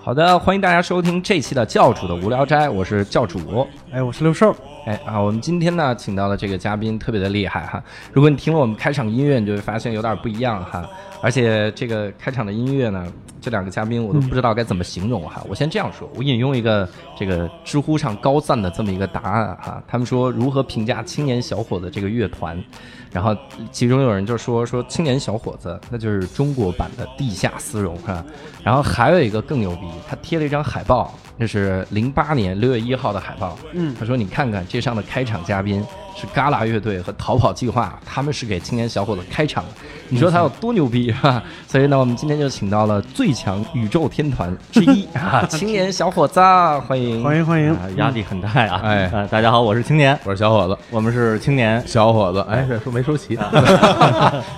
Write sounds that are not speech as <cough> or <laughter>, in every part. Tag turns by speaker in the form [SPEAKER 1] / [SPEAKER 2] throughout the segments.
[SPEAKER 1] 好的，欢迎大家收听这期的教主的无聊斋，我是教主。
[SPEAKER 2] 哎，我是六兽，
[SPEAKER 1] 哎啊，我们今天呢，请到的这个嘉宾特别的厉害哈。如果你听了我们开场音乐，你就会发现有点不一样哈。而且这个开场的音乐呢，这两个嘉宾我都不知道该怎么形容哈。我先这样说，我引用一个这个知乎上高赞的这么一个答案哈，他们说如何评价青年小伙子这个乐团，然后其中有人就说说青年小伙子那就是中国版的地下丝绒哈。然后还有一个更牛逼，他贴了一张海报，那是零八年六月一号的海报，
[SPEAKER 2] 嗯
[SPEAKER 1] 他说：“你看看这上的开场嘉宾是旮旯乐队和逃跑计划，他们是给青年小伙子开场的。你说他有多牛逼哈、所以呢，我们今天就请到了最强宇宙天团之一
[SPEAKER 3] <laughs>
[SPEAKER 1] 啊，青年小伙子，欢
[SPEAKER 4] 嗯
[SPEAKER 1] 迎
[SPEAKER 2] 欢。迎欢迎
[SPEAKER 3] 啊，压力很大呀！
[SPEAKER 1] 哎
[SPEAKER 3] 啊大家好，我是青年，
[SPEAKER 4] 我是小伙子，
[SPEAKER 3] 我们是青年，
[SPEAKER 4] 小伙子，哎，这说没说齐，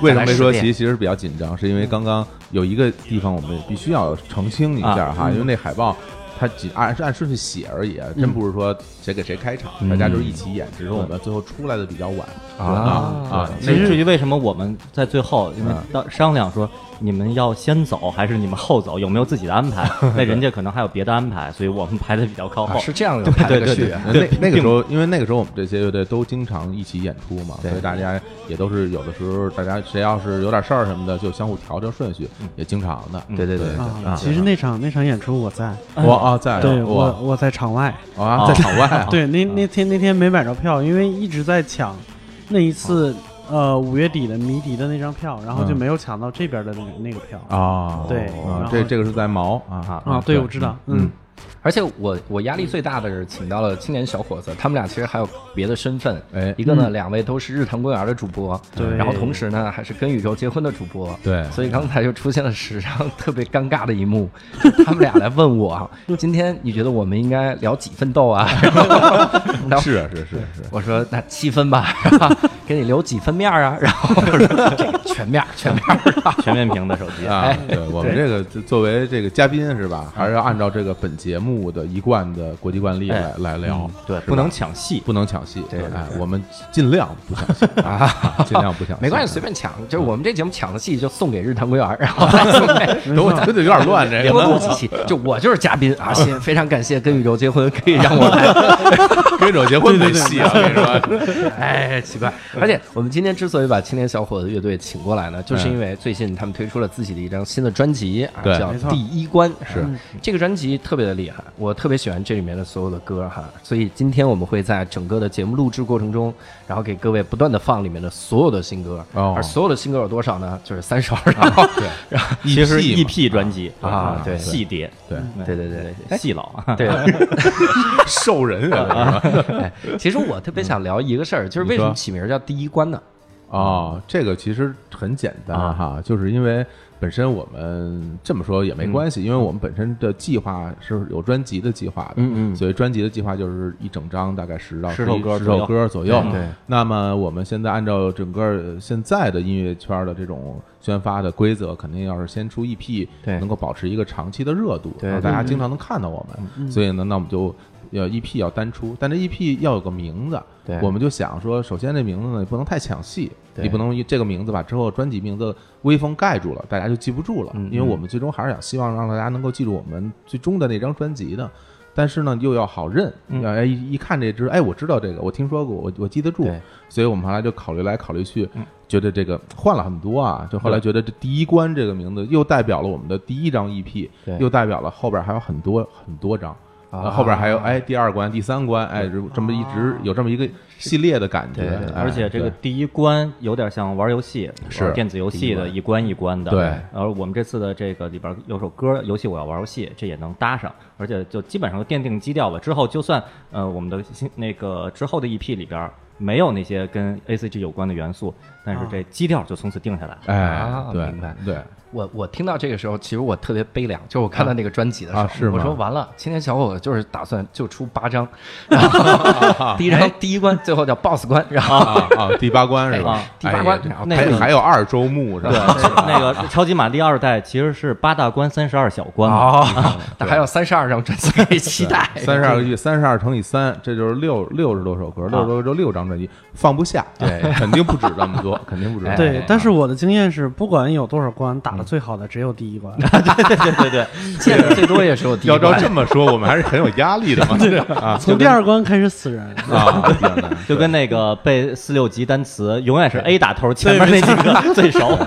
[SPEAKER 4] 为什么没说齐？其实比较紧张，是因为刚刚有一个地方我们必须要澄清一下哈，因为那海报它仅按按顺序写而已，真不是说谁给谁开场，大家就是一起演，只是我们最后出来的比较晚
[SPEAKER 1] 啊
[SPEAKER 4] 啊
[SPEAKER 3] 其实至于为什么我们在最后，因为
[SPEAKER 4] 嗯
[SPEAKER 3] 到商量说你们要先走还是你们后走，有没有自己的安排？那人家可能还有别的安排，所以我们排的比较靠
[SPEAKER 1] 啊
[SPEAKER 3] 后。
[SPEAKER 1] 是这样的，排了
[SPEAKER 3] 哦对
[SPEAKER 1] 个
[SPEAKER 3] 对
[SPEAKER 1] 序啊
[SPEAKER 3] 对
[SPEAKER 4] 那那个时候，因为那个时候我们这些乐队都经常一起演出嘛，所以大家也都是有的时候，大家谁要是有点事儿什么的，就相互调整顺序，也经常的。
[SPEAKER 1] 对对对
[SPEAKER 4] 对
[SPEAKER 2] 啊！
[SPEAKER 4] 啊
[SPEAKER 2] 其实那场那场演出我在，
[SPEAKER 4] 我啊，在
[SPEAKER 2] 对我
[SPEAKER 4] 我
[SPEAKER 2] 我在场外，
[SPEAKER 4] 啊，在场外啊，
[SPEAKER 2] 对那那天那天没买着票，因为一直在抢那一次呃五月底的迷笛的那张票，然后就
[SPEAKER 4] 啊嗯
[SPEAKER 2] 没有抢到这边的那个那个票
[SPEAKER 4] 啊，
[SPEAKER 2] 对然
[SPEAKER 4] 啊
[SPEAKER 2] 后，
[SPEAKER 4] 这这个是在毛啊
[SPEAKER 2] 啊！对，我知道，嗯，
[SPEAKER 1] 而且我我压力最大的是请到了青年小伙子，他们俩其实还有别的身份，
[SPEAKER 4] 哎
[SPEAKER 1] 一个呢，两位都是日坛公园的主播，
[SPEAKER 2] 对
[SPEAKER 1] 然后同时呢还是跟宇宙结婚的主播，
[SPEAKER 4] 对
[SPEAKER 1] 所以刚才就出现了史上特别尴尬的一幕，就他们俩来问我，今天你觉得我们应该聊几分豆啊？ <laughs> 然后
[SPEAKER 4] 是啊是是是，
[SPEAKER 1] 我说那七分吧，是吧给你留几分面儿啊？然后我说这个全面儿全面儿，啊
[SPEAKER 3] 全面屏的手机，
[SPEAKER 4] 啊，对我们这个就作为这个嘉宾是吧，还是要按照这个本节目的一贯的国际惯例来
[SPEAKER 3] 哎
[SPEAKER 4] 来聊
[SPEAKER 3] 嗯，对，
[SPEAKER 4] 是吧
[SPEAKER 3] <laughs> 不能抢戏。
[SPEAKER 4] 不能抢戏，
[SPEAKER 1] 对对
[SPEAKER 4] 哎，我们尽量不抢戏 <laughs> 啊，尽量不抢戏，
[SPEAKER 1] 没关系，随便抢，就是我们这节目抢的戏就送给日坛公园，然后再送给。
[SPEAKER 4] 等 <laughs> 我真的有点乱这
[SPEAKER 1] 多录
[SPEAKER 4] 个，
[SPEAKER 1] 几期，就我就是嘉宾啊！先非常感谢跟宇宙结婚可以让我来
[SPEAKER 4] 跟着结婚没戏啊，跟你说，
[SPEAKER 1] 哎，奇怪！而且我们今天之所以把青年小伙子乐队请过来呢，就是因为最近他们推出了自己的一张新的专辑啊，
[SPEAKER 4] 对
[SPEAKER 1] 叫
[SPEAKER 2] 没
[SPEAKER 1] 《
[SPEAKER 2] 错
[SPEAKER 1] 第一关》。
[SPEAKER 4] 是
[SPEAKER 1] 嗯这个专辑特别的厉害，我特别喜欢这里面的所有的歌哈，所以今天我们会在整个的节目录制过程中，然后给各位不断的放里面的所有的新歌，
[SPEAKER 4] 哦
[SPEAKER 1] 而所有的新歌有多少呢？就是三首，然后对，然后
[SPEAKER 3] 其实
[SPEAKER 4] EP 嘛
[SPEAKER 3] EP 专辑
[SPEAKER 1] 啊对
[SPEAKER 3] 戏碟，
[SPEAKER 4] 对，
[SPEAKER 1] 对对对
[SPEAKER 3] 对，戏佬，
[SPEAKER 1] <laughs> 对。
[SPEAKER 4] 兽人
[SPEAKER 1] <laughs>
[SPEAKER 4] 啊这是吧，嗯
[SPEAKER 1] 哎其实我特别想聊一个事儿，就是为什么
[SPEAKER 4] 你说
[SPEAKER 1] 起名叫第一关呢？
[SPEAKER 4] 哦，这个其实很简单
[SPEAKER 3] 啊
[SPEAKER 4] 哈，就是因为本身我们这么说也没关
[SPEAKER 3] 嗯
[SPEAKER 4] 系，因为我们本身的计划是有专辑的计划的，
[SPEAKER 1] 嗯嗯
[SPEAKER 4] 所以专辑的计划就是一整张大概十到
[SPEAKER 3] 十首
[SPEAKER 4] 一
[SPEAKER 3] 歌
[SPEAKER 4] 十
[SPEAKER 3] 左右
[SPEAKER 4] 首歌左右。
[SPEAKER 3] 对
[SPEAKER 1] 对
[SPEAKER 4] 那么我们现在按照整个呃现在的音乐圈的这种宣发的规则，肯定要是先出 EP，
[SPEAKER 1] 对
[SPEAKER 4] 能够保持一个长期的热度，
[SPEAKER 1] 对嗯
[SPEAKER 4] 然后大家经常能看到我们，所以呢，那我们就。要 EP 要单出，但这 EP 要有个名字，
[SPEAKER 1] 对
[SPEAKER 4] 我们就想说，首先这名字呢，你不能太抢戏，
[SPEAKER 1] 对
[SPEAKER 4] 你不能以这个名字把之后专辑名字威风盖住了，大家就记不住了。
[SPEAKER 1] 嗯
[SPEAKER 4] 因为我们最终还是想希望让大家能够记住我们最终的那张专辑的，但是呢又要好认，
[SPEAKER 1] 嗯
[SPEAKER 4] 要哎一一看这支，哎我知道这个，我听说过，我我记得住
[SPEAKER 1] 对，嗯
[SPEAKER 4] 所以我们后来就考虑来考虑去，觉得这个换了很多啊，就后来觉得这第一关这个名字又代表了我们的第一张 EP，
[SPEAKER 1] 对
[SPEAKER 4] 又代表了后边还有很多很多张。
[SPEAKER 1] 啊
[SPEAKER 4] 后边还有哎，第二关、第三关，哎，这这么一直有这么一个系列的感觉
[SPEAKER 1] 对对对，
[SPEAKER 4] 哎
[SPEAKER 3] 而且这个
[SPEAKER 4] 对
[SPEAKER 3] 第一关有点像玩游戏，
[SPEAKER 4] 是
[SPEAKER 3] 玩电子游戏的
[SPEAKER 4] 第
[SPEAKER 3] 一关一关的。
[SPEAKER 4] 对
[SPEAKER 3] 而我们这次的这个里边有首歌，游戏我要玩游戏，这也能搭上，而且就基本上奠定基调了。之后就算呃我们的新那个之后的 EP 里边没有那些跟 ACG 有关的元素，但
[SPEAKER 4] 啊
[SPEAKER 3] 是这基调就从此定下来了。
[SPEAKER 4] 哎
[SPEAKER 1] 啊，
[SPEAKER 4] 对，
[SPEAKER 1] 明白
[SPEAKER 4] 对，
[SPEAKER 1] 我我听到这个时候，其实我特别悲凉，就是我看到那个专辑的时候，
[SPEAKER 4] 啊是吗
[SPEAKER 1] 我说完了，青年小伙子就是打算就出八张，
[SPEAKER 4] 啊
[SPEAKER 1] <laughs> 然后第一
[SPEAKER 4] 哎
[SPEAKER 1] 张第一关，最后叫 BOSS 关，然后
[SPEAKER 4] 啊啊，第八关是吧
[SPEAKER 3] 哎？
[SPEAKER 1] 第八关
[SPEAKER 4] 哎呀
[SPEAKER 1] 那
[SPEAKER 4] 还
[SPEAKER 1] 个
[SPEAKER 4] 还有二周目是
[SPEAKER 3] 对，
[SPEAKER 4] 吧？
[SPEAKER 3] 那个超级玛丽二代其实是八大关三十二小关嘛，
[SPEAKER 1] 哦，还有三十二张专辑可以期待。
[SPEAKER 4] 三十二个亿，三十二乘以三，这就是六六十多首歌，六十多就六张张专辑，放不下，
[SPEAKER 1] 对，
[SPEAKER 4] 肯定不止这么多，肯定不止这么多。
[SPEAKER 2] 对
[SPEAKER 4] 啊，
[SPEAKER 2] 但是我的经验是，不管有多少关，
[SPEAKER 4] 嗯
[SPEAKER 2] 打的最好的只有第一关。
[SPEAKER 4] 啊
[SPEAKER 3] <laughs> 对对对对，
[SPEAKER 1] 见 <laughs> 的最多也是我第一
[SPEAKER 4] 要照
[SPEAKER 1] 关。
[SPEAKER 4] 这么说，我们还是很有压力的嘛。啊，
[SPEAKER 2] 从第二关开始死
[SPEAKER 4] <laughs>
[SPEAKER 2] 人，
[SPEAKER 4] 啊，天哪
[SPEAKER 3] 就跟那个背四六级单词，永远是 A 打头，前面那几个最熟。 <laughs>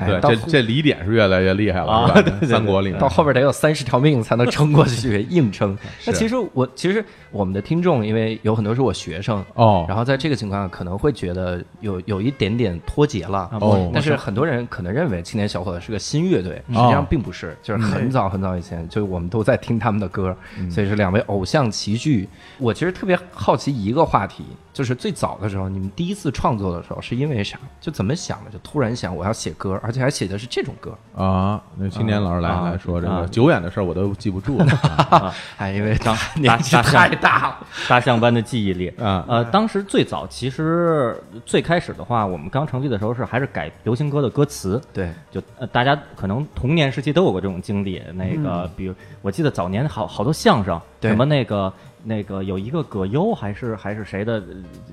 [SPEAKER 1] 哎
[SPEAKER 4] 对，
[SPEAKER 1] 到
[SPEAKER 4] 这这离点是越来越厉害了
[SPEAKER 3] 啊
[SPEAKER 4] 是吧
[SPEAKER 3] 对对对
[SPEAKER 4] 三国里面
[SPEAKER 1] 到后边得有三十条命才能撑过去， <laughs> 硬撑。那
[SPEAKER 4] <laughs> 是
[SPEAKER 1] 其实我其实我们的听众，因为有很多是我学生，
[SPEAKER 4] 哦，
[SPEAKER 1] 然后在这个情况下可能会觉得有有一点点脱节了。
[SPEAKER 4] 哦
[SPEAKER 1] 但是很多人可能认为青年小伙子是个新乐队，实
[SPEAKER 4] 嗯嗯
[SPEAKER 1] 际上并不是，就是很早很早以前，就是我们都在听他们的歌，所以是两位偶像齐聚。我其实特别好奇一个话题，就是最早的时候，你们第一次创作的时候是因为啥？就怎么想的？就突然想我要写歌，而且还写的是这种歌。
[SPEAKER 4] 啊，那青年老师来
[SPEAKER 3] 啊
[SPEAKER 4] 来说这
[SPEAKER 3] 啊
[SPEAKER 4] 个久远的事儿，我都记不住了
[SPEAKER 1] <laughs> 哎，因为当
[SPEAKER 3] 大
[SPEAKER 1] 年纪
[SPEAKER 3] 大
[SPEAKER 1] 太
[SPEAKER 3] 象
[SPEAKER 1] 大了，
[SPEAKER 3] 大象般的记忆力。
[SPEAKER 4] 啊
[SPEAKER 3] 呃，当时最早其实最开始的话，我们刚成立的时候是还是改流行歌的歌词，
[SPEAKER 1] 对，
[SPEAKER 3] 就、呃、大家可能童年时期都有过这种经历。那个，比如我记得早年好好多相声，
[SPEAKER 1] 嗯对
[SPEAKER 3] 什么那个那个有一个葛优还是还是谁的，呃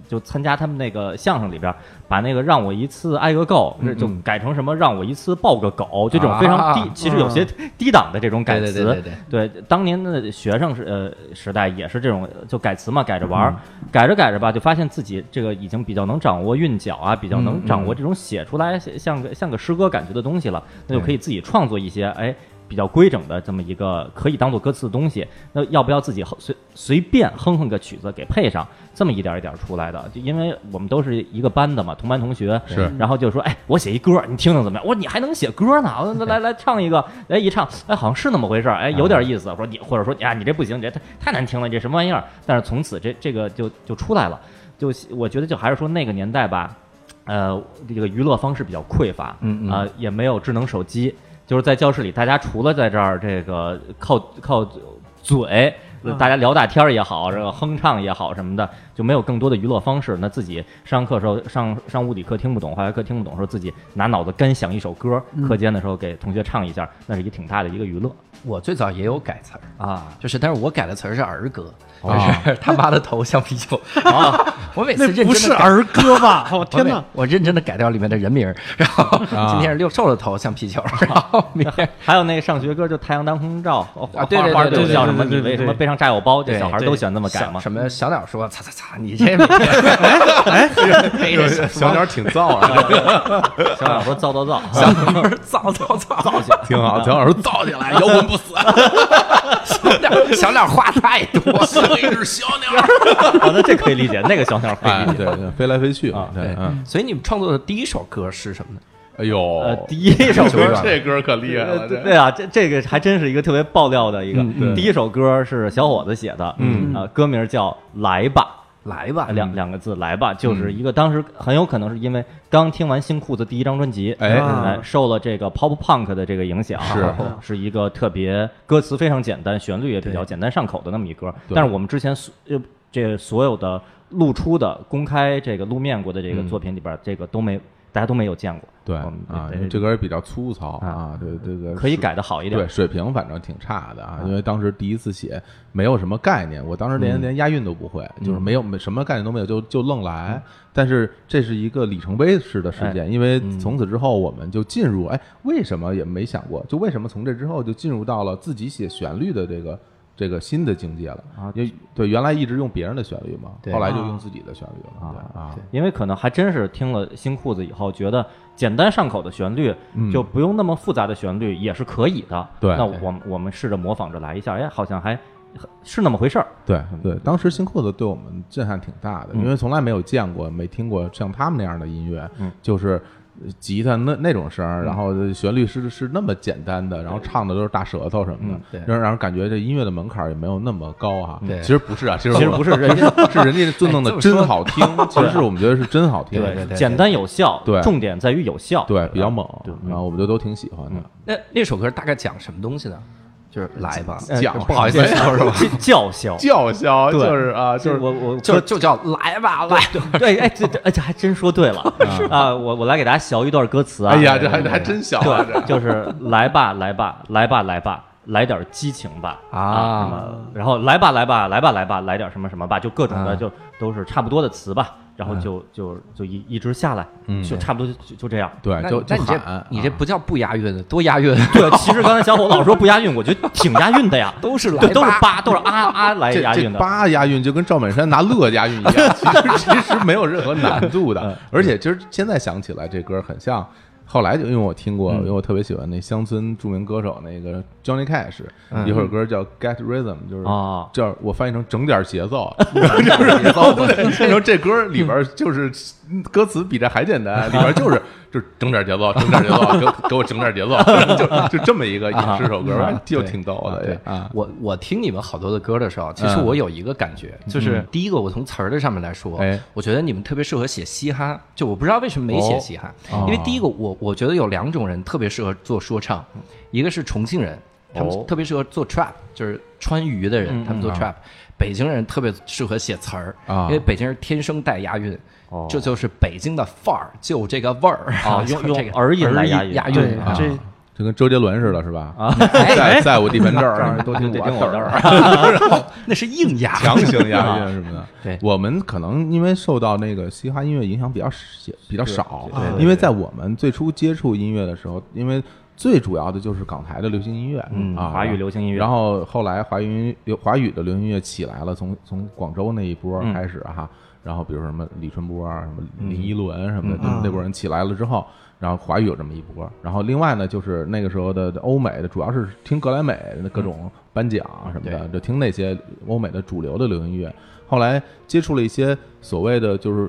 [SPEAKER 3] 就参加他们那个相声里边，把那个让我一次挨个够，
[SPEAKER 1] 嗯
[SPEAKER 3] 就
[SPEAKER 1] 嗯
[SPEAKER 3] 改成什么让我一次抱个狗，就这种非常低，
[SPEAKER 1] 啊
[SPEAKER 3] 其实有些低档的这种改
[SPEAKER 1] 对
[SPEAKER 3] 词。
[SPEAKER 1] 对对对对，
[SPEAKER 3] 对，当年的学生时呃时代也是这种，就改词嘛，改着玩儿，改着改着吧，就发现自己这个已经比较能掌握韵脚啊，比较能掌握这种写出来像像个像个诗歌感觉的东西了，那就可以自己创作一些哎比较规整的这么一个可以当做歌词的东西。那要不要自己哼随随便哼哼个曲子给配上，这么一点儿一点儿出来的？就因为我们都是一个班的嘛，同班同学，
[SPEAKER 4] 是
[SPEAKER 3] 然后就说，哎，我写一歌，你听听怎么样？我说你还能写歌呢？我说来来唱一个，哎，一唱，哎，好像是那么回事儿，哎，有点意思。我说你或者说呀，你这不行，你这太太难听了，你这什么玩意儿？但是从此这这个就就出来了，就我觉得就还是说那个年代吧，呃，这个娱乐方式比较匮乏，
[SPEAKER 1] 嗯嗯
[SPEAKER 3] 啊、也没有智能手机，就是在教室里，大家除了在这儿这个靠靠嘴。
[SPEAKER 2] 嗯
[SPEAKER 3] 大家聊大天儿也好，然后哼唱也好什么的，就没有更多的娱乐方式。那自己上课的时候，上上物理课听不懂，化学课听不懂的时候，自己拿脑子干想一首歌，课间的时候给同学唱一下，那是一个挺大的一个娱乐
[SPEAKER 1] 我最早也有改词儿，
[SPEAKER 3] 啊。
[SPEAKER 1] 就是但是我改的词儿是儿歌，
[SPEAKER 4] 哦
[SPEAKER 1] 就是 <laughs> 他妈的头像啤酒。 <laughs> 我每次
[SPEAKER 2] 那
[SPEAKER 1] 认真
[SPEAKER 2] 不
[SPEAKER 1] 地
[SPEAKER 2] 是
[SPEAKER 1] 改
[SPEAKER 2] 儿歌吧？ <laughs>
[SPEAKER 4] <laughs> 哦
[SPEAKER 2] 我天
[SPEAKER 1] 我
[SPEAKER 2] 哪
[SPEAKER 1] 每！！我认真的改掉里面的人名儿，然后今天是六兽的头像啤酒，然后明
[SPEAKER 3] <laughs>
[SPEAKER 1] 天
[SPEAKER 3] 还有那个上学歌，就太阳当空照，花
[SPEAKER 1] 啊对对
[SPEAKER 3] 花儿
[SPEAKER 1] 对对
[SPEAKER 3] 都
[SPEAKER 1] 对
[SPEAKER 3] 叫
[SPEAKER 2] 对
[SPEAKER 3] 什么？
[SPEAKER 2] 对
[SPEAKER 3] 你
[SPEAKER 2] 对
[SPEAKER 3] 为什
[SPEAKER 2] 对
[SPEAKER 3] 么背上炸药包？这
[SPEAKER 1] 对
[SPEAKER 3] 小孩儿
[SPEAKER 2] 对
[SPEAKER 3] 都喜欢这么改
[SPEAKER 1] 小
[SPEAKER 3] 吗？
[SPEAKER 1] 什么小鸟说擦擦擦，你这每天 <laughs> 背着小
[SPEAKER 4] 小鸟挺燥啊，
[SPEAKER 3] 小鸟说造造造，
[SPEAKER 1] 小鸟 <laughs> 儿造造造，
[SPEAKER 4] 挺好。小鸟说燥起来，摇滚不死，
[SPEAKER 1] 小鸟儿小鸟儿话太多了，
[SPEAKER 4] 我一只小鸟。
[SPEAKER 3] <laughs> 啊，那这可以理解，那个小鸟可以
[SPEAKER 4] 哎
[SPEAKER 3] 理，解。
[SPEAKER 4] 对对，飞来飞去
[SPEAKER 3] 啊，
[SPEAKER 4] 对，嗯，
[SPEAKER 1] 所以你们创作的第一首歌是什么呢？
[SPEAKER 4] 哎呦，
[SPEAKER 3] 呃，第一
[SPEAKER 4] <laughs>
[SPEAKER 3] 首
[SPEAKER 1] 久远
[SPEAKER 3] 歌
[SPEAKER 1] 了。
[SPEAKER 4] 这歌可厉害
[SPEAKER 3] 呃
[SPEAKER 4] 了，
[SPEAKER 3] 对
[SPEAKER 4] 这
[SPEAKER 3] 对啊，这这个还真是一个特别爆料的一个。第一首歌是小伙子写的，嗯啊，歌名叫《来吧嗯
[SPEAKER 1] 来》，吧，
[SPEAKER 4] 嗯
[SPEAKER 3] 两两个字“来吧”，就是一个当时很有可能是因为刚听完新裤子第一张专辑，
[SPEAKER 4] 哎
[SPEAKER 3] 哎，受了这个 pop punk 的这个影响，啊
[SPEAKER 4] 是哦
[SPEAKER 3] 是一个特别歌词非常简单，旋律也比较简单上口的那么一歌。
[SPEAKER 4] 对
[SPEAKER 3] 但是我们之前所呃这所有的露出的、公开这个露面过的这个作品里边，这个都没大家都没有见过。
[SPEAKER 4] 嗯对
[SPEAKER 3] 我们
[SPEAKER 4] 啊，
[SPEAKER 3] 对
[SPEAKER 4] 因为这歌也比较粗糙啊
[SPEAKER 3] 啊，
[SPEAKER 4] 对这个
[SPEAKER 3] 可以
[SPEAKER 4] 是
[SPEAKER 3] 改的好一点。嗯
[SPEAKER 4] 对，水平反正挺差的啊，因为当时第一次写，没有什么概念，我当时连连押韵都不会，就是
[SPEAKER 3] 嗯
[SPEAKER 4] 没有没什么概念都没有，就就愣来。但是这是一个里程碑式的事
[SPEAKER 3] 哎
[SPEAKER 4] 件，因为
[SPEAKER 3] 嗯
[SPEAKER 4] 从此之后我们就进入，哎，为什么也没想过，就为什么从这之后就进入到了自己写旋律的这个。这个新的境界了
[SPEAKER 3] 啊
[SPEAKER 4] 因为对原来一直用别人的旋律嘛，
[SPEAKER 1] 对
[SPEAKER 4] 后来就用自己的旋律了
[SPEAKER 3] 啊
[SPEAKER 4] 对啊，
[SPEAKER 3] 因为可能还真是听了新裤子以后，觉得简单上口的旋律，就不用那么复杂的旋律也是可以的。
[SPEAKER 4] 嗯对
[SPEAKER 3] 那我们我们试着模仿着来一下，哎，好像还是那么回事儿。
[SPEAKER 4] 对对，当时新裤子对我们震撼挺大的，因
[SPEAKER 1] 嗯
[SPEAKER 4] 为从来没有见过、没听过像他们那样的音乐，
[SPEAKER 3] 嗯
[SPEAKER 4] 就是吉他那那种声
[SPEAKER 1] 嗯
[SPEAKER 4] 儿，然后旋律是是那么简单的，然后唱的都是大舌头什么的，
[SPEAKER 1] 嗯对
[SPEAKER 4] 让让人感觉这音乐的门槛儿也没有那么高啊。
[SPEAKER 1] 对
[SPEAKER 4] 其实不是啊，其实
[SPEAKER 3] 其实
[SPEAKER 4] 我
[SPEAKER 3] 不是人家
[SPEAKER 4] <laughs> 是人家就弄
[SPEAKER 1] 哎这
[SPEAKER 4] 的
[SPEAKER 1] 么
[SPEAKER 4] 真
[SPEAKER 1] 说
[SPEAKER 4] 好
[SPEAKER 1] <laughs>
[SPEAKER 4] 听，其实是我们觉得是真好听，
[SPEAKER 1] 对对
[SPEAKER 3] 简单有效，
[SPEAKER 4] 对
[SPEAKER 3] 重点在于有效， <laughs>
[SPEAKER 4] 对比较猛
[SPEAKER 3] 对，
[SPEAKER 4] 然后我们就都挺喜欢的。
[SPEAKER 1] 那那首歌大概讲什么东西呢？就是来吧，
[SPEAKER 4] 呃讲
[SPEAKER 1] 哎不好
[SPEAKER 4] <laughs>
[SPEAKER 1] 意思说是吧？
[SPEAKER 3] 这叫嚣。
[SPEAKER 4] 叫嚣
[SPEAKER 3] 对
[SPEAKER 4] 就是啊， <laughs> 就是
[SPEAKER 3] 我我
[SPEAKER 1] 就就叫来吧，来吧。
[SPEAKER 3] 对，哎，这这哎这还真说对
[SPEAKER 4] <laughs>
[SPEAKER 3] 了啊！我我来给大家学一段歌词啊。
[SPEAKER 4] 哎呀，这还还真小啊，这 <laughs>
[SPEAKER 3] 对，就是来吧，来吧，来吧，来吧，来点激情吧
[SPEAKER 1] 啊
[SPEAKER 3] 什么然后来吧，来吧，来吧，来吧，来点什么什么吧，就各种的
[SPEAKER 1] 啊
[SPEAKER 3] 就都是差不多的词吧。然
[SPEAKER 1] 嗯
[SPEAKER 3] 后就就就一一直下来，
[SPEAKER 4] 嗯
[SPEAKER 3] 就差不多就就就这样。
[SPEAKER 4] 对，
[SPEAKER 1] 那
[SPEAKER 4] 就
[SPEAKER 1] 那
[SPEAKER 4] 就
[SPEAKER 1] 你
[SPEAKER 4] 喊
[SPEAKER 1] 这，你这
[SPEAKER 4] 啊
[SPEAKER 1] 不叫不押韵的， <laughs> 多押韵，
[SPEAKER 3] 对，其实刚才小伙老说不押韵，我觉得挺押韵
[SPEAKER 1] <laughs>，
[SPEAKER 3] 的呀
[SPEAKER 1] 都是来
[SPEAKER 3] 对，都是
[SPEAKER 1] 八，
[SPEAKER 3] 八，都是啊啊来
[SPEAKER 4] 这
[SPEAKER 3] 押
[SPEAKER 4] 这
[SPEAKER 3] 韵的。
[SPEAKER 4] 八押韵就跟赵本山拿乐押韵一样，其实其实没有任何难度的
[SPEAKER 3] 嗯。
[SPEAKER 4] 而且其实现在想起来，这歌很像后来就因为我听过，
[SPEAKER 3] 嗯
[SPEAKER 4] 因为我特别喜欢那乡村著名歌手那个 Johnny Cash，
[SPEAKER 1] 嗯
[SPEAKER 4] 有首歌叫《Get Rhythm》，就是
[SPEAKER 3] 哦
[SPEAKER 4] 叫我翻译成整点节奏，就是节奏。对，然后这歌里边就是歌词比这还简单，里边就是就是整点节奏，整点节奏，给给我整点节奏，就就这么一个影视首歌，就挺逗的
[SPEAKER 1] 对
[SPEAKER 4] 啊。
[SPEAKER 1] 我我听你们好多的歌的时候，其实
[SPEAKER 4] 嗯
[SPEAKER 1] 我有一个感觉，就是第一个，我从词儿的上面来说
[SPEAKER 4] 哎，
[SPEAKER 1] 我觉得你们特别适合写嘻哈。就我不知道为什么没写嘻哈，
[SPEAKER 4] 哦
[SPEAKER 1] 因为第一个，我我觉得有两种人特别适合做说唱，一个是重庆人，他
[SPEAKER 3] 哦
[SPEAKER 1] 们特别适合做 trap，就是川渝的人，他们做
[SPEAKER 4] 嗯
[SPEAKER 1] trap。北京人特别适合写词儿，
[SPEAKER 4] 啊
[SPEAKER 1] 因为北京人天生带押韵
[SPEAKER 3] 哦，
[SPEAKER 1] 这就是北京的范儿，就这个味儿 <laughs>
[SPEAKER 3] 啊，
[SPEAKER 1] 就
[SPEAKER 3] 用
[SPEAKER 1] 这
[SPEAKER 3] 用
[SPEAKER 1] 个
[SPEAKER 3] 儿音来押
[SPEAKER 1] 押
[SPEAKER 3] 韵，
[SPEAKER 1] 韵
[SPEAKER 2] 对
[SPEAKER 4] 啊，
[SPEAKER 2] 这
[SPEAKER 4] 就跟周杰伦似的，是吧？嗯
[SPEAKER 3] 啊
[SPEAKER 4] 在在我地盘这儿，都
[SPEAKER 3] 就
[SPEAKER 4] 听
[SPEAKER 3] 得
[SPEAKER 4] 我
[SPEAKER 3] 听我
[SPEAKER 4] 这
[SPEAKER 3] 这
[SPEAKER 4] 儿，啊
[SPEAKER 3] 儿。啊 <laughs>
[SPEAKER 4] <laughs>
[SPEAKER 1] 那是硬押，
[SPEAKER 4] 强
[SPEAKER 1] <laughs>
[SPEAKER 4] 行押韵什么的。
[SPEAKER 1] 对
[SPEAKER 4] 我们可能因为受到那个嘻哈音乐影响比较少比较少
[SPEAKER 3] 对
[SPEAKER 4] 啊
[SPEAKER 3] 对，对
[SPEAKER 4] 因为在我们最初接触音乐的时候，因为最主要的就是港台的流行音乐，
[SPEAKER 3] 嗯
[SPEAKER 4] 啊，
[SPEAKER 3] 华语流行音乐
[SPEAKER 4] 然后后来华语流华语的流行音乐起来了，从从广州那一波
[SPEAKER 3] 嗯
[SPEAKER 4] 开始哈、然后比如说什么李春波啊，什么林依轮什么的，
[SPEAKER 2] 嗯
[SPEAKER 4] 那那波人起来了之后。然后华语有这么一波，然后另外呢，就是那个时候的欧美的，主要是听格莱美的各种颁奖什么的，就听那些欧美的主流的流行音乐。后来接触了一些所谓的就是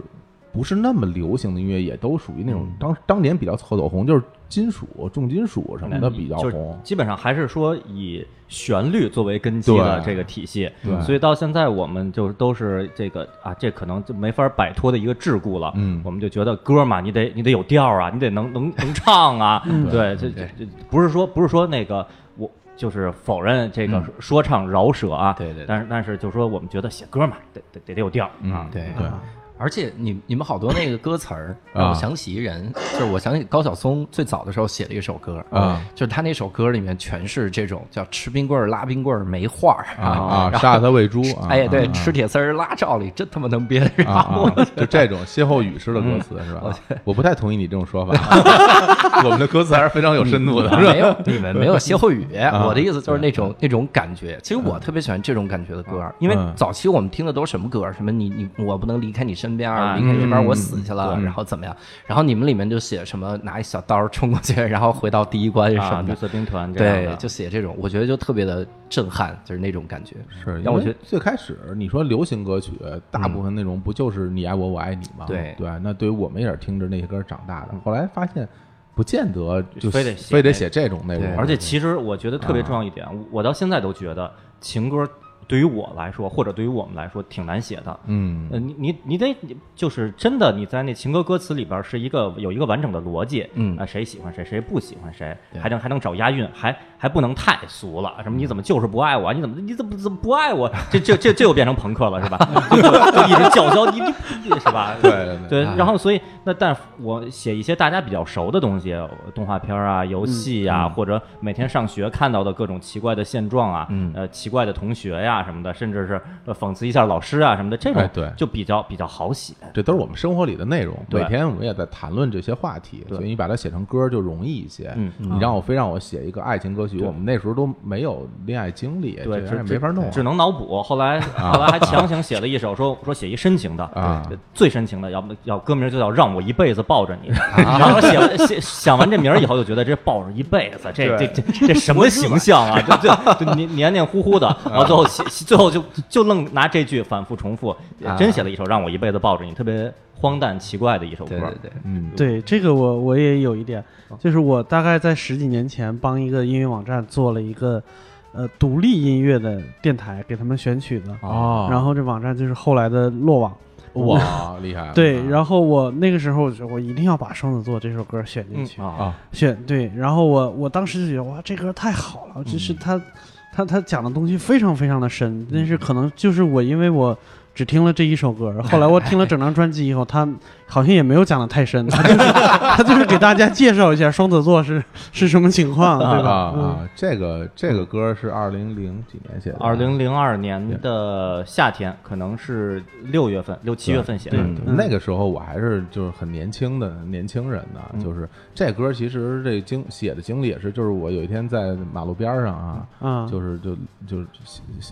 [SPEAKER 4] 不是那么流行的音乐，也都属于那种当当年比较走走红，就是金属、重金属什么的比较
[SPEAKER 3] 嗯就是
[SPEAKER 4] 红。
[SPEAKER 3] 基本上还是说以旋律作为根基的
[SPEAKER 4] 对
[SPEAKER 3] 这个体系
[SPEAKER 4] 对，
[SPEAKER 3] 所以到现在我们就都是这个啊，这可能就没法摆脱的一个桎梏了。
[SPEAKER 4] 嗯
[SPEAKER 3] 我们就觉得歌嘛，你得你得有调啊，你得能能能唱啊，
[SPEAKER 4] 嗯
[SPEAKER 3] 对，这这
[SPEAKER 1] 对
[SPEAKER 3] 这不是说不是说那个我。就是否认这
[SPEAKER 4] 嗯
[SPEAKER 3] 个说唱饶舌啊，
[SPEAKER 1] 对对对
[SPEAKER 3] 但是但是就是说我们觉得写歌嘛，得得得得有调啊
[SPEAKER 4] 嗯，，
[SPEAKER 1] 对
[SPEAKER 4] 对，
[SPEAKER 1] 而且你你们好多那个歌词儿
[SPEAKER 4] 啊
[SPEAKER 1] 让我想起一人，就是我想起高晓松最早的时候写的一首歌
[SPEAKER 4] 啊，
[SPEAKER 1] 就是他那首歌里面全是这种叫吃冰棍儿、拉冰棍儿、没话儿
[SPEAKER 4] 啊啊，杀了他喂猪啊！
[SPEAKER 1] <laughs> 哎，对，
[SPEAKER 4] 啊
[SPEAKER 1] 吃铁丝儿拉罩里，真他妈能憋得
[SPEAKER 4] 啊
[SPEAKER 1] 上。 <laughs>
[SPEAKER 4] 啊，就这种歇后语式的歌词是吧？我不太同意你这种说法，啊 <laughs> 我们的歌词还是非常有深度的，是
[SPEAKER 1] 嗯
[SPEAKER 4] 吧？
[SPEAKER 1] 没有，
[SPEAKER 4] <laughs>
[SPEAKER 1] 你们没有歇后语。
[SPEAKER 4] 啊
[SPEAKER 1] 我的意思就是那种那种感觉。其实我特别喜欢这种感觉的歌儿，因为
[SPEAKER 4] 嗯
[SPEAKER 1] 早期我们听的都是什么歌儿？什么你你我不能离开你身边儿，
[SPEAKER 3] 啊
[SPEAKER 1] 离开这边儿
[SPEAKER 4] 嗯
[SPEAKER 1] 我死去了，
[SPEAKER 4] 对
[SPEAKER 1] 然后怎么样？然后你们里面就写什么拿一小刀冲过去，然后回到第一关什
[SPEAKER 3] 啊，
[SPEAKER 1] 么
[SPEAKER 3] 绿
[SPEAKER 1] 的。
[SPEAKER 3] 色兵团这样
[SPEAKER 1] 对
[SPEAKER 3] 的，，
[SPEAKER 1] 就写这种，我觉得就特别的震撼，就是那种感觉。
[SPEAKER 4] 是，因
[SPEAKER 1] 让我
[SPEAKER 4] 为
[SPEAKER 1] 觉得
[SPEAKER 4] 最开始你说流行歌曲，大部分内容不就是你爱我，我爱你吗？
[SPEAKER 1] 对
[SPEAKER 4] 对，那对于我们也是听着那些歌长大的，后来发现不见得就
[SPEAKER 3] 非得写
[SPEAKER 4] 非得
[SPEAKER 3] 那
[SPEAKER 4] 写这种内容，
[SPEAKER 1] 对啊
[SPEAKER 3] 而且其实我觉得特别重要一点，我我到现在都觉得情歌对于我来说，或者对于我们来说，挺难写的。
[SPEAKER 4] 嗯
[SPEAKER 3] <laughs> 呃，你你你得你就是真的，你在那情歌歌词里边儿是一个有一个完整的逻辑，
[SPEAKER 1] 嗯
[SPEAKER 3] 啊，谁喜欢谁，谁不喜欢谁，还能还能找押韵，还还不能太俗了，什么你怎么就是不爱我啊，你怎么你怎么怎么不爱我，这这这这又变成朋克了是吧？ <laughs> 就就就一直叫嚣，你你是吧？ <laughs>
[SPEAKER 4] 对对对啊
[SPEAKER 3] 对
[SPEAKER 1] 哎，
[SPEAKER 3] 然后所以那但我写一些大家比较熟的东西，动画片儿啊、游戏
[SPEAKER 4] 嗯
[SPEAKER 3] 啊，或者每天上学看到的各种奇怪的现状啊，
[SPEAKER 1] 嗯
[SPEAKER 3] 呃，奇怪的同学呀、什么的，甚至是呃讽刺一下老师啊什么的，这种
[SPEAKER 4] 哎对
[SPEAKER 3] 就比较比较好写。
[SPEAKER 4] 这都是我们生活里的内容，
[SPEAKER 3] 对
[SPEAKER 4] 每天我们也在谈论这些话题，
[SPEAKER 3] 对
[SPEAKER 4] 所以你把它写成歌就容易一些。
[SPEAKER 3] 嗯
[SPEAKER 4] 你让我非让我写一个爱情歌曲，我们那时候都没有恋爱经历，
[SPEAKER 3] 对，
[SPEAKER 4] 这玩意
[SPEAKER 3] 只
[SPEAKER 4] 儿没法弄啊。
[SPEAKER 3] 只能脑补。后来后来还强行写了一首，说说写一深情的
[SPEAKER 4] 啊
[SPEAKER 3] 呃最深情的，要不要歌名就叫《让我一辈子抱着你》。<laughs>
[SPEAKER 4] 啊
[SPEAKER 3] 然后写了写想完这名儿以后，就觉得这抱着一辈子，这这这这什么形象啊？这这这黏黏黏糊糊
[SPEAKER 4] 啊
[SPEAKER 3] 的，然后最后写最后就就愣拿这句反复重复，
[SPEAKER 1] 啊
[SPEAKER 3] 真写了一首《让我一辈子抱着你》，特别荒诞奇怪的一首歌
[SPEAKER 1] 对。对对，
[SPEAKER 4] 嗯，
[SPEAKER 2] 对这个我我也有一点，就是我大概在十几年前帮一个音乐网站做了一个呃独立音乐的电台，给他们选曲子，
[SPEAKER 4] 哦，
[SPEAKER 2] 然后这网站就是后来的落网。
[SPEAKER 4] 哇，厉害
[SPEAKER 2] <laughs>
[SPEAKER 4] 了！啊
[SPEAKER 2] 对，然后我那个时候我就我一定要把《双子座》这首歌选进
[SPEAKER 3] 嗯
[SPEAKER 2] 去，
[SPEAKER 3] 啊，
[SPEAKER 4] 啊，
[SPEAKER 2] 选对，然后我我当时就觉得哇，这歌太好了，就是他、他他讲的东西非常非常的深，但是可能就是我因为我只听了这一首歌。后来我听了整张专辑以后，他好像也没有讲的太深，他就是他就是给大家介绍一下双子座是是什么情况，对
[SPEAKER 4] 啊
[SPEAKER 2] 吧？
[SPEAKER 4] 啊，这个这个歌是二零零几年写的，啊
[SPEAKER 3] 二零零二年的夏天，可能是六月份、六七月份写的。
[SPEAKER 4] 对那个时候我还是就是很年轻的年轻人呢，就是这歌其实这经写的经历也是，就是我有一天在马路边儿上啊，
[SPEAKER 2] 嗯
[SPEAKER 4] 就是就就是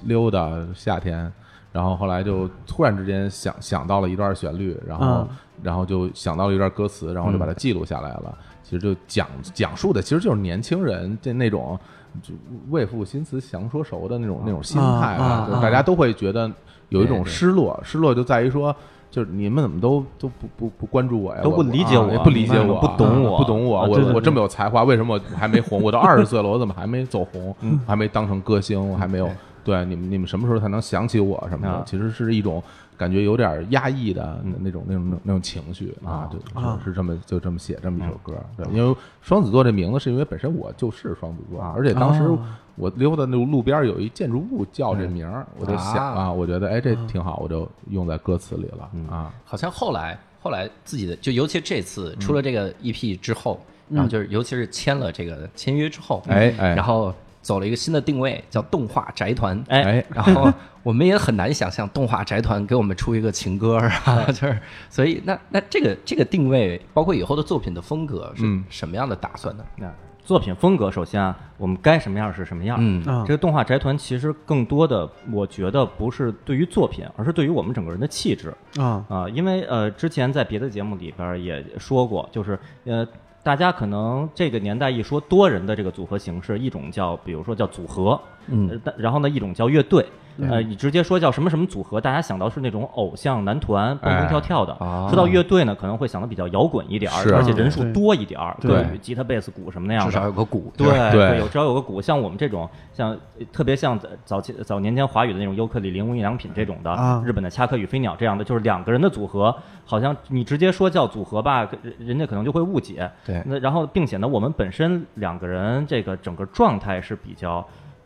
[SPEAKER 4] 溜达夏天，然后后来就突然之间想想到了一段旋律，然后
[SPEAKER 2] 嗯
[SPEAKER 4] 然后就想到了一段歌词，然后就把它记录下来了。其实就讲讲述的其实就是年轻人这那种就为赋新词强说愁的那种那种心态
[SPEAKER 2] 啊
[SPEAKER 4] 吧
[SPEAKER 2] 啊，
[SPEAKER 4] 就是大家都会觉得有一种
[SPEAKER 3] 对对
[SPEAKER 4] 失落，失落就在于说。就是你们怎么都都不不不关注我呀，
[SPEAKER 3] 都不
[SPEAKER 4] 我
[SPEAKER 3] 理解
[SPEAKER 4] 啊
[SPEAKER 3] 我
[SPEAKER 4] 也不理解
[SPEAKER 3] 明白
[SPEAKER 4] 我，
[SPEAKER 3] 吗不懂我
[SPEAKER 4] 不懂我，
[SPEAKER 3] 啊
[SPEAKER 4] 我
[SPEAKER 3] 对对
[SPEAKER 4] 我
[SPEAKER 3] 对
[SPEAKER 4] 这么有才华，为什么我还没红？我都二十岁了，我怎么还没走红？我还没当成歌星？我还没有对啊你们你们什么时候才能想起我什么的
[SPEAKER 3] 啊？
[SPEAKER 4] 其实是一种感觉有点压抑的那那种那种那种情绪啊，就
[SPEAKER 2] 啊
[SPEAKER 4] 是是这么就这么写这么一首歌。对，因为双子座这名字是因为本身我就是双子座，而且当时
[SPEAKER 2] 哦
[SPEAKER 4] 我溜达那路边有一建筑物叫这名儿，我就想
[SPEAKER 1] 啊
[SPEAKER 4] 啊，我觉得哎这挺好，我就用在歌词里了啊。
[SPEAKER 1] 好像后来后来自己的，就尤其这次
[SPEAKER 4] 嗯
[SPEAKER 1] 出了这个 EP 之后，然后就是尤其是签了这个签约之后，
[SPEAKER 4] 哎哎
[SPEAKER 1] 然后走了一个新的定位，叫动画宅
[SPEAKER 3] <laughs>
[SPEAKER 1] 团。
[SPEAKER 3] 哎
[SPEAKER 4] 哎，
[SPEAKER 1] 然后我们也很难想象动画宅团给我们出一个情歌
[SPEAKER 3] <laughs>
[SPEAKER 1] 啊， <laughs> 就是所以那那这个这个定位，包括以后的作品的风格是
[SPEAKER 4] 嗯
[SPEAKER 1] 什么样的打算呢？
[SPEAKER 3] 那作品风格，首先啊，我们该什么样是什么样。
[SPEAKER 1] 嗯
[SPEAKER 2] 啊
[SPEAKER 3] 这个动画宅团其实更多的，我觉得不是对于作品，而是对于我们整个人的气质
[SPEAKER 2] 啊
[SPEAKER 3] 啊、因为呃，之前在别的节目里边儿也说过，就是呃，大家可能这个年代一说多人的这个组合形式，一种叫比如说叫组合，
[SPEAKER 1] 嗯
[SPEAKER 3] 呃，但然后呢，一种叫乐队。呃，你直接说叫什么什么组合，大家想到是那种偶像男团蹦蹦跳跳的。
[SPEAKER 1] 啊
[SPEAKER 3] 说到乐队呢，可能会想的比较摇滚一点儿，
[SPEAKER 4] 是
[SPEAKER 3] 而且人数
[SPEAKER 2] 对
[SPEAKER 3] 多一点儿，
[SPEAKER 2] 对
[SPEAKER 3] 各有吉他、贝斯、鼓什么那样
[SPEAKER 1] 至
[SPEAKER 3] 的
[SPEAKER 1] 少。有个鼓，
[SPEAKER 3] 对
[SPEAKER 4] 对
[SPEAKER 3] 有只要有个鼓，像我们这种，像呃特别像早期早年间华语的那种尤克里、铃木一良品这种的，
[SPEAKER 2] 啊
[SPEAKER 3] 日本的恰克与飞鸟这样的，就是两个人的组合，好像你直接说叫组合吧，人人家可能就会误解。
[SPEAKER 1] 对
[SPEAKER 3] 那然后并且呢，我们本身两个人这个整个状态是比较。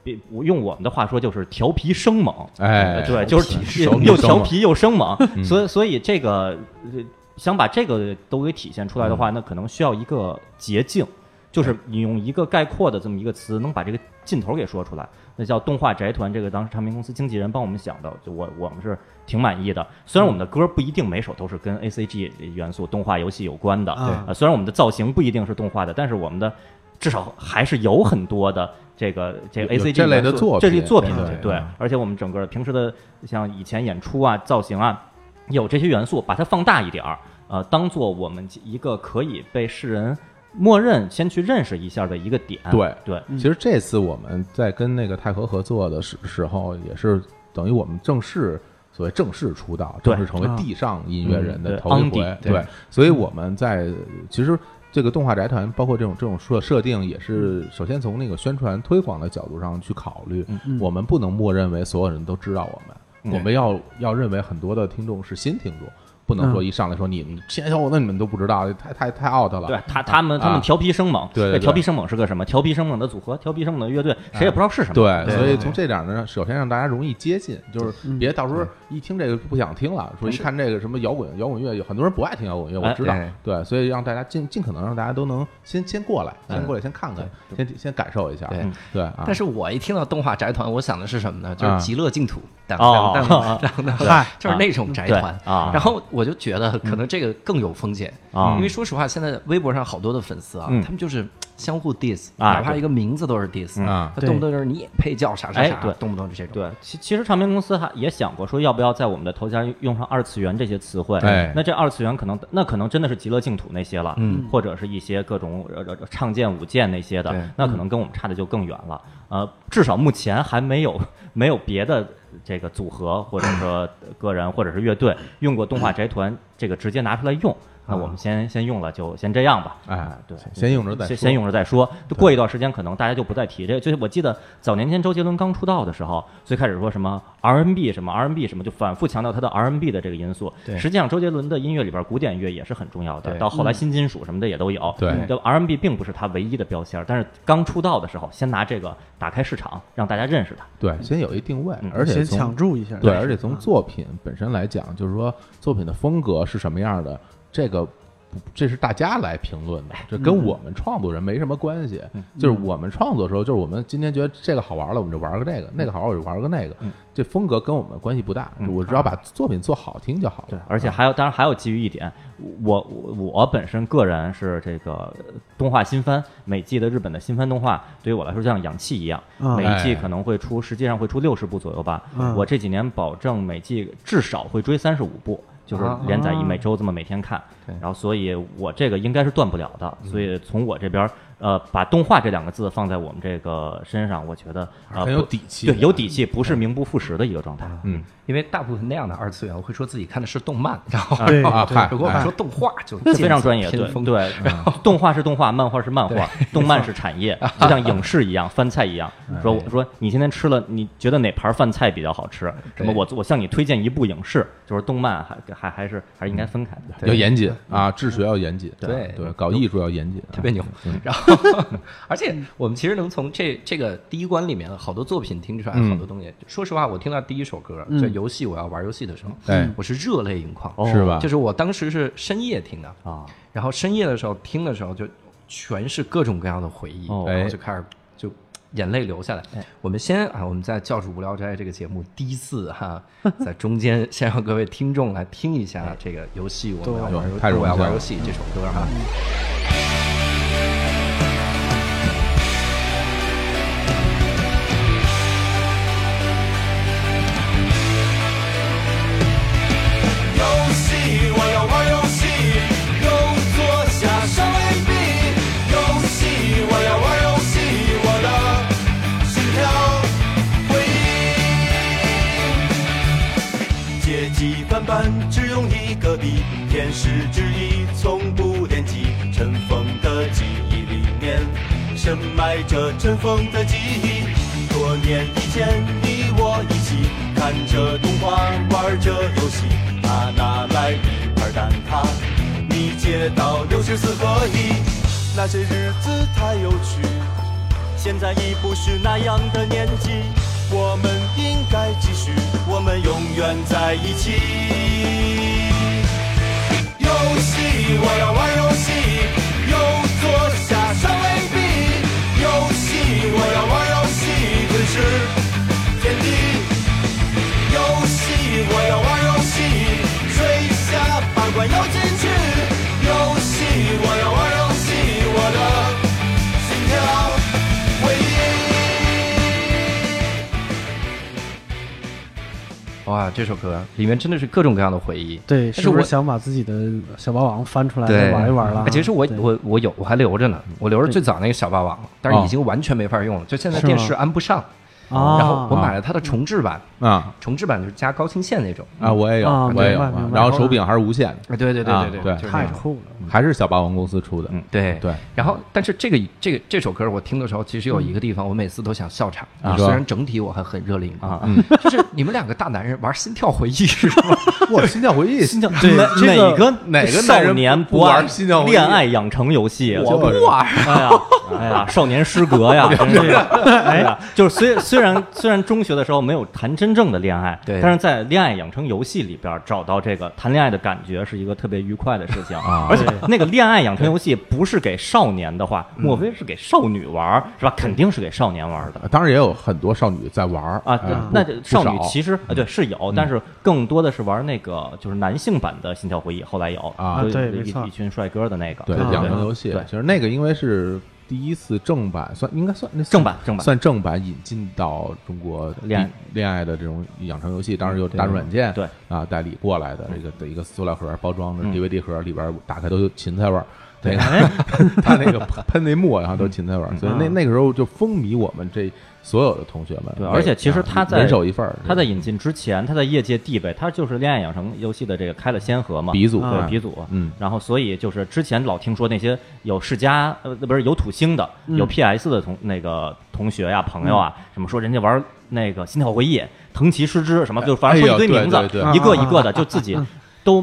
[SPEAKER 3] 比用我们的话说就是调皮生猛，
[SPEAKER 4] 哎
[SPEAKER 3] 对，就是体
[SPEAKER 4] 调
[SPEAKER 3] 又
[SPEAKER 4] 皮生嗯
[SPEAKER 3] 调
[SPEAKER 4] 猛
[SPEAKER 3] 皮又生猛，所以所以这个呃想把这个都给体现出来的
[SPEAKER 4] 嗯
[SPEAKER 3] 话，那可能需要一个捷径，就是你用一个概括的这么一个词，能把这个劲头给说出来。那叫动画宅团，这个当时唱片公司经纪人帮我们想的，就我我们是挺满意的。虽然我们的歌不一定每首都是跟 A C G 元素、动画游戏有关的，
[SPEAKER 2] 啊
[SPEAKER 3] 呃虽然我们的造型不一定是动画的，但是我们的至少还是有很多的这个这个
[SPEAKER 4] 有
[SPEAKER 3] A
[SPEAKER 4] 有
[SPEAKER 3] C G
[SPEAKER 4] 这类的作
[SPEAKER 3] 这
[SPEAKER 4] 品
[SPEAKER 3] 类作品
[SPEAKER 4] 对嗯
[SPEAKER 3] 对
[SPEAKER 4] 对，
[SPEAKER 3] 而且我们整个平时的像以前演出啊、造型啊，有这些元素，把它放大一点儿，呃，当做我们一个可以被世人默认先去认识一下的一个点。
[SPEAKER 4] 对
[SPEAKER 3] 对，
[SPEAKER 2] 嗯
[SPEAKER 4] 其实这次我们在跟那个泰和合作的时时候，也是等于我们正式所谓正式出道，
[SPEAKER 3] 对
[SPEAKER 4] 正式成为地上音乐人
[SPEAKER 3] 啊
[SPEAKER 4] 的
[SPEAKER 3] 嗯
[SPEAKER 4] 头一
[SPEAKER 3] 对
[SPEAKER 4] 回
[SPEAKER 3] ，Andy，。
[SPEAKER 4] 对，所以我们在其实这个动画宅团，包括这种这种设设定，也是首先从那个宣传推广的角度上去考虑
[SPEAKER 3] 嗯，
[SPEAKER 4] 我们不能默认为所有人都知道我们。我们要要认为很多的听众是新听众，不能说
[SPEAKER 3] 嗯
[SPEAKER 4] 一上来说你们现在小伙子你们都不知道，太太太 out 了。
[SPEAKER 3] 对他，他们他
[SPEAKER 4] 啊
[SPEAKER 3] 们调皮生猛，哎
[SPEAKER 4] 对对对啊
[SPEAKER 3] 调皮生猛是个什么？调皮生猛的组合，调皮生猛的乐队，谁也不知道是什么。
[SPEAKER 4] 对，
[SPEAKER 2] 对
[SPEAKER 4] 所
[SPEAKER 2] 对
[SPEAKER 4] 以
[SPEAKER 2] 嗯
[SPEAKER 4] 从这点呢，首先让大家容易接近，就是别到
[SPEAKER 3] 嗯
[SPEAKER 4] 时候一听这个不想听了，说一看这个什么摇滚摇滚乐，有很多人不爱听摇滚乐，
[SPEAKER 3] 哎
[SPEAKER 4] 我知道
[SPEAKER 1] 哎，
[SPEAKER 4] 对，所以让大家尽尽可能让大家都能先先过来，
[SPEAKER 3] 哎
[SPEAKER 4] 先过来先看看，先先感受一下
[SPEAKER 1] 对，
[SPEAKER 3] 嗯
[SPEAKER 4] 对啊
[SPEAKER 1] 但，是我一听到动画宅团，我想的是什么呢？就是
[SPEAKER 4] 啊
[SPEAKER 1] 极乐净土，当
[SPEAKER 3] 哦
[SPEAKER 1] 当当当
[SPEAKER 3] <laughs>
[SPEAKER 1] 当当
[SPEAKER 2] 嗨，
[SPEAKER 1] 就是那种宅团
[SPEAKER 3] 对啊嗯
[SPEAKER 1] 然后我就觉得可能这个更有风险
[SPEAKER 3] 啊
[SPEAKER 4] <laughs>
[SPEAKER 1] 因为说实话，现在微博上好多的粉丝啊
[SPEAKER 3] 嗯，
[SPEAKER 1] 他们就是相互 diss，
[SPEAKER 3] 啊
[SPEAKER 1] 哪怕一个名字都是 diss，
[SPEAKER 3] 嗯
[SPEAKER 4] 啊
[SPEAKER 1] 他动不动就是你也配叫啥啥
[SPEAKER 3] 哎
[SPEAKER 1] 啥
[SPEAKER 3] 对，
[SPEAKER 1] 动不动就这种。
[SPEAKER 3] 对，其其实唱片公司还也想过说，要不要在我们的头衔用上“二次元”这些词汇？
[SPEAKER 4] 哎
[SPEAKER 3] 那这二次元可能，那可能真的是极乐净土那些了，
[SPEAKER 1] 嗯，
[SPEAKER 3] 或者是一些各种呃呃唱剑、舞剑那些
[SPEAKER 1] 对
[SPEAKER 3] 的，那可能跟我们差的就更远了。呃，至少目前还没有没有别的这个组合，或者说个人，或者是乐队用过动画宅团这个直接拿出来用。那我们先先用了就先这样吧。啊
[SPEAKER 4] 哎，
[SPEAKER 3] 对，
[SPEAKER 4] 先用着再
[SPEAKER 3] 先
[SPEAKER 4] 说
[SPEAKER 3] 先用着再说。就过一段时间，可能大家就不再提这个。就是我记得早年间周杰伦刚出道的时候，最开始说什么 R&B 什么 R&B 什么，就反复强调他的 R&B 的这个因素。
[SPEAKER 1] 对
[SPEAKER 3] 实际上周杰伦的音乐里边，古典乐也是很重要的。
[SPEAKER 1] 对
[SPEAKER 3] 到后来新金属什么的也都有。
[SPEAKER 4] 对
[SPEAKER 3] 就 R&B 并不是他唯一的标签，但是刚出道的时候，先拿这个打开市场，让大家认识他。
[SPEAKER 4] 对，先有一定位
[SPEAKER 3] 嗯，
[SPEAKER 4] 而且
[SPEAKER 2] 先
[SPEAKER 4] 从
[SPEAKER 2] 抢注一下。
[SPEAKER 4] 对，而且从作品本身来讲，就是说作品的风格是什么样的，这个不这是大家来评论的，这跟我们创作人没什么关系。就是我们创作的时候，就是我们今天觉得这个好玩了，我们就玩个这个；那个好玩，我就玩个那个。这风格跟我们关系不大，
[SPEAKER 3] 嗯
[SPEAKER 4] 我只要把作品做好听就好
[SPEAKER 3] 对
[SPEAKER 4] 了。，啊
[SPEAKER 3] 而且还有，当然还有基于一点，我我我本身个人是这个呃动画新番，每季的日本的新番动画，对于我来说就像氧气一样，
[SPEAKER 1] 啊
[SPEAKER 2] 嗯
[SPEAKER 3] 每一季
[SPEAKER 4] 哎
[SPEAKER 3] 可能会出，实际上会出六十部左右吧。
[SPEAKER 2] 嗯
[SPEAKER 3] 我这几年保证每季至少会追三十五部，就是
[SPEAKER 1] 啊
[SPEAKER 3] 连载一每周这么每天看。
[SPEAKER 1] 对嗯
[SPEAKER 3] 然后，所以我这个应该是断不了的。所以从我这边儿，呃，把动画这两个字放在我们这个身上，我觉得呃
[SPEAKER 4] 很有
[SPEAKER 3] 不
[SPEAKER 4] 底气
[SPEAKER 3] 对，
[SPEAKER 4] 的
[SPEAKER 3] 有底气，不是名不副实的一个状态。
[SPEAKER 4] 嗯
[SPEAKER 1] 因为大部分那样的二次元会说自己看的是动漫，然后
[SPEAKER 2] 对
[SPEAKER 4] 啊，嗨，
[SPEAKER 1] 如果我们
[SPEAKER 4] 哎
[SPEAKER 1] 说动画，就
[SPEAKER 3] 这非常专业，
[SPEAKER 1] 剑走
[SPEAKER 3] 对
[SPEAKER 1] 偏锋 <laughs>
[SPEAKER 3] 对，嗯动画是动画，漫画是漫画，动漫是产业，就像影视一样，翻
[SPEAKER 1] <laughs>
[SPEAKER 3] 菜一样。说我说你今天吃了，你觉得哪盘饭菜比较好吃？什么
[SPEAKER 1] 对
[SPEAKER 3] 我我向你推荐一部影视，就是动漫还还还是还是应该分开的。
[SPEAKER 4] 要严谨啊，治学要严谨，
[SPEAKER 1] 对
[SPEAKER 4] 对，搞艺术要严谨，
[SPEAKER 1] 特别牛。
[SPEAKER 3] 嗯
[SPEAKER 1] 然
[SPEAKER 3] <laughs>
[SPEAKER 1] 后，而且我们其实能从这这个第一关里面好多作品听出来
[SPEAKER 4] 嗯
[SPEAKER 1] 好多东西。说实话，我听到第一首歌
[SPEAKER 2] 嗯
[SPEAKER 1] 叫《游戏》，我要玩游戏的时候，
[SPEAKER 4] 哎，
[SPEAKER 1] 我是热泪盈眶，
[SPEAKER 3] 哦
[SPEAKER 4] 啊是吧
[SPEAKER 1] 就？是我当时是深夜听的，
[SPEAKER 3] 啊，
[SPEAKER 1] 然后深夜的时候听的时候就全是各种各样的回忆，
[SPEAKER 3] 哦
[SPEAKER 1] 然后就开始就眼泪流下来。
[SPEAKER 4] 哎
[SPEAKER 1] 我们先啊，我们在《教主无聊斋》这个节目第一次哈， <laughs> 在中间先让各位听众来听一下这个游戏，我们要玩游
[SPEAKER 4] 哎对太荣
[SPEAKER 1] 我要
[SPEAKER 4] 幸
[SPEAKER 1] 玩
[SPEAKER 4] 了嗯
[SPEAKER 1] 游戏这首歌哈。
[SPEAKER 5] 游戏，我要玩游戏，右左下上 A B。游戏，我要玩游戏，我的心跳回忆。阶级翻版只用一个笔，天使之翼从不惦记。尘封的记忆里面，深埋着尘封的记忆。多年以前，你我一起看着动画，玩着游戏。他拿来一盘蛋挞，你接到六十四合一。那些日子太有趣，现在已不是那样的年纪。我们应该继续，我们永远在一起。游戏，我要玩游戏，右左下上 A B。游戏，我要玩游戏，吞噬天地。游戏，我要玩游戏，水下八关要进去。游戏，我要玩游戏，我的心跳回忆。
[SPEAKER 1] 哇，这首歌里面真的是各种各样的回忆。
[SPEAKER 2] 对，
[SPEAKER 1] 但
[SPEAKER 2] 是不
[SPEAKER 1] 我
[SPEAKER 2] 是想把自己的小霸王翻出来
[SPEAKER 1] 对
[SPEAKER 2] 玩一玩了
[SPEAKER 1] 哎？其实我
[SPEAKER 2] 对嗯
[SPEAKER 1] 我我有我还留着呢，我留着最早那个小霸王，但是已经完全没法用了，就现在
[SPEAKER 2] 哦是吗
[SPEAKER 1] 电视安不上。
[SPEAKER 2] 啊，
[SPEAKER 1] 然后我买了它的重置版，
[SPEAKER 4] 啊
[SPEAKER 1] 重置版就是加高清线那种。
[SPEAKER 4] 啊，我也有
[SPEAKER 2] 啊，
[SPEAKER 4] 我也有
[SPEAKER 2] 明白明
[SPEAKER 4] 啊，
[SPEAKER 2] 白
[SPEAKER 4] 然后手柄还是无线的，
[SPEAKER 1] 啊，对对对
[SPEAKER 4] 啊
[SPEAKER 1] 对
[SPEAKER 4] 对
[SPEAKER 1] 就是那
[SPEAKER 2] 太
[SPEAKER 1] 种。
[SPEAKER 2] 酷了。
[SPEAKER 4] 还是小霸王公司出的，
[SPEAKER 1] 对
[SPEAKER 4] 对。
[SPEAKER 1] 然后，但是这个这个这首歌我听的时候，其实有一
[SPEAKER 2] 嗯
[SPEAKER 1] 个地方我每次都想笑场，
[SPEAKER 4] 啊
[SPEAKER 1] 虽然整体我还很热泪盈
[SPEAKER 3] 啊
[SPEAKER 2] 嗯
[SPEAKER 1] 眶，就是你们两个大男人玩心跳回忆是
[SPEAKER 2] <laughs>
[SPEAKER 1] 吗？
[SPEAKER 4] 哇，心跳回忆，
[SPEAKER 3] 心跳
[SPEAKER 2] 对
[SPEAKER 3] 哪
[SPEAKER 2] 这
[SPEAKER 3] 哪
[SPEAKER 2] 个
[SPEAKER 3] 个
[SPEAKER 4] 哪个男
[SPEAKER 3] 少
[SPEAKER 4] 人
[SPEAKER 3] 年
[SPEAKER 4] 不
[SPEAKER 3] 爱
[SPEAKER 4] 玩心跳回忆
[SPEAKER 3] 恋爱养成游戏啊？
[SPEAKER 4] 我不
[SPEAKER 1] 玩
[SPEAKER 3] 哎呀，哎呀，少年失格
[SPEAKER 4] <laughs>
[SPEAKER 3] 呀！真是，哎呀，就是虽虽然虽然中学的时候没有谈真正的恋爱，
[SPEAKER 1] 对
[SPEAKER 3] 但是在恋爱养成游戏里边找到这个谈恋爱的感觉是一个特别愉快的事情
[SPEAKER 4] 啊
[SPEAKER 3] 而且那个恋爱养成游戏不是给少年的话，
[SPEAKER 4] 嗯
[SPEAKER 3] 莫非是给少女玩儿是吧？肯定是给少年玩儿的。
[SPEAKER 4] 呃当然也有很多少女在玩儿
[SPEAKER 3] 啊，
[SPEAKER 4] 哎
[SPEAKER 3] 对
[SPEAKER 4] 不
[SPEAKER 3] 那这
[SPEAKER 4] 不
[SPEAKER 3] 少女
[SPEAKER 4] 少嗯
[SPEAKER 3] 其实啊，对是有，但是更多的是玩那个就是男性版的《心跳回忆》，后来有
[SPEAKER 4] 啊
[SPEAKER 3] 就
[SPEAKER 2] 对
[SPEAKER 3] 一
[SPEAKER 2] 没错
[SPEAKER 3] 一群帅哥的那个，
[SPEAKER 4] 对
[SPEAKER 3] 对
[SPEAKER 4] 养
[SPEAKER 3] 啊对
[SPEAKER 4] 成游戏
[SPEAKER 3] 对，
[SPEAKER 4] 其实那个因为是第一次正版，算应该算那算
[SPEAKER 3] 正版正版
[SPEAKER 4] 算正版引进到中国
[SPEAKER 3] 恋爱嗯
[SPEAKER 4] 第恋爱的这种养成游戏，当时有大众软件
[SPEAKER 3] 对嗯
[SPEAKER 4] 啊代理过来的这个的一个塑料盒包装的 DVD 盒里边打开都有芹菜味儿。那
[SPEAKER 3] 哎
[SPEAKER 4] 个他那个喷那墨然后都是芹菜味儿，所以那
[SPEAKER 2] 嗯
[SPEAKER 4] 那个时候就风靡我们这所有的同学们。啊
[SPEAKER 3] 对而且其实他在
[SPEAKER 4] 人手一份儿，
[SPEAKER 3] 他在引进之前，他在业界地位，他就是《恋爱养成》游戏的这个开了先河嘛，
[SPEAKER 4] 鼻祖
[SPEAKER 2] 啊
[SPEAKER 3] 对
[SPEAKER 4] 对
[SPEAKER 3] 鼻祖。
[SPEAKER 4] 嗯
[SPEAKER 3] 然后所以就是之前老听说那些有世嘉呃不是有土星的、
[SPEAKER 4] 嗯
[SPEAKER 3] 有 PS 的同那个同学呀、朋友啊，什么说人家玩那个《心跳回忆》《腾奇失之》什么，就反正说一堆
[SPEAKER 4] 哎呦对
[SPEAKER 3] 名字，
[SPEAKER 4] 对嗯
[SPEAKER 2] 对
[SPEAKER 3] 一个一个的，就自己。都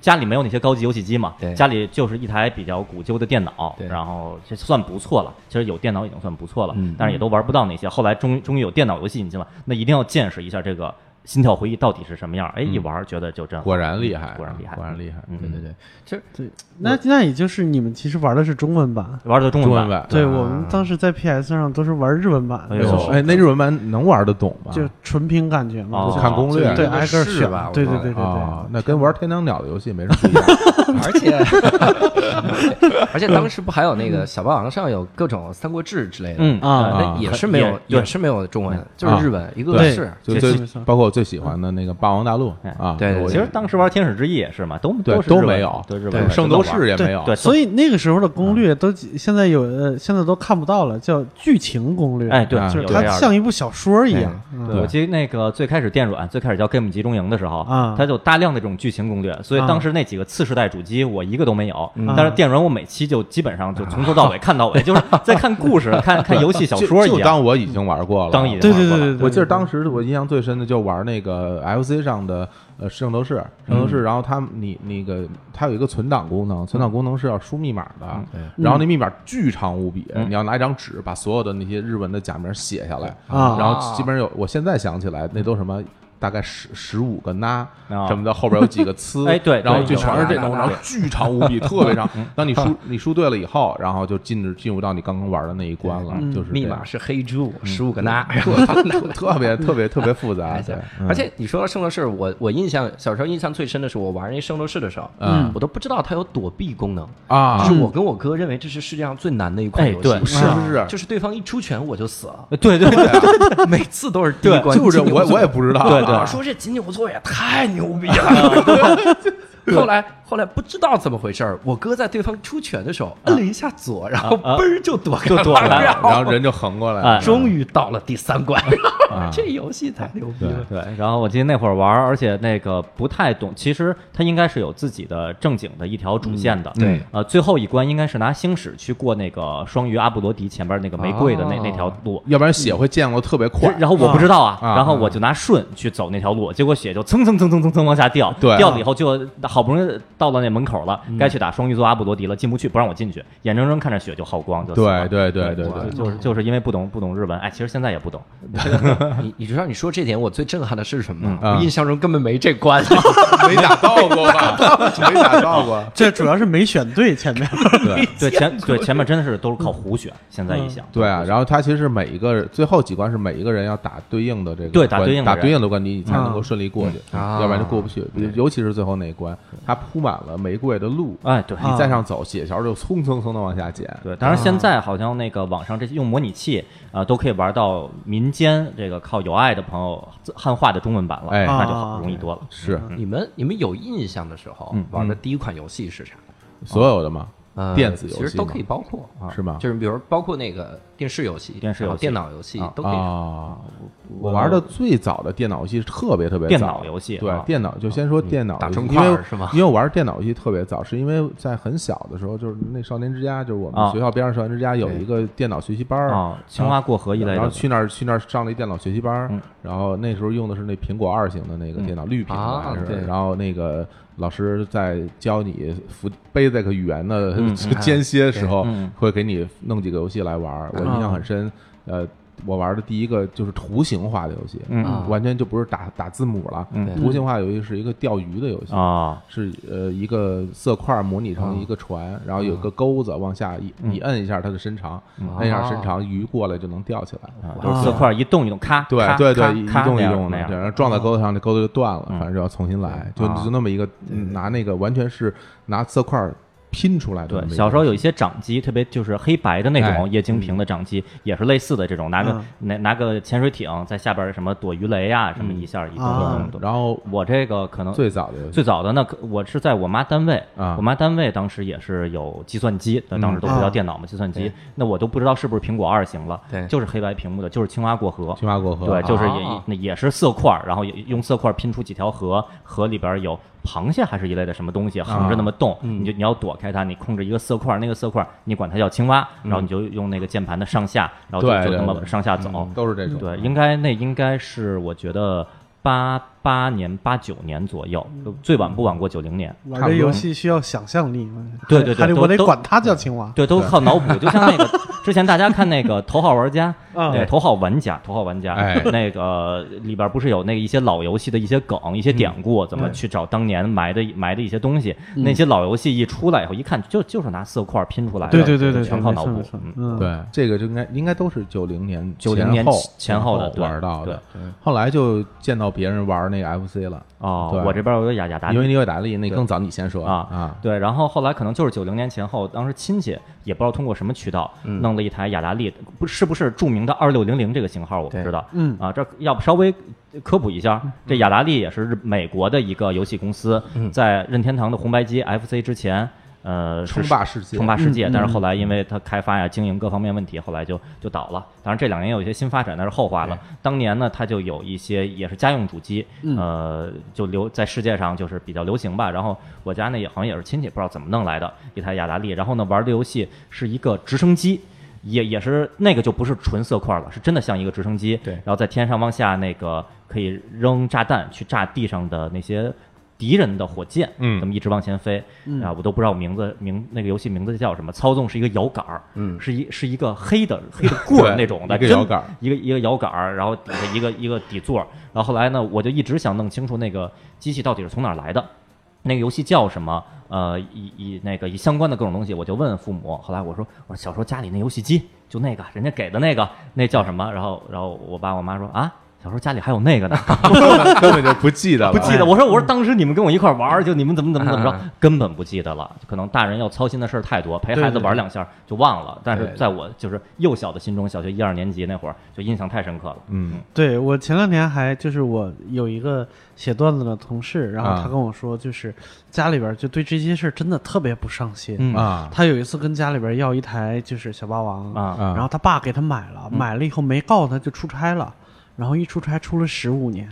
[SPEAKER 3] 家里没有那些高级游戏机嘛
[SPEAKER 1] 对，
[SPEAKER 3] 家里就是一台比较古旧的电脑
[SPEAKER 1] 对，
[SPEAKER 3] 然后这算不错了。其实有电脑已经算不错了，
[SPEAKER 1] 嗯
[SPEAKER 3] 但是也都玩不到那些。后来终于终于有电脑游戏引进了，那一定要见识一下这个心跳回忆到底是什么样。哎，一玩觉得就真好
[SPEAKER 4] 嗯果然厉害，
[SPEAKER 3] 果然厉害，
[SPEAKER 4] 果然厉害。
[SPEAKER 3] 嗯
[SPEAKER 1] 对对对，其实
[SPEAKER 2] 对，那那也就是你们其实玩的是中文版，
[SPEAKER 3] 玩的嗯中
[SPEAKER 4] 中
[SPEAKER 3] 文
[SPEAKER 4] 文
[SPEAKER 3] 版，
[SPEAKER 4] 版，
[SPEAKER 2] 对
[SPEAKER 4] 啊
[SPEAKER 2] 我们当时在 PS 上都是玩日文版，
[SPEAKER 3] 哎
[SPEAKER 4] 哎
[SPEAKER 3] 呦啊
[SPEAKER 4] 呦，哎，那日文版能玩得懂吗？
[SPEAKER 2] 就纯凭感觉嘛，
[SPEAKER 3] 哦
[SPEAKER 2] 就
[SPEAKER 4] 看攻略
[SPEAKER 2] 对，
[SPEAKER 1] 那个
[SPEAKER 2] 挨个
[SPEAKER 1] 是
[SPEAKER 2] 选
[SPEAKER 1] 吧我
[SPEAKER 2] 对
[SPEAKER 1] 觉
[SPEAKER 2] 对
[SPEAKER 1] 得
[SPEAKER 2] 对对
[SPEAKER 4] 啊
[SPEAKER 2] 对，，
[SPEAKER 4] 那跟玩天堂鸟的游戏没什么
[SPEAKER 3] <laughs>
[SPEAKER 4] 不一样。
[SPEAKER 1] 而且而且当时不还有那个小霸王上有各种《三国志》之类的，
[SPEAKER 3] 嗯
[SPEAKER 2] 啊
[SPEAKER 1] 那也是没有，
[SPEAKER 3] 也
[SPEAKER 1] 也是没有中文，就是日文一个
[SPEAKER 4] 对
[SPEAKER 1] 是。
[SPEAKER 4] 就
[SPEAKER 3] 这
[SPEAKER 4] 最
[SPEAKER 2] 没错
[SPEAKER 4] 包括我最喜欢的那个《霸王大陆
[SPEAKER 3] 哎》
[SPEAKER 4] 啊，
[SPEAKER 1] 对对
[SPEAKER 4] 我
[SPEAKER 3] 其实当时玩《天使之翼》也是嘛，都
[SPEAKER 4] 对
[SPEAKER 3] 是日文
[SPEAKER 4] 都没有
[SPEAKER 3] 对日
[SPEAKER 1] 对
[SPEAKER 3] 本
[SPEAKER 4] 圣斗士也没有，
[SPEAKER 3] 对，
[SPEAKER 2] 所以那个时候的攻略都现在有呃，现在都看不到了，叫剧情攻略，
[SPEAKER 3] 哎对，
[SPEAKER 4] 啊
[SPEAKER 2] 就是
[SPEAKER 3] 有这
[SPEAKER 2] 它
[SPEAKER 3] 样的哎
[SPEAKER 2] 像一部小说一样，嗯
[SPEAKER 4] 对
[SPEAKER 3] 我记得那个最开始电软，最开始叫 Game 集中营的时候，
[SPEAKER 2] 啊
[SPEAKER 3] 它就大量的这种剧情攻略，所以
[SPEAKER 2] 啊
[SPEAKER 3] 当时那几个次世代主机我一个都没有。
[SPEAKER 2] 嗯
[SPEAKER 3] 但是电软我每期就基本上就从头到尾看到尾，就是在看故事、看看游戏、小
[SPEAKER 4] 就
[SPEAKER 3] 说一
[SPEAKER 4] 就
[SPEAKER 3] 样。
[SPEAKER 4] 当我已经玩过了，
[SPEAKER 3] 当已经
[SPEAKER 2] 对
[SPEAKER 3] 玩
[SPEAKER 2] 对对
[SPEAKER 3] 过了
[SPEAKER 2] 对对，
[SPEAKER 4] 我记得当时我印象最深的就玩那个 FC 上的呃圣斗士，圣斗士，然后他们你那个它有一个存档功能，存档功能是要输密码的，然后那密码巨长无比，
[SPEAKER 3] 嗯
[SPEAKER 4] 你要拿一张纸把所有的那些日文的假名写下来，
[SPEAKER 2] 啊
[SPEAKER 4] 然后基本上有，我现在想起来那都什么。大概十十五个呐
[SPEAKER 3] 啊
[SPEAKER 4] 什么的，后边有几个呲，
[SPEAKER 3] 哎对对
[SPEAKER 4] 然后就全是这
[SPEAKER 1] 有
[SPEAKER 4] 种，
[SPEAKER 1] 呐
[SPEAKER 4] 然后巨长无比，特别长。当你输你输对了以后，然后就进入进入到你刚刚玩的那一关了，就是这
[SPEAKER 1] 密
[SPEAKER 4] 样
[SPEAKER 1] 码是黑猪十五个呐，
[SPEAKER 4] <laughs>
[SPEAKER 1] 然
[SPEAKER 4] 嗯
[SPEAKER 1] 后
[SPEAKER 4] 特特别特别特别复杂，
[SPEAKER 1] 而
[SPEAKER 4] 对
[SPEAKER 1] 且
[SPEAKER 4] 嗯
[SPEAKER 1] 而且你说到圣斗士，我我印象小时候印象最深的是我玩那圣斗士的时候，
[SPEAKER 4] 嗯
[SPEAKER 1] 我都不知道它有躲避功能，
[SPEAKER 4] 啊
[SPEAKER 1] 就是我跟我哥认为这是世界上最难的一款
[SPEAKER 3] 哎
[SPEAKER 1] 游戏，
[SPEAKER 3] 对
[SPEAKER 4] 是不是？
[SPEAKER 1] 就是对方一出拳我就死了，
[SPEAKER 3] 对对对
[SPEAKER 1] 每次都是第一关，
[SPEAKER 4] 就是
[SPEAKER 1] 金牛
[SPEAKER 4] 我
[SPEAKER 1] 座
[SPEAKER 4] 我也不知道，啊
[SPEAKER 3] 对对
[SPEAKER 1] 我说这金牛座也太牛逼了。 <laughs> 后来后来不知道怎么回事儿，我哥在对方出拳的时候摁了一下左，然后
[SPEAKER 3] 啊
[SPEAKER 1] 嘣儿就躲开
[SPEAKER 3] 就躲开了
[SPEAKER 1] 然
[SPEAKER 4] 然后
[SPEAKER 1] 后
[SPEAKER 4] 人就横过来
[SPEAKER 3] 哎
[SPEAKER 4] 了，
[SPEAKER 1] <laughs> 终于到了第三关，<laughs>
[SPEAKER 4] 啊
[SPEAKER 1] 这游戏太牛逼了。
[SPEAKER 3] 对，然后我记得那会儿玩儿，而且那个不太懂，其实它应该是有自己的正经的一条主线的。
[SPEAKER 4] 对
[SPEAKER 3] 呃，最后一关应该是拿星矢去过那个双鱼阿布罗迪前边那个玫瑰的那、
[SPEAKER 1] 哦
[SPEAKER 3] 那条路。
[SPEAKER 4] 要不然血会溅过特别快，
[SPEAKER 3] 然后我不知道啊，
[SPEAKER 4] 啊
[SPEAKER 3] 然后我就拿顺去走那条路，结果血就蹭蹭蹭蹭蹭蹭往下掉，
[SPEAKER 4] 对嗯
[SPEAKER 3] 掉了以后就好不容易到了那门口了，该去打双鱼座阿布罗迪了，进不去，不让我进去，眼睁睁看着血就耗光，就死了
[SPEAKER 4] 对对对对
[SPEAKER 3] 就
[SPEAKER 4] 对，
[SPEAKER 3] 就是就是因为不懂不懂日文，哎，其实现在也不懂，
[SPEAKER 1] 你你知道你说这点我最震撼的是什么吗？
[SPEAKER 4] 嗯
[SPEAKER 1] 我印象中根本没这关， <laughs>
[SPEAKER 4] 没打到过吧？没打到过，
[SPEAKER 2] 这主要是没选对前面，
[SPEAKER 4] 对。
[SPEAKER 3] 对前对前面真的是都是靠胡选，现在一想，
[SPEAKER 4] 对啊，然后它其实是每一个最后几关是每一个人要打对应的这个
[SPEAKER 3] 对打
[SPEAKER 4] 打
[SPEAKER 3] 对应的
[SPEAKER 4] 打
[SPEAKER 3] 人
[SPEAKER 4] 对应的关你你才能够顺利过去，
[SPEAKER 1] 嗯啊
[SPEAKER 4] 要不然就过不去。尤其是最后那一关，它铺满了玫瑰的路，
[SPEAKER 3] 哎对，
[SPEAKER 4] 你再上走，血条就蹭蹭蹭的往下减。
[SPEAKER 3] 对，当然现在好像那个网上这些用模拟器啊、呃都可以玩到民间这个靠有爱的朋友自汉化的中文版了，
[SPEAKER 4] 哎
[SPEAKER 3] 那就好
[SPEAKER 2] 啊
[SPEAKER 3] 容易多了。
[SPEAKER 4] 是
[SPEAKER 1] 你们你们有印象的时候
[SPEAKER 3] 嗯
[SPEAKER 1] 玩的第一款游戏是啥？
[SPEAKER 4] 所有的嘛，
[SPEAKER 1] 呃，
[SPEAKER 4] 电子游戏
[SPEAKER 1] 其实都
[SPEAKER 4] 吗
[SPEAKER 1] 可以包括啊，
[SPEAKER 4] 是吗
[SPEAKER 1] 就是比如包括那个电视游戏、
[SPEAKER 3] 电视
[SPEAKER 1] 然后
[SPEAKER 3] 游戏
[SPEAKER 1] 电脑游戏
[SPEAKER 3] 啊
[SPEAKER 1] 都可以。
[SPEAKER 4] 啊，我玩的最早的电脑游戏是特别特别早
[SPEAKER 3] 电脑游戏
[SPEAKER 4] 对
[SPEAKER 3] 啊
[SPEAKER 4] 电脑就先说电脑游戏，
[SPEAKER 1] 打中
[SPEAKER 4] 因为
[SPEAKER 1] 块是吗
[SPEAKER 4] 因为我玩电脑游戏特别早，是因为在很小的时候，就是那少年之家，就是我
[SPEAKER 3] 啊
[SPEAKER 4] 们学校边上少年之家有一个电脑学习班儿
[SPEAKER 3] 啊，青蛙过河一类
[SPEAKER 4] 然后
[SPEAKER 3] 的，
[SPEAKER 4] 去那儿去那儿上了一电脑学习班儿
[SPEAKER 3] 嗯，
[SPEAKER 4] 然后那时候用的是那苹果二型的那个电脑，绿屏的
[SPEAKER 1] 啊
[SPEAKER 4] 还是
[SPEAKER 1] 对
[SPEAKER 4] 然后那个老师在教你扶背这个语言的 <laughs>
[SPEAKER 3] 嗯
[SPEAKER 4] 间歇时候
[SPEAKER 3] 嗯嗯，
[SPEAKER 4] 会给你弄几个游戏来玩儿。我印象很深，呃。我玩的第一个就是图形化的游戏，
[SPEAKER 3] 嗯
[SPEAKER 1] 啊
[SPEAKER 4] 完全就不是打打字母了。
[SPEAKER 3] 嗯
[SPEAKER 1] 对
[SPEAKER 4] 图形化游戏是一个钓鱼的游戏，
[SPEAKER 3] 啊，
[SPEAKER 4] 是呃一个色块模拟成一个船，然
[SPEAKER 3] 啊
[SPEAKER 4] 后有个钩子往下
[SPEAKER 3] 嗯
[SPEAKER 4] 一你摁一下它的身长，
[SPEAKER 1] 嗯
[SPEAKER 4] 摁一下身长，鱼过来就能钓起来。
[SPEAKER 3] 啊就是色块一动一动，咔，
[SPEAKER 4] 对
[SPEAKER 3] 咔
[SPEAKER 4] 对
[SPEAKER 3] 咔
[SPEAKER 4] 对，一
[SPEAKER 3] 咔
[SPEAKER 4] 动一
[SPEAKER 3] 那样
[SPEAKER 4] 动的
[SPEAKER 3] 那，
[SPEAKER 4] 对
[SPEAKER 3] 样。啊
[SPEAKER 4] 然后撞到钩子上，那钩子就断了，
[SPEAKER 3] 嗯
[SPEAKER 4] 反正就要重新来，就
[SPEAKER 3] 啊
[SPEAKER 4] 就那么一个拿那个完全是拿色块拼出来的那
[SPEAKER 3] 对
[SPEAKER 4] 么一，个。
[SPEAKER 3] 小时候有一些掌机，特别就是黑白的那
[SPEAKER 1] 哎
[SPEAKER 3] 种液晶
[SPEAKER 4] 嗯
[SPEAKER 3] 屏的掌机，也是类似的这种，拿个
[SPEAKER 2] 嗯
[SPEAKER 3] 拿拿个潜水艇在下边儿什么躲鱼雷啊，什么一下一动
[SPEAKER 2] 啊
[SPEAKER 3] 动动。
[SPEAKER 4] 嗯然后
[SPEAKER 3] 我这个可能
[SPEAKER 4] 最早的
[SPEAKER 3] 最早的呢，可我是在我妈单位
[SPEAKER 4] 啊嗯
[SPEAKER 3] 我妈单位当时也是有计算机，那当时都不
[SPEAKER 2] 啊
[SPEAKER 3] 叫电脑嘛，计算机，那我都不知道是不是苹果二型了，
[SPEAKER 1] 对
[SPEAKER 3] 就是黑白屏幕的，就是青蛙过河，
[SPEAKER 4] 青蛙过河，
[SPEAKER 3] 对，
[SPEAKER 4] 啊
[SPEAKER 3] 就是也、
[SPEAKER 1] 哦
[SPEAKER 3] 那也是色块儿，然后也用色块儿拼出几条河，河里边有螃蟹还是一类的什么东西横着那么动，
[SPEAKER 4] 嗯
[SPEAKER 3] 你就你要躲开它，你控制一个色块儿，那个色块儿你管它叫青蛙，然后你就用那个键盘的上下，然后就
[SPEAKER 4] 嗯对
[SPEAKER 3] 就
[SPEAKER 4] 对嗯
[SPEAKER 3] 那么
[SPEAKER 4] 对
[SPEAKER 3] 上下走，
[SPEAKER 4] 啊都是这种。
[SPEAKER 3] 对，应该那应该是我觉得八八年八九年左右，
[SPEAKER 2] 嗯
[SPEAKER 3] 最晚不晚过九零年。
[SPEAKER 2] 玩这游戏需要想象力嘛？
[SPEAKER 3] 对对对
[SPEAKER 2] 还得
[SPEAKER 3] 都
[SPEAKER 2] 我得
[SPEAKER 3] 都
[SPEAKER 2] 管它叫青蛙。
[SPEAKER 3] 对，都靠脑补，就像那
[SPEAKER 4] <laughs>
[SPEAKER 3] 个之前大家看那个《头号玩家》，
[SPEAKER 2] <laughs> 啊
[SPEAKER 3] 对，《头号玩家》，《头号玩家》
[SPEAKER 4] 哎
[SPEAKER 3] 那个呃里边不是有那个一些老游戏的一些梗、一
[SPEAKER 4] 嗯
[SPEAKER 3] 些典故，怎么去找当年埋的埋的一些东西？
[SPEAKER 2] 嗯
[SPEAKER 3] 那些老游戏一出来以后，一看就就是拿色块拼出来的，
[SPEAKER 2] 对对对对，
[SPEAKER 3] 全靠脑补
[SPEAKER 2] 没错。没错
[SPEAKER 3] 嗯
[SPEAKER 2] 嗯，
[SPEAKER 4] 对，这个就应该应该都是九零年
[SPEAKER 3] 90
[SPEAKER 4] 前
[SPEAKER 3] 年
[SPEAKER 4] 后
[SPEAKER 3] 前后的对
[SPEAKER 4] 玩到的
[SPEAKER 1] 对对，
[SPEAKER 4] 后来就见到别人玩那个 FC 了，
[SPEAKER 3] 哦
[SPEAKER 4] 对，
[SPEAKER 3] 我这边有雅雅达利
[SPEAKER 4] 因为你有打力，那更早你先说
[SPEAKER 3] 啊
[SPEAKER 4] 啊，
[SPEAKER 3] 对，然后后来可能就是九零年前后，当时亲戚也不知道通过什么渠道、弄了一台雅达利，不是不是著名的二六零零这个型号，我不
[SPEAKER 1] 对
[SPEAKER 3] 知道。
[SPEAKER 2] 嗯
[SPEAKER 3] 啊，这要不稍微科普一下，
[SPEAKER 4] 嗯
[SPEAKER 3] 这雅达利也是日美国的一个游戏公司，在任天堂的红白机 FC 之前。呃，是
[SPEAKER 4] 称霸世界
[SPEAKER 3] 称霸世界。
[SPEAKER 2] 嗯
[SPEAKER 3] 但是后来因为它开发呀、经营各方面问题，后来就就倒了。当然这两年有一些新发展，但是后话了。当年呢，它就有一些也是家用主机，
[SPEAKER 4] 嗯
[SPEAKER 3] 呃，就流在世界上就是比较流行吧。然后我家那也好像也是亲戚，不知道怎么弄来的一台雅达利。然后呢，玩的游戏是一个直升机。也也是那个就不是纯色块了，是真的像一个直升机，
[SPEAKER 1] 对
[SPEAKER 3] 然后在天上往下那个可以扔炸弹去炸地上的那些敌人的火箭，
[SPEAKER 4] 嗯
[SPEAKER 3] 这么一直往前飞，啊，我都不知道我名字名那个游戏名字叫什么，操纵是一个摇杆儿，嗯，是一是一个黑的黑的棍儿
[SPEAKER 4] 对
[SPEAKER 3] 那种的
[SPEAKER 4] 一个
[SPEAKER 3] 真
[SPEAKER 4] 摇
[SPEAKER 3] <laughs>
[SPEAKER 4] 杆儿
[SPEAKER 3] 一个一个摇杆儿，然后底下一个一个底座儿，然后后来呢，我就一直想弄清楚那个机器到底是从哪儿来的，那个游戏叫什么？呃，以以那个以相关的各种东西，我就问父母。后来我说，我说小时候家里那游戏机就那个人家给的那个，那叫什么？然后然后我爸我妈说啊，小时候家里还有那个呢，
[SPEAKER 4] 根本就不记得了，
[SPEAKER 3] 不记得。我说我说当时你们跟我一块玩儿，就你们怎么怎么怎么着，根本不记得了。可能大人要操心的事儿太多，陪孩子玩两下就忘了。但是在我就是幼小的心中，小学一二年级那会儿就印象太深刻了。
[SPEAKER 4] 嗯，
[SPEAKER 2] 对我前两天还就是我有一个写段子的同事，然后
[SPEAKER 4] 啊
[SPEAKER 2] 他跟我说，就是家里边儿就对这些事儿真的特别不上心。
[SPEAKER 3] 嗯
[SPEAKER 4] 啊
[SPEAKER 2] 他有一次跟家里边儿要一台就是小霸王，
[SPEAKER 3] 啊
[SPEAKER 4] 啊
[SPEAKER 2] 然后他爸给他买了，买了以后没告他就出差了，然后一出差出了十五年。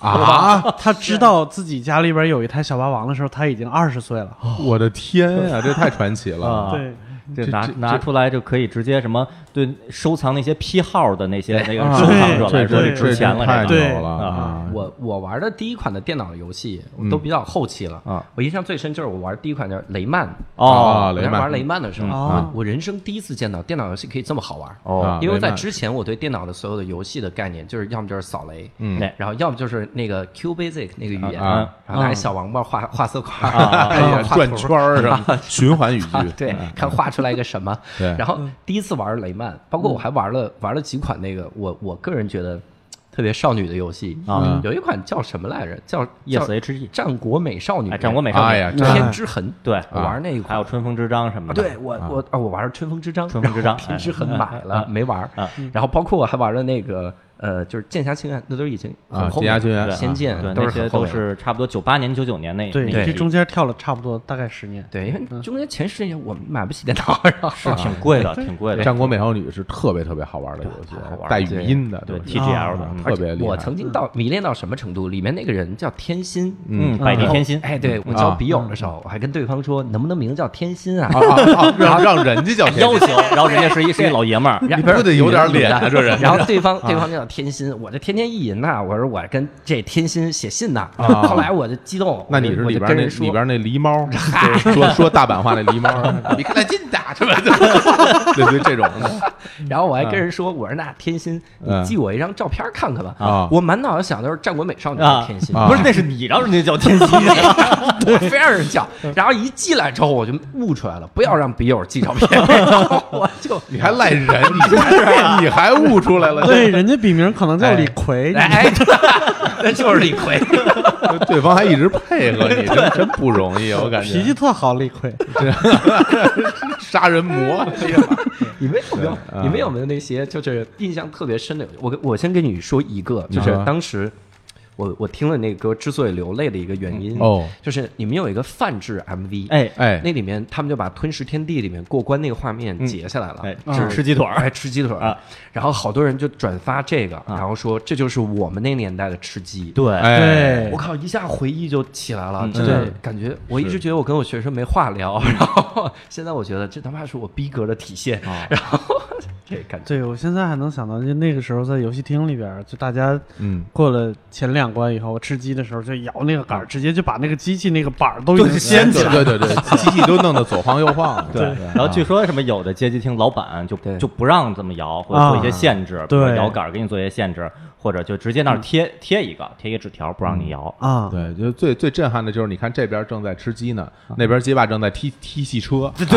[SPEAKER 1] 哦
[SPEAKER 4] 啊！
[SPEAKER 2] <laughs> 他知道自己家里边儿有一台小霸王的时候，他已经二十岁了。
[SPEAKER 4] 我的
[SPEAKER 3] <laughs>
[SPEAKER 4] 天呀，这太传奇了
[SPEAKER 3] 啊！
[SPEAKER 2] 对，
[SPEAKER 3] 这
[SPEAKER 4] 这
[SPEAKER 3] 拿
[SPEAKER 4] 这
[SPEAKER 3] 拿
[SPEAKER 4] 这
[SPEAKER 3] 出来就可以直接什么对收藏那些批号的那些那个
[SPEAKER 4] 啊
[SPEAKER 3] 收藏者来说
[SPEAKER 4] 这
[SPEAKER 2] 对
[SPEAKER 3] 就
[SPEAKER 4] 这
[SPEAKER 3] 值
[SPEAKER 4] 这
[SPEAKER 3] 钱了，
[SPEAKER 4] 太
[SPEAKER 3] 这个
[SPEAKER 2] 对
[SPEAKER 4] 牛了啊！
[SPEAKER 1] 我我玩的第一款的电脑游戏
[SPEAKER 4] 嗯
[SPEAKER 1] 我都比较后期了
[SPEAKER 3] 啊
[SPEAKER 1] 我印象最深就是我玩第一款叫雷曼
[SPEAKER 3] 哦
[SPEAKER 4] 啊
[SPEAKER 1] 我
[SPEAKER 4] 雷
[SPEAKER 1] 在
[SPEAKER 4] 曼
[SPEAKER 1] 玩雷曼的时候，
[SPEAKER 2] 哦
[SPEAKER 1] 我我人生第一次见到电脑游戏可以这么好玩
[SPEAKER 4] 啊
[SPEAKER 3] 哦，
[SPEAKER 1] 因为
[SPEAKER 4] 雷
[SPEAKER 1] 在
[SPEAKER 4] 曼
[SPEAKER 1] 之前我对电脑的所有的游戏的概念就是要么就是扫雷，
[SPEAKER 4] 嗯
[SPEAKER 3] 对
[SPEAKER 1] 然后要么就是那个 Q Basic 那个语言，
[SPEAKER 4] 啊啊
[SPEAKER 1] 然后拿一小王八画画色块儿， <laughs>
[SPEAKER 4] 哎呀，
[SPEAKER 1] 画
[SPEAKER 4] 转
[SPEAKER 1] 图
[SPEAKER 4] 圈儿是吧？ <laughs> 循环语
[SPEAKER 1] 啊
[SPEAKER 4] 句，，
[SPEAKER 1] 对，看画出来一个什么
[SPEAKER 4] 嗯。对嗯
[SPEAKER 1] 然后第一次玩雷曼，包括我还玩了玩了几款那个我我个人觉得特别少女的游戏
[SPEAKER 4] 啊
[SPEAKER 3] 嗯
[SPEAKER 1] 有一款叫什么来着？叫叫
[SPEAKER 3] Yes H E，
[SPEAKER 1] 战国美少女
[SPEAKER 3] 哎，，战国美少女，
[SPEAKER 4] 哎呀，啊这
[SPEAKER 1] 天之痕，
[SPEAKER 3] 对，啊
[SPEAKER 1] 我玩那一
[SPEAKER 3] 还
[SPEAKER 1] 款。
[SPEAKER 3] 有春风之章什么
[SPEAKER 1] 啊，
[SPEAKER 3] 的，
[SPEAKER 1] 对我我啊，我玩春风之章，
[SPEAKER 3] 春风之
[SPEAKER 1] 然
[SPEAKER 3] 章
[SPEAKER 1] 后 <laughs> 平
[SPEAKER 3] 哎
[SPEAKER 1] 时很买了
[SPEAKER 3] 啊
[SPEAKER 1] 没玩
[SPEAKER 3] 啊，
[SPEAKER 1] 然后包括我还玩了那个呃，就是剑侠情缘，那都已经
[SPEAKER 4] 啊
[SPEAKER 1] 很后面
[SPEAKER 4] 剑侠情缘
[SPEAKER 1] 了
[SPEAKER 4] 啊
[SPEAKER 1] 仙剑
[SPEAKER 3] 对，
[SPEAKER 1] 都
[SPEAKER 3] 那
[SPEAKER 1] 是
[SPEAKER 3] 些
[SPEAKER 1] 很后
[SPEAKER 3] 都
[SPEAKER 1] 面了
[SPEAKER 3] 是差不多九八年、九九年那
[SPEAKER 2] 对，
[SPEAKER 3] 那
[SPEAKER 2] 这
[SPEAKER 3] 一
[SPEAKER 2] 中间跳了差不多大概十年。
[SPEAKER 1] 对，因为中间前十年我们买不起电脑，然后
[SPEAKER 3] 嗯是挺
[SPEAKER 1] <laughs>
[SPEAKER 3] 贵的，挺贵的。
[SPEAKER 4] 战国美少女是特别特别好玩的游戏
[SPEAKER 3] 好玩，
[SPEAKER 4] 带语音的，
[SPEAKER 3] 对
[SPEAKER 4] 都是
[SPEAKER 3] TGL 的
[SPEAKER 4] 啊，
[SPEAKER 3] 嗯
[SPEAKER 4] 特别厉害。
[SPEAKER 1] 我曾经到迷恋到什么程度？里面那个人叫天心，
[SPEAKER 3] 嗯，百
[SPEAKER 1] 然
[SPEAKER 3] 里
[SPEAKER 1] 后
[SPEAKER 3] 天心，嗯
[SPEAKER 1] 哎，对我交笔友的时候，我还跟对方说，能不能名字叫天心啊
[SPEAKER 4] 啊？啊啊！让让人家叫
[SPEAKER 2] 嗯
[SPEAKER 3] <laughs>
[SPEAKER 4] 天
[SPEAKER 3] 要求，然后人家是一是一老爷们儿，
[SPEAKER 1] 然
[SPEAKER 4] 你不得有点脸啊
[SPEAKER 1] 然后
[SPEAKER 4] 这 <laughs> 人
[SPEAKER 1] 然后对方
[SPEAKER 4] 啊
[SPEAKER 1] 对方就叫天心，我这天天意淫呐，我说我跟这天心写信呐。
[SPEAKER 4] 啊
[SPEAKER 1] 后来我就激动，
[SPEAKER 4] 那你
[SPEAKER 1] 我
[SPEAKER 4] 是
[SPEAKER 1] 就
[SPEAKER 4] 里
[SPEAKER 1] 我就
[SPEAKER 4] 边
[SPEAKER 1] 跟
[SPEAKER 4] 那
[SPEAKER 1] 人说
[SPEAKER 4] 里边那狸猫，说说大阪话那狸猫，你看那劲大是吧？对对，这种的
[SPEAKER 1] 然后我还跟人说，我说那天心，
[SPEAKER 4] 嗯
[SPEAKER 1] 你寄我一张照片看看吧。
[SPEAKER 4] 啊
[SPEAKER 1] 我满脑子想的是战国美
[SPEAKER 2] 嗯
[SPEAKER 1] 少女的
[SPEAKER 3] 啊
[SPEAKER 1] 天心，
[SPEAKER 4] 啊
[SPEAKER 3] 不是，那是你让人家叫天心，
[SPEAKER 1] 我非让人叫，然后一寄来之后我就悟出来了，不要让笔友寄
[SPEAKER 4] <laughs>
[SPEAKER 1] 照片，然后我就
[SPEAKER 4] 你还赖人，你还你还悟出来了，
[SPEAKER 2] 对，人家笔名名可能叫李逵，你
[SPEAKER 1] 哎，那就是李逵。
[SPEAKER 4] 对方还一直配合你，真真不容易，我感觉
[SPEAKER 2] 脾气特好，李逵。
[SPEAKER 4] 杀人魔，
[SPEAKER 1] 你们有没有？你们有没有那些就是印象特别深的？我跟我先跟你说一个，就是
[SPEAKER 4] 嗯
[SPEAKER 1] 当时我我听了那个歌之所以流泪的一个原因
[SPEAKER 4] 哦，
[SPEAKER 1] 就是你们有一个泛制 MV，
[SPEAKER 3] 哎
[SPEAKER 4] 哎
[SPEAKER 1] 那里面他们就把《吞食天地》里面过关那个画面截下来了，
[SPEAKER 3] 哎，
[SPEAKER 2] 嗯
[SPEAKER 3] 只吃鸡腿儿，
[SPEAKER 1] 哎，吃鸡腿儿
[SPEAKER 3] 啊，
[SPEAKER 1] 然后好多人就转发这个，然后说这就是我们那年代的吃鸡，
[SPEAKER 3] 对，
[SPEAKER 4] 哎，
[SPEAKER 1] 我靠，一下回忆就起来了，
[SPEAKER 3] 嗯
[SPEAKER 1] 真的
[SPEAKER 2] 对
[SPEAKER 1] 感觉我一直觉得我跟我学生没话聊，然后现在我觉得这他妈是我逼格的体现，
[SPEAKER 3] 哦
[SPEAKER 1] 然后这感觉
[SPEAKER 2] 对，我现在还能想到，就那个时候在游戏厅里边儿，就大家
[SPEAKER 4] 嗯，
[SPEAKER 2] 过了前两关以后，吃鸡的时候就摇那个杆儿，直接就把那个机器那个板儿都已经掀起来了。
[SPEAKER 4] 对对对，机器都弄得左晃右晃，
[SPEAKER 3] 对，然后据说什么有的街机厅老板就
[SPEAKER 1] 啊对啊
[SPEAKER 3] 就不让这么摇，或者做一些限制，比如
[SPEAKER 2] 对嗯
[SPEAKER 3] 摇杆儿给你做一些限制，或者就直接那儿贴、贴一个贴一个纸条不让你摇。
[SPEAKER 1] 嗯
[SPEAKER 2] 啊，
[SPEAKER 4] 对，就最最震撼的就是，你看这边正在吃鸡呢，那边街霸正在踢踢汽车，啊对，踢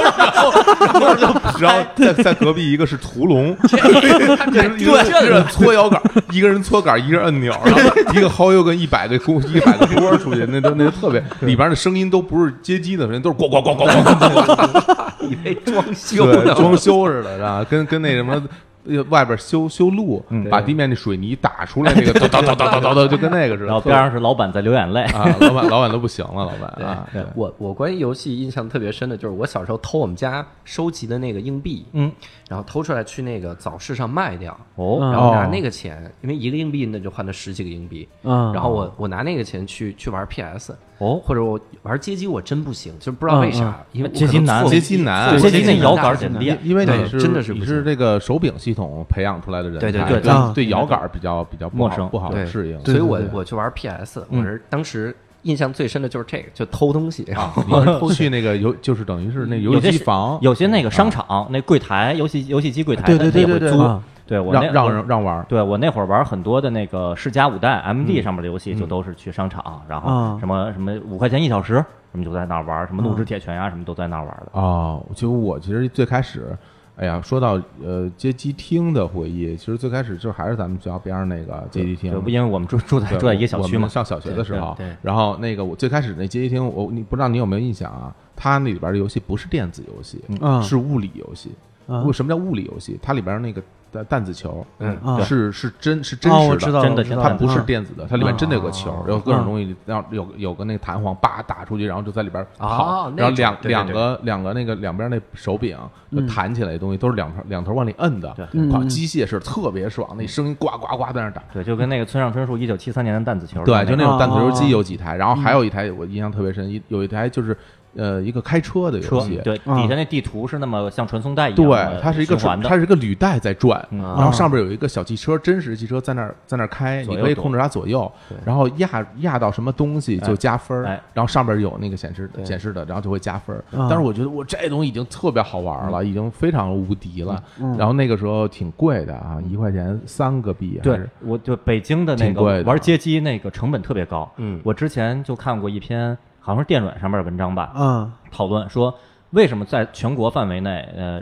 [SPEAKER 4] 车，然后然后在在隔壁一个是屠 <laughs> 龙，对，一个一个人搓摇杆，一个人搓杆，一个人按钮，然后一个薅油跟一百个锅一百个锅出去，那都那都特别里边的声音都不是街机的声音，都是咣咣咣咣咣咣咣，
[SPEAKER 1] 以为装修
[SPEAKER 4] 对，
[SPEAKER 1] 呢，
[SPEAKER 4] 装修似的，是吧？跟跟那什么。呃外边修修路，把地面那水泥打出来，那个哒哒哒哒哒哒，就跟那个似的。
[SPEAKER 3] 然后边上是老板在流眼泪，
[SPEAKER 4] <laughs> 啊，老板老板都不行了，老板啊，对
[SPEAKER 1] 我我关于游戏印象特别深的就是我小时候偷我们家收集的那个硬币，
[SPEAKER 3] 嗯，
[SPEAKER 1] 然后偷出来去那个早市上卖掉，
[SPEAKER 3] 哦，
[SPEAKER 1] 然后拿
[SPEAKER 4] 哦
[SPEAKER 1] 那个钱，因为一个硬币那就换了十几个硬币，
[SPEAKER 2] 嗯
[SPEAKER 1] 然后我我拿那个钱去去玩 PS，
[SPEAKER 3] 哦
[SPEAKER 1] 或者我玩街机我真不行，就是不知道为
[SPEAKER 2] 嗯
[SPEAKER 1] 啥，因为我
[SPEAKER 3] 街
[SPEAKER 1] 可
[SPEAKER 3] 机
[SPEAKER 1] 能
[SPEAKER 3] 难
[SPEAKER 1] 错
[SPEAKER 4] 街机难，啊
[SPEAKER 1] 对
[SPEAKER 3] 街
[SPEAKER 1] 机
[SPEAKER 3] 机那
[SPEAKER 1] 难啊
[SPEAKER 3] 摇
[SPEAKER 1] 大
[SPEAKER 3] 杆儿
[SPEAKER 1] 是
[SPEAKER 3] 得
[SPEAKER 1] 难
[SPEAKER 3] 练，
[SPEAKER 4] 因为你
[SPEAKER 1] 对
[SPEAKER 4] 是
[SPEAKER 1] 真的是不
[SPEAKER 4] 你
[SPEAKER 1] 行
[SPEAKER 4] 是这个手柄系统培养出来的人才，
[SPEAKER 1] 对对对
[SPEAKER 4] 跟
[SPEAKER 2] 啊
[SPEAKER 4] 对摇杆儿比较比较不
[SPEAKER 3] 陌
[SPEAKER 4] 好
[SPEAKER 3] 生
[SPEAKER 4] 不好
[SPEAKER 1] 对
[SPEAKER 4] 适应，
[SPEAKER 1] 所以我
[SPEAKER 2] 对对
[SPEAKER 1] 我去玩 PS，我是当时印象最深的就是这个，就偷东西，
[SPEAKER 4] 啊
[SPEAKER 1] 然后
[SPEAKER 4] 我去那个游就是等于是那游戏
[SPEAKER 3] 些
[SPEAKER 4] 机房，
[SPEAKER 3] 有些
[SPEAKER 1] 啊
[SPEAKER 3] 那个商场那柜台游戏游戏机柜台，
[SPEAKER 2] 对对
[SPEAKER 3] 它
[SPEAKER 2] 对
[SPEAKER 3] 也
[SPEAKER 2] 对
[SPEAKER 3] 会
[SPEAKER 2] 对
[SPEAKER 3] 租
[SPEAKER 2] 啊。
[SPEAKER 3] 对我
[SPEAKER 4] 让
[SPEAKER 3] 那
[SPEAKER 4] 让人让玩儿，
[SPEAKER 3] 对我那会儿玩很多的那个世嘉五代
[SPEAKER 1] 嗯
[SPEAKER 3] MD 上面的游戏，就都是去商场，然后
[SPEAKER 2] 啊
[SPEAKER 3] 什么什么五块钱一小时，什么就在那儿玩，什么怒之铁拳呀，什么都在那儿玩的。
[SPEAKER 4] 哦，就我其实最开始，哎呀，说到呃街机厅的回忆，其实最开始就还是咱们学校边上那个街机厅，
[SPEAKER 3] 对，因为我们住住在
[SPEAKER 4] 对
[SPEAKER 3] 住在一个
[SPEAKER 4] 我
[SPEAKER 3] 小区
[SPEAKER 4] 我
[SPEAKER 3] 嘛
[SPEAKER 4] 们，上小学的时候
[SPEAKER 1] 对对，
[SPEAKER 4] 然后那个我最开始那街机厅，我你不知道你有没有印象啊？它那里边的游戏不是电子游戏，
[SPEAKER 2] 嗯
[SPEAKER 4] 是物理游戏。
[SPEAKER 2] 啊
[SPEAKER 4] 物什么叫物理游戏？它里边那个弹弹子球，
[SPEAKER 1] 嗯
[SPEAKER 2] 啊
[SPEAKER 4] 是是真是真
[SPEAKER 2] 哦我
[SPEAKER 4] 实
[SPEAKER 2] 知
[SPEAKER 4] 的。
[SPEAKER 2] 道了，
[SPEAKER 3] 真的
[SPEAKER 2] 我知道
[SPEAKER 4] 它
[SPEAKER 2] 了
[SPEAKER 4] 不是
[SPEAKER 2] 嗯
[SPEAKER 4] 电子的，它里面真的有个球
[SPEAKER 1] 哦，
[SPEAKER 4] 有各种东西，然后有有个那个弹簧，叭打出去，然后就在里边跑
[SPEAKER 1] 哦，那
[SPEAKER 4] 然后两
[SPEAKER 1] 种对对
[SPEAKER 4] 两
[SPEAKER 1] 对
[SPEAKER 4] 个两个那个两边那手柄就弹起来的东西都是两头两头往里摁的，
[SPEAKER 2] 嗯
[SPEAKER 4] 哇
[SPEAKER 2] 嗯
[SPEAKER 4] 机械式特别爽，那声音呱呱呱在那打，
[SPEAKER 3] 对，就跟那个村上春树一九七三年的弹子球，
[SPEAKER 4] 对，就
[SPEAKER 3] 那
[SPEAKER 4] 那种弹子球
[SPEAKER 2] 哦
[SPEAKER 4] 机有几台，然后
[SPEAKER 3] 嗯
[SPEAKER 4] 还有一台我印象特别深，一有一台就是呃一个开车的
[SPEAKER 3] 车
[SPEAKER 4] 游戏，，
[SPEAKER 3] 对，
[SPEAKER 2] 嗯
[SPEAKER 3] 底下那地图是那么像传送带一样的循环
[SPEAKER 4] 对，
[SPEAKER 3] 的，嗯
[SPEAKER 4] 它是一个手它是一个履带在转，然后上边有一个小汽车，真实汽车在那儿在那儿开，
[SPEAKER 3] 左
[SPEAKER 4] 你
[SPEAKER 3] 右
[SPEAKER 4] 可以控制它左右，然后压压到什么东西就加分儿
[SPEAKER 3] 哎哎
[SPEAKER 4] 然后上边有那个显示显示的，然后就会加分儿
[SPEAKER 2] 啊
[SPEAKER 4] 但是我觉得我这东西已经特别好玩
[SPEAKER 3] 嗯
[SPEAKER 4] 了，已经非常无敌了。然后那个时候挺贵的啊，一块钱三个币，还
[SPEAKER 3] 对
[SPEAKER 4] 是，
[SPEAKER 3] 我就北京的那
[SPEAKER 4] 挺贵
[SPEAKER 3] 个
[SPEAKER 4] 的
[SPEAKER 3] 玩街机那个成本特别高。
[SPEAKER 1] 嗯
[SPEAKER 3] 我之前就看过一篇，好像是电软上面的文章吧，
[SPEAKER 2] 嗯
[SPEAKER 3] 讨论说为什么在全国范围内，呃，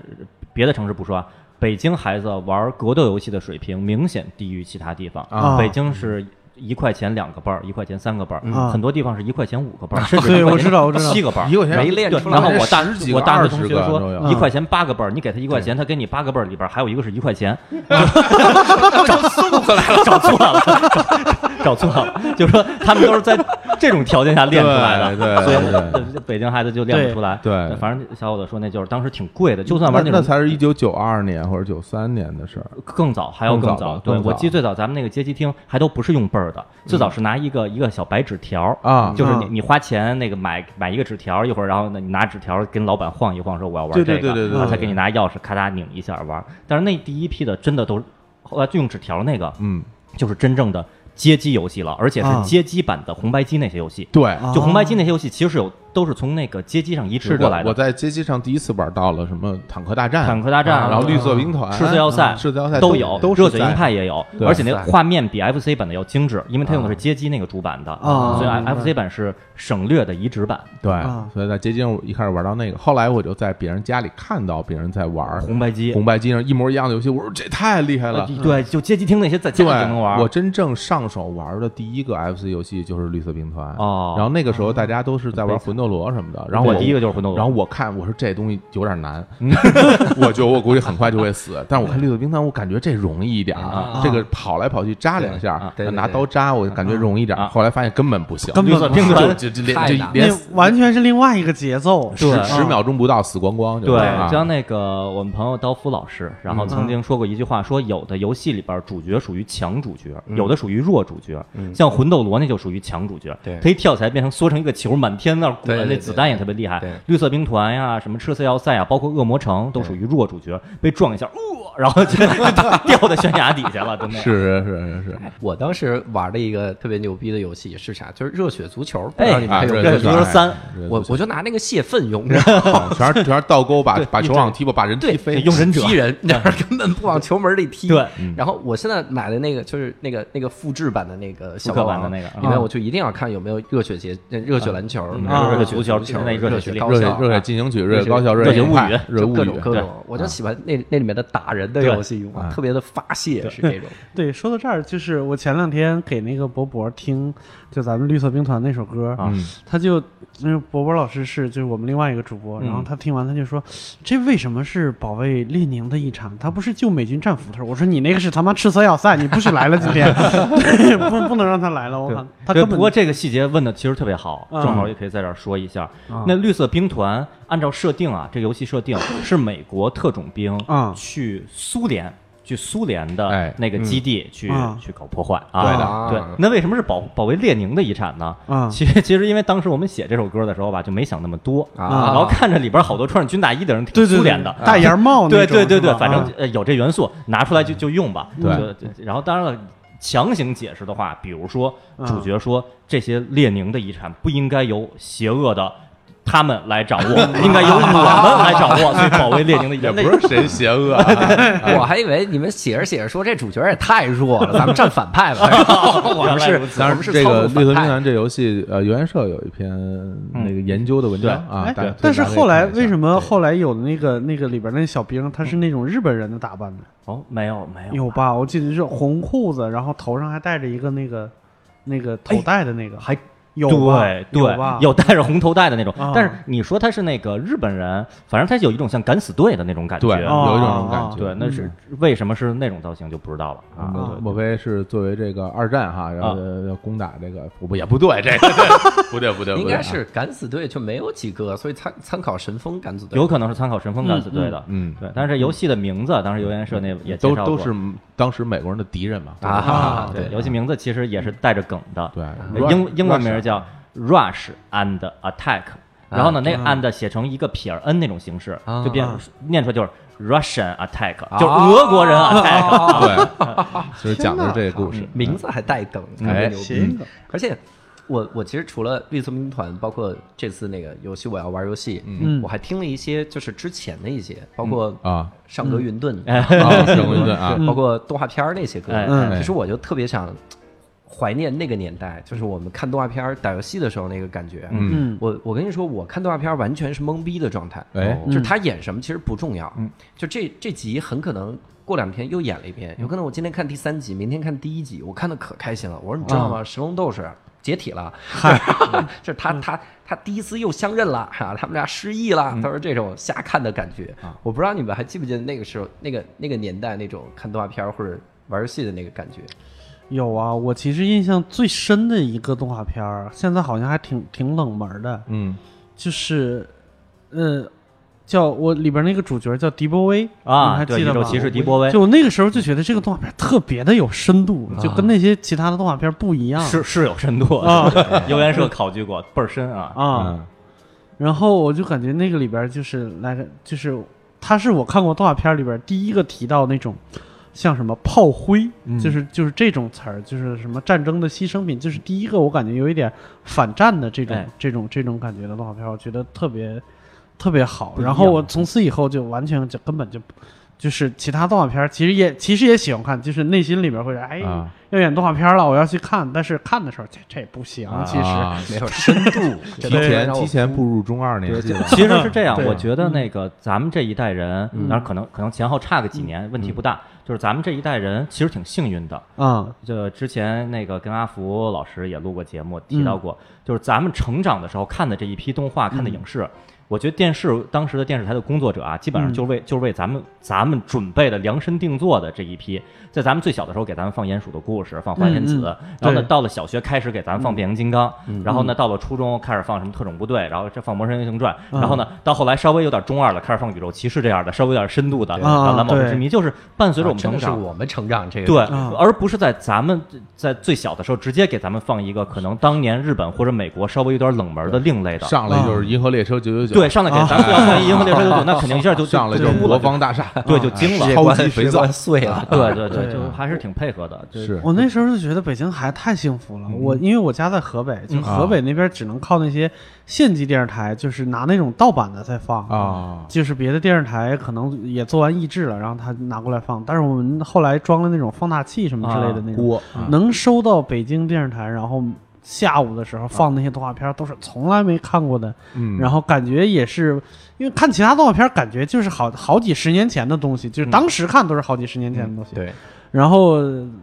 [SPEAKER 3] 别的城市不说啊，北京孩子玩格斗游戏的水平明显低于其他地方。
[SPEAKER 4] 啊
[SPEAKER 3] 北京是一块钱两个倍儿，一块钱三个倍儿，
[SPEAKER 2] 啊
[SPEAKER 3] 很多地方是一块钱五个倍儿，甚至
[SPEAKER 2] 对
[SPEAKER 3] 一块
[SPEAKER 2] 我
[SPEAKER 3] 钱
[SPEAKER 2] 知道我知道
[SPEAKER 3] 七个倍儿，
[SPEAKER 4] 一块钱
[SPEAKER 1] 没练
[SPEAKER 3] 对，
[SPEAKER 1] 出来
[SPEAKER 3] 然后我大
[SPEAKER 4] 十几个
[SPEAKER 3] 我大学
[SPEAKER 4] 二
[SPEAKER 3] 同
[SPEAKER 4] 十
[SPEAKER 3] 学
[SPEAKER 4] 个都
[SPEAKER 3] 说
[SPEAKER 4] 有
[SPEAKER 3] 一块钱八个倍儿，你给他一块钱，他给你八个倍儿，里边还有一个是一块钱，找错了，找错了，就是说他们都是在这种条件下练出来的，
[SPEAKER 4] 对对
[SPEAKER 3] 所以
[SPEAKER 4] 哎对
[SPEAKER 3] 对北京孩子就练不出来。
[SPEAKER 4] 对对
[SPEAKER 3] 反正小伙子说那就是当时挺贵的，就算玩
[SPEAKER 4] 那
[SPEAKER 3] 种
[SPEAKER 4] 那才是一九九二年或者九三年的事儿。
[SPEAKER 3] 更早还要
[SPEAKER 4] 更
[SPEAKER 3] 更
[SPEAKER 4] 早吧
[SPEAKER 3] 对
[SPEAKER 4] 更早嗯
[SPEAKER 3] 我记得最早咱们那个街机厅还都不是用倍儿的，最早是拿一个一个小白纸条儿
[SPEAKER 4] 啊
[SPEAKER 3] 就是你
[SPEAKER 2] 嗯
[SPEAKER 3] 你花钱那个买买一个纸条儿，一会儿然后呢你拿纸条儿跟老板晃一晃，说我要玩
[SPEAKER 4] 对
[SPEAKER 3] 这个，
[SPEAKER 4] 对对对对
[SPEAKER 3] 然后
[SPEAKER 4] 对
[SPEAKER 3] 他给你拿钥匙咔嗒拧一下玩儿。但是那第一批的真的都后来用纸条儿那个
[SPEAKER 4] 嗯，
[SPEAKER 3] 就是真正的街机游戏了，而且是
[SPEAKER 2] 啊
[SPEAKER 3] 街机版的红白机那些游戏。
[SPEAKER 4] 对，
[SPEAKER 2] 啊
[SPEAKER 3] 就红白机那些游戏其实是有都是从那个街机上移植
[SPEAKER 4] 是
[SPEAKER 3] 过来
[SPEAKER 4] 我在街机上第一次玩到了什么《坦克大战》，
[SPEAKER 3] 坦克大战，啊
[SPEAKER 4] 然后绿色兵团、
[SPEAKER 3] 赤色要塞
[SPEAKER 4] 赤色要塞
[SPEAKER 3] 都有，
[SPEAKER 4] 都
[SPEAKER 3] 热
[SPEAKER 4] 是
[SPEAKER 3] 血
[SPEAKER 4] 在
[SPEAKER 3] 鹰派也有，
[SPEAKER 4] 对
[SPEAKER 3] 而且那画面比 FC 版的要精致，因为它用的是街机那个主板的，
[SPEAKER 2] 啊
[SPEAKER 3] 所
[SPEAKER 2] 明白
[SPEAKER 3] 以 FC 版是省略的移植版。
[SPEAKER 4] 对
[SPEAKER 2] 啊，
[SPEAKER 4] 所以在街机上我一开始玩到那个，后来我就在别人家里看到别人在玩
[SPEAKER 3] 红白机，
[SPEAKER 4] 红白机上一模一样的游戏，我说这太厉害了。
[SPEAKER 3] 对，就街机厅那些在家
[SPEAKER 4] 对，
[SPEAKER 3] 里就能玩。
[SPEAKER 4] 我真正上手玩的第一个 FC 游戏就是绿色兵团
[SPEAKER 3] 哦
[SPEAKER 4] 然后那个时候大家都是在玩魂斗罗什么的，然后
[SPEAKER 3] 我
[SPEAKER 4] 我
[SPEAKER 3] 第一个就是魂斗罗，
[SPEAKER 4] 然后我看，我说这东西有点难， <laughs> 我觉得我估计很快就会死。但是我看绿色兵团，我感觉这容易一点
[SPEAKER 1] 啊
[SPEAKER 4] 啊，这个跑来跑去扎两下，
[SPEAKER 1] 对对对
[SPEAKER 4] 拿刀扎，我感觉容易一点
[SPEAKER 3] 啊。
[SPEAKER 4] 后来发现根本不行，
[SPEAKER 2] 根
[SPEAKER 3] 绿色
[SPEAKER 2] 本不
[SPEAKER 3] 兵团
[SPEAKER 4] 就就就连
[SPEAKER 1] 太难
[SPEAKER 4] 就
[SPEAKER 1] 了
[SPEAKER 4] 连
[SPEAKER 2] 那完全是另外一个节奏。
[SPEAKER 3] 对啊
[SPEAKER 4] 十十秒钟不到死光光就
[SPEAKER 3] 对
[SPEAKER 4] 是啊，
[SPEAKER 3] 像那个我们朋友刀夫老师，然
[SPEAKER 1] 嗯
[SPEAKER 3] 后曾经说过一句话，说有的游戏里边主角属于强主角，
[SPEAKER 1] 嗯
[SPEAKER 3] 有的属于弱主角，像魂斗罗那就属于强主角，
[SPEAKER 1] 对
[SPEAKER 3] 他一跳起来变成缩成一个球，满天那儿滚，
[SPEAKER 1] 对对对
[SPEAKER 3] 那子弹也特别厉害
[SPEAKER 1] 对。
[SPEAKER 3] 绿色兵团呀，什么赤色要塞啊，包括恶魔城都属于弱主角，
[SPEAKER 1] 嗯
[SPEAKER 3] 被撞一下，呃，然后就 <laughs> 掉到悬崖底下了，真的。
[SPEAKER 4] 是是是是 <laughs> 是，
[SPEAKER 1] <laughs> 我当时玩了一个特别牛逼的游戏是啥？就是热血足球，不
[SPEAKER 3] 哎
[SPEAKER 1] 知道你们
[SPEAKER 4] 啊
[SPEAKER 1] 还有
[SPEAKER 4] 热
[SPEAKER 1] 没
[SPEAKER 4] 血
[SPEAKER 1] 有
[SPEAKER 3] 对，
[SPEAKER 1] 印象？
[SPEAKER 3] 足
[SPEAKER 4] 足球
[SPEAKER 3] 球三，
[SPEAKER 1] 我我就拿那个泄愤
[SPEAKER 3] <laughs>
[SPEAKER 1] 用，你知道吗
[SPEAKER 4] 啊全是全是倒钩，把
[SPEAKER 3] 对
[SPEAKER 4] 把球往踢吧，把人踢飞，
[SPEAKER 3] 用
[SPEAKER 1] <laughs>
[SPEAKER 3] 忍者
[SPEAKER 1] 踢
[SPEAKER 3] <laughs>
[SPEAKER 1] 人，那根本不往球门里踢。嗯
[SPEAKER 3] 对，
[SPEAKER 1] 然后我现在买的那个就是那个那个复制版的那个小
[SPEAKER 3] 复刻
[SPEAKER 1] 霸
[SPEAKER 3] 版
[SPEAKER 1] 王
[SPEAKER 3] 的那个啊嗯
[SPEAKER 1] 里面我就一定要看有没有热血节、热血篮球、
[SPEAKER 2] 啊
[SPEAKER 1] 热
[SPEAKER 3] 足球
[SPEAKER 1] 球、
[SPEAKER 3] 那热血
[SPEAKER 1] 热
[SPEAKER 3] 训练
[SPEAKER 1] 高
[SPEAKER 4] 热
[SPEAKER 1] 校
[SPEAKER 4] 血
[SPEAKER 1] 啊、
[SPEAKER 4] 热血进行曲，热血高校，
[SPEAKER 3] 热血
[SPEAKER 4] 热血
[SPEAKER 3] 物
[SPEAKER 4] 硬派
[SPEAKER 3] 语
[SPEAKER 4] 热血
[SPEAKER 1] 就
[SPEAKER 4] 物
[SPEAKER 1] 各
[SPEAKER 4] 语
[SPEAKER 1] 种，各
[SPEAKER 3] 对啊
[SPEAKER 1] 种，我就喜欢那那里面的打人的
[SPEAKER 3] 对
[SPEAKER 1] 游戏，我
[SPEAKER 4] 啊
[SPEAKER 1] 特别的发泄是这种。
[SPEAKER 2] 对，说到这儿，就是我前两天给那个博博听，就咱们绿色兵团那首歌，
[SPEAKER 3] 啊
[SPEAKER 4] 嗯
[SPEAKER 2] 他就因为博博老师是就是我们另外一个主播，
[SPEAKER 3] 嗯
[SPEAKER 2] 然后他听完他就说，这为什么是保卫列宁的一场？他不是救美军战俘他说我说你那个是他妈赤色要塞，你不许来了今
[SPEAKER 3] <laughs>
[SPEAKER 2] 天， <laughs> 对不不能让他来了，我靠，他
[SPEAKER 3] 对，
[SPEAKER 2] 根
[SPEAKER 3] 不
[SPEAKER 2] 本
[SPEAKER 3] 过这个细节问的其实特别好，
[SPEAKER 2] 嗯
[SPEAKER 3] 正好也可以在这儿说一下。那绿色兵团按照设定啊，这游戏设定是美国特种兵
[SPEAKER 2] 嗯
[SPEAKER 3] 去苏联。去苏联
[SPEAKER 4] 哎
[SPEAKER 3] 的那个基地去、
[SPEAKER 2] 嗯
[SPEAKER 3] 去搞破坏
[SPEAKER 4] 对
[SPEAKER 3] 啊！
[SPEAKER 4] 的
[SPEAKER 1] 啊
[SPEAKER 3] 对，那为什么是保保卫列宁的遗产呢？
[SPEAKER 2] 嗯
[SPEAKER 3] 其实其实因为当时我们写这首歌的时候吧，就没想那么多
[SPEAKER 1] 啊
[SPEAKER 3] 然后看着里边好多穿着军大衣的人，挺
[SPEAKER 2] 对对
[SPEAKER 3] 苏联的，
[SPEAKER 2] 大檐帽那种
[SPEAKER 3] 啊对对对对
[SPEAKER 2] 是，吧
[SPEAKER 3] 反正
[SPEAKER 2] 啊嗯
[SPEAKER 3] 呃有这元素拿出来就就用吧。
[SPEAKER 4] 对
[SPEAKER 3] 就，就然后当然了。强行解释的话，比如说
[SPEAKER 2] 嗯
[SPEAKER 3] 主角说这些列宁的遗产不应该由邪恶的他们来掌握，
[SPEAKER 2] 嗯
[SPEAKER 3] 应该由我们来掌握，所以保卫列宁的遗
[SPEAKER 4] 也
[SPEAKER 3] 产。
[SPEAKER 4] 不
[SPEAKER 3] 那
[SPEAKER 4] 是谁邪恶啊，
[SPEAKER 1] 我还以为你们写着写着说这主角也太弱了，咱们站反派吧。然后我们
[SPEAKER 3] <laughs> 原来
[SPEAKER 1] 是
[SPEAKER 3] 如，此
[SPEAKER 1] 我
[SPEAKER 4] 当
[SPEAKER 1] 们
[SPEAKER 4] 然，
[SPEAKER 1] 是
[SPEAKER 4] 这个
[SPEAKER 1] 操
[SPEAKER 4] 《
[SPEAKER 1] 纵
[SPEAKER 4] 绿色兵
[SPEAKER 1] 反派。
[SPEAKER 4] 团》这游戏，呃，原社有一篇
[SPEAKER 3] 嗯
[SPEAKER 4] 那个研究的文章啊
[SPEAKER 2] 哎，
[SPEAKER 4] 大家
[SPEAKER 2] 但是后来为什么
[SPEAKER 4] 对
[SPEAKER 2] 后来有那个那个里边那小兵，他是那种日本人的打扮呢？
[SPEAKER 3] 哦，没有没有，
[SPEAKER 2] 有吧？我记得是红裤子，然后头上还戴着一个那个那个头戴的那个，
[SPEAKER 3] 哎还
[SPEAKER 2] 有吧
[SPEAKER 3] 对对
[SPEAKER 2] 有吧？
[SPEAKER 3] 有戴着红头带的那种
[SPEAKER 2] 啊。
[SPEAKER 3] 但是你说他是那个日本人，反正他有一种像敢死队的那种感觉。
[SPEAKER 4] 对有一种这种
[SPEAKER 2] 哦
[SPEAKER 4] 感
[SPEAKER 3] 对
[SPEAKER 4] 觉？
[SPEAKER 3] 那是为什么是那种造型就不知道了啊。
[SPEAKER 4] 莫
[SPEAKER 2] 嗯对
[SPEAKER 4] 莫非是作为这个二战哈，然后
[SPEAKER 3] 啊
[SPEAKER 4] 呃攻打这个不不也不对，这个 <laughs> 不对不对，不对啊
[SPEAKER 1] 应该是敢死队就没有几个，所以参参考神风敢死队
[SPEAKER 3] 有可能是参考神风敢死队的，
[SPEAKER 4] 嗯嗯
[SPEAKER 3] 对。但是游戏的名字，当时游研社那也介
[SPEAKER 4] 都
[SPEAKER 3] 绍过
[SPEAKER 4] 都是当时美国人的敌人嘛
[SPEAKER 1] 啊
[SPEAKER 3] 对，游戏名字其实也是带着梗的，
[SPEAKER 4] 对
[SPEAKER 3] 呃英
[SPEAKER 4] Rush-
[SPEAKER 3] 英文名叫 Rush and Attack，然后呢，那 and 写成一个撇儿 n 那种形式，
[SPEAKER 1] 啊
[SPEAKER 3] 就变念出来就是 Russian Attack，
[SPEAKER 1] 啊
[SPEAKER 3] 就是俄国人 Attack，
[SPEAKER 4] 对，就是讲的是这个故事，
[SPEAKER 1] 名字还带梗，特别
[SPEAKER 4] 哎
[SPEAKER 1] 牛
[SPEAKER 2] 谐音
[SPEAKER 1] 逼。
[SPEAKER 2] 梗
[SPEAKER 1] 而且我我其实除了绿色兵团，包括这次那个游戏我要玩游戏，
[SPEAKER 2] 嗯
[SPEAKER 1] 我还听了一些就是之前的一些，包括
[SPEAKER 4] 啊
[SPEAKER 1] 上格云顿，
[SPEAKER 4] 啊，神棍盾啊，
[SPEAKER 1] 包括动画片儿那些歌
[SPEAKER 3] 哎。
[SPEAKER 2] 哎
[SPEAKER 1] 其实我就特别想怀念那个年代，就是我们看动画片儿、打游戏的时候那个感觉。
[SPEAKER 4] 嗯，
[SPEAKER 2] 嗯
[SPEAKER 1] 我我跟你说，我看动画片儿完全是懵逼的状态，
[SPEAKER 4] 哎嗯
[SPEAKER 1] 就是他演什么其实不重要，就这这集很可能过两天又演了一遍，有可能我今天看第三集，明天看第一集，我看的可开心了。我说你知道吗？神龙斗士解体了， <laughs>
[SPEAKER 4] 嗯
[SPEAKER 1] 就是他他他第一次又相认了，哈，他们俩失忆了。
[SPEAKER 4] 嗯
[SPEAKER 1] 他说这种瞎看的感觉，
[SPEAKER 4] 啊
[SPEAKER 1] 我不知道你们还记不记得那个时候那个那个年代那种看动画片儿或者玩游戏的那个感觉。
[SPEAKER 2] 有啊，我其实印象最深的一个动画片儿，现在好像还挺挺冷门的，
[SPEAKER 4] 嗯
[SPEAKER 2] 就是，呃，叫我里边那个主角叫迪波威你
[SPEAKER 3] 啊，
[SPEAKER 2] 还
[SPEAKER 3] 对，
[SPEAKER 2] 记
[SPEAKER 3] 宇
[SPEAKER 2] 得
[SPEAKER 3] 宙
[SPEAKER 2] 吗？
[SPEAKER 3] 骑士迪波威
[SPEAKER 2] 就我那个时候就觉得这个动画片特别的有深度，就跟那些其他的动画片不一样。
[SPEAKER 3] 是是有深度
[SPEAKER 2] 啊，
[SPEAKER 3] <laughs> 游研社考据过，倍儿深啊。
[SPEAKER 2] 啊，
[SPEAKER 4] 嗯
[SPEAKER 2] 然后我就感觉那个里边就是来个，就是他是我看过动画片里边第一个提到那种像什么炮灰，
[SPEAKER 3] 嗯
[SPEAKER 2] 就是就是这种词儿，就是什么战争的牺牲品，就是第一个我感觉有一点反战的这种、
[SPEAKER 3] 哎
[SPEAKER 2] 这种这种感觉的动画片，我觉得特别特别好。
[SPEAKER 3] 不一样
[SPEAKER 2] 然后我从此以后就完全就根本就就是其他动画片，其实也其实也喜欢看，就是内心里边会说，哎，
[SPEAKER 4] 啊，
[SPEAKER 2] 要演动画片了，我要去看。但是看的时候，这这也不行，
[SPEAKER 3] 啊
[SPEAKER 2] 其实、
[SPEAKER 4] 啊
[SPEAKER 1] 没有深
[SPEAKER 2] <laughs>
[SPEAKER 1] 度，
[SPEAKER 4] 提
[SPEAKER 1] 这个
[SPEAKER 4] 前
[SPEAKER 1] 让我
[SPEAKER 4] 提前步入中二年
[SPEAKER 3] 对，
[SPEAKER 4] 纪
[SPEAKER 3] 就
[SPEAKER 4] 了，
[SPEAKER 3] 其实是这样，
[SPEAKER 2] 嗯 <laughs> 对
[SPEAKER 3] 我觉得那个咱们这一代人
[SPEAKER 2] 嗯，
[SPEAKER 3] 当然可能可能前后差个几年，问题不大。就是咱们这一代人其实挺幸运的，
[SPEAKER 2] 嗯
[SPEAKER 3] 就之前那个跟阿福老师也录过节目提到
[SPEAKER 2] 嗯
[SPEAKER 3] 过，就是咱们成长的时候看的这一批动画、看的
[SPEAKER 2] 嗯
[SPEAKER 3] 影视，我觉得电视当时的电视台的工作者啊，基本上
[SPEAKER 2] 嗯
[SPEAKER 3] 就是为、就是为咱们咱们准备的量身定做的这一批，在咱们最小的时候给咱们放鼹鼠的故事，放花仙子，然后呢
[SPEAKER 2] 嗯对嗯
[SPEAKER 3] 到了小学开始给咱们放变形金刚，然后呢到了初中开始放什么特种部队，然后这放魔神英雄传，
[SPEAKER 2] 嗯
[SPEAKER 3] 然后呢到后来稍微有点中二了，开始放宇宙骑士这样的，稍微有点深度的，
[SPEAKER 2] 对
[SPEAKER 3] 然后
[SPEAKER 2] 啊
[SPEAKER 3] 蓝宝石
[SPEAKER 2] 对啊
[SPEAKER 3] 之谜，就是伴随着我们
[SPEAKER 1] 真
[SPEAKER 3] 成
[SPEAKER 1] 的是
[SPEAKER 3] 长。
[SPEAKER 1] 我们成长这个
[SPEAKER 3] 对
[SPEAKER 2] 嗯，
[SPEAKER 3] 而不是在咱们在最小的时候直接给咱们放一个可能当年日本或者美国稍微有点冷门的另类的，
[SPEAKER 4] 上来就是《银河列车九九九》，
[SPEAKER 3] 嗯对，，上来给咱们放一银河列车九九，那肯定一下就
[SPEAKER 4] 上来就是
[SPEAKER 3] 就
[SPEAKER 4] 魔方大厦，
[SPEAKER 3] 对就惊了，
[SPEAKER 4] <laughs> 超级肥皂
[SPEAKER 1] 碎了，
[SPEAKER 3] 对对
[SPEAKER 2] 对
[SPEAKER 3] 对，就还是挺配合的，就是
[SPEAKER 2] 我那时候就觉得北京还太幸福
[SPEAKER 4] 嗯
[SPEAKER 2] 了。我因为我家在河北，就
[SPEAKER 4] 啊
[SPEAKER 2] 河北那边只能靠那些县级电视台，就是拿那种盗版的在放。
[SPEAKER 4] 啊，
[SPEAKER 2] 就是别的电视台可能也做完译制了，然后他拿过来放，但是我们后来装了那种放大器什么之类的那种，
[SPEAKER 4] 锅
[SPEAKER 2] 能收到北京电视台，然后下午的时候放那些动画片，都是从来没看过的，
[SPEAKER 4] 嗯，
[SPEAKER 2] 然后感觉也是，因为看其他动画片，感觉就是好好几十年前的东西，
[SPEAKER 4] 嗯
[SPEAKER 2] 就是当时看都是好几十年前的东西。
[SPEAKER 1] 对，
[SPEAKER 2] 然后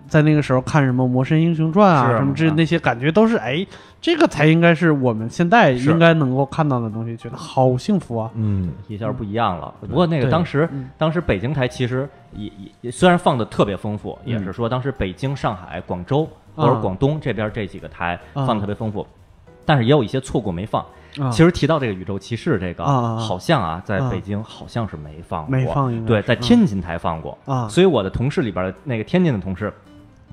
[SPEAKER 2] 在那个时候看什么《魔神英雄传》啊，
[SPEAKER 3] 是
[SPEAKER 2] 什么之
[SPEAKER 3] 嗯
[SPEAKER 2] 那些，感觉都是哎，这个才应该是我们现在
[SPEAKER 3] 是
[SPEAKER 2] 应该能够看到的东西，觉得好幸福啊！
[SPEAKER 4] 嗯，
[SPEAKER 3] 一下不一样了。不过那个
[SPEAKER 2] 对
[SPEAKER 3] 当时
[SPEAKER 2] 嗯，
[SPEAKER 3] 当时北京台其实也也也虽然放的特别丰富，也
[SPEAKER 2] 嗯
[SPEAKER 3] 是说当时北京、上海、广州
[SPEAKER 2] 啊
[SPEAKER 3] 或者广东这边这几个台
[SPEAKER 2] 啊
[SPEAKER 3] 放的特别丰富，但是也有一些错过没放。
[SPEAKER 2] 啊
[SPEAKER 3] 其实提到这个宇宙骑士这个，
[SPEAKER 2] 啊啊啊
[SPEAKER 3] 好像啊，在
[SPEAKER 2] 啊
[SPEAKER 3] 北京好像是没放过，
[SPEAKER 2] 没放应该
[SPEAKER 3] 对，
[SPEAKER 2] 是嗯
[SPEAKER 3] 在天津台放过
[SPEAKER 2] 啊
[SPEAKER 3] 所以我的同事里边的那个天津的同事。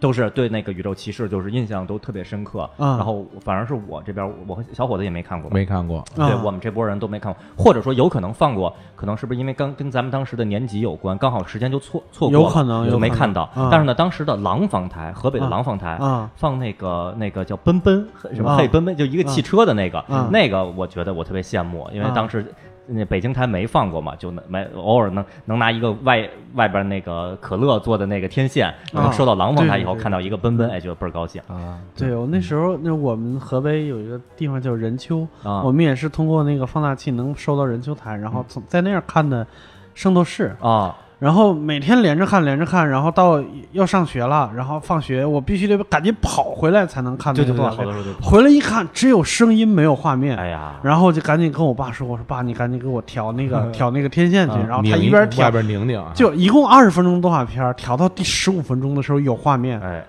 [SPEAKER 3] 都是对那个宇宙骑士就是印象都特别深刻，
[SPEAKER 2] 啊
[SPEAKER 3] 然后反而是我这边我和小伙子也没看过，
[SPEAKER 4] 没看过，
[SPEAKER 2] 啊
[SPEAKER 3] 对我们这波人都没看过，或者说有可能放过，可能是不是因为刚跟咱们当时的年级有关，刚好时间就错错过了，
[SPEAKER 2] 有可能有
[SPEAKER 3] 就没
[SPEAKER 2] 可能
[SPEAKER 3] 看到。
[SPEAKER 2] 啊
[SPEAKER 3] 但是呢，当时的廊坊台，河北的
[SPEAKER 2] 啊
[SPEAKER 3] 廊坊台。
[SPEAKER 2] 啊，
[SPEAKER 3] 放那个那个叫奔奔，什么
[SPEAKER 2] 啊
[SPEAKER 3] 嘿奔奔，就一个汽车的那个
[SPEAKER 2] 啊，
[SPEAKER 3] 那个我觉得我特别羡慕，因为
[SPEAKER 2] 啊
[SPEAKER 3] 当时那北京台没放过嘛，就能没偶尔能能拿一个外外边那个可乐做的那个天线，然后收到廊坊台以后
[SPEAKER 2] 对对对
[SPEAKER 3] 看到一个奔奔，哎，觉得倍儿高兴
[SPEAKER 1] 啊，
[SPEAKER 2] 对我那时候，那我们河北有一个地方叫任丘，
[SPEAKER 3] 啊
[SPEAKER 2] 我们也是通过那个放大器能收到任丘台，然后从在那儿看的《圣斗士》，
[SPEAKER 3] 啊！
[SPEAKER 2] 然后每天连着看，连着看，然后到要上学了，然后放学我必须得赶紧跑回来才能看那
[SPEAKER 3] 对
[SPEAKER 2] 个
[SPEAKER 3] 对
[SPEAKER 2] 动
[SPEAKER 3] 对，
[SPEAKER 2] 画
[SPEAKER 3] 好
[SPEAKER 2] 片
[SPEAKER 3] 多。时候就
[SPEAKER 2] 回来一看，只有声音没有画面，
[SPEAKER 3] 哎呀，
[SPEAKER 2] 然后我就赶紧跟我爸说：“我说爸，你赶紧给我调那
[SPEAKER 3] 嗯
[SPEAKER 2] 个调那个天线去。然后他
[SPEAKER 4] 拧
[SPEAKER 2] 一边
[SPEAKER 4] 外
[SPEAKER 2] 调，
[SPEAKER 4] 边拧拧啊，
[SPEAKER 2] 就一共二十分钟动画片，调到第十五分钟的时候有画面，
[SPEAKER 3] 哎，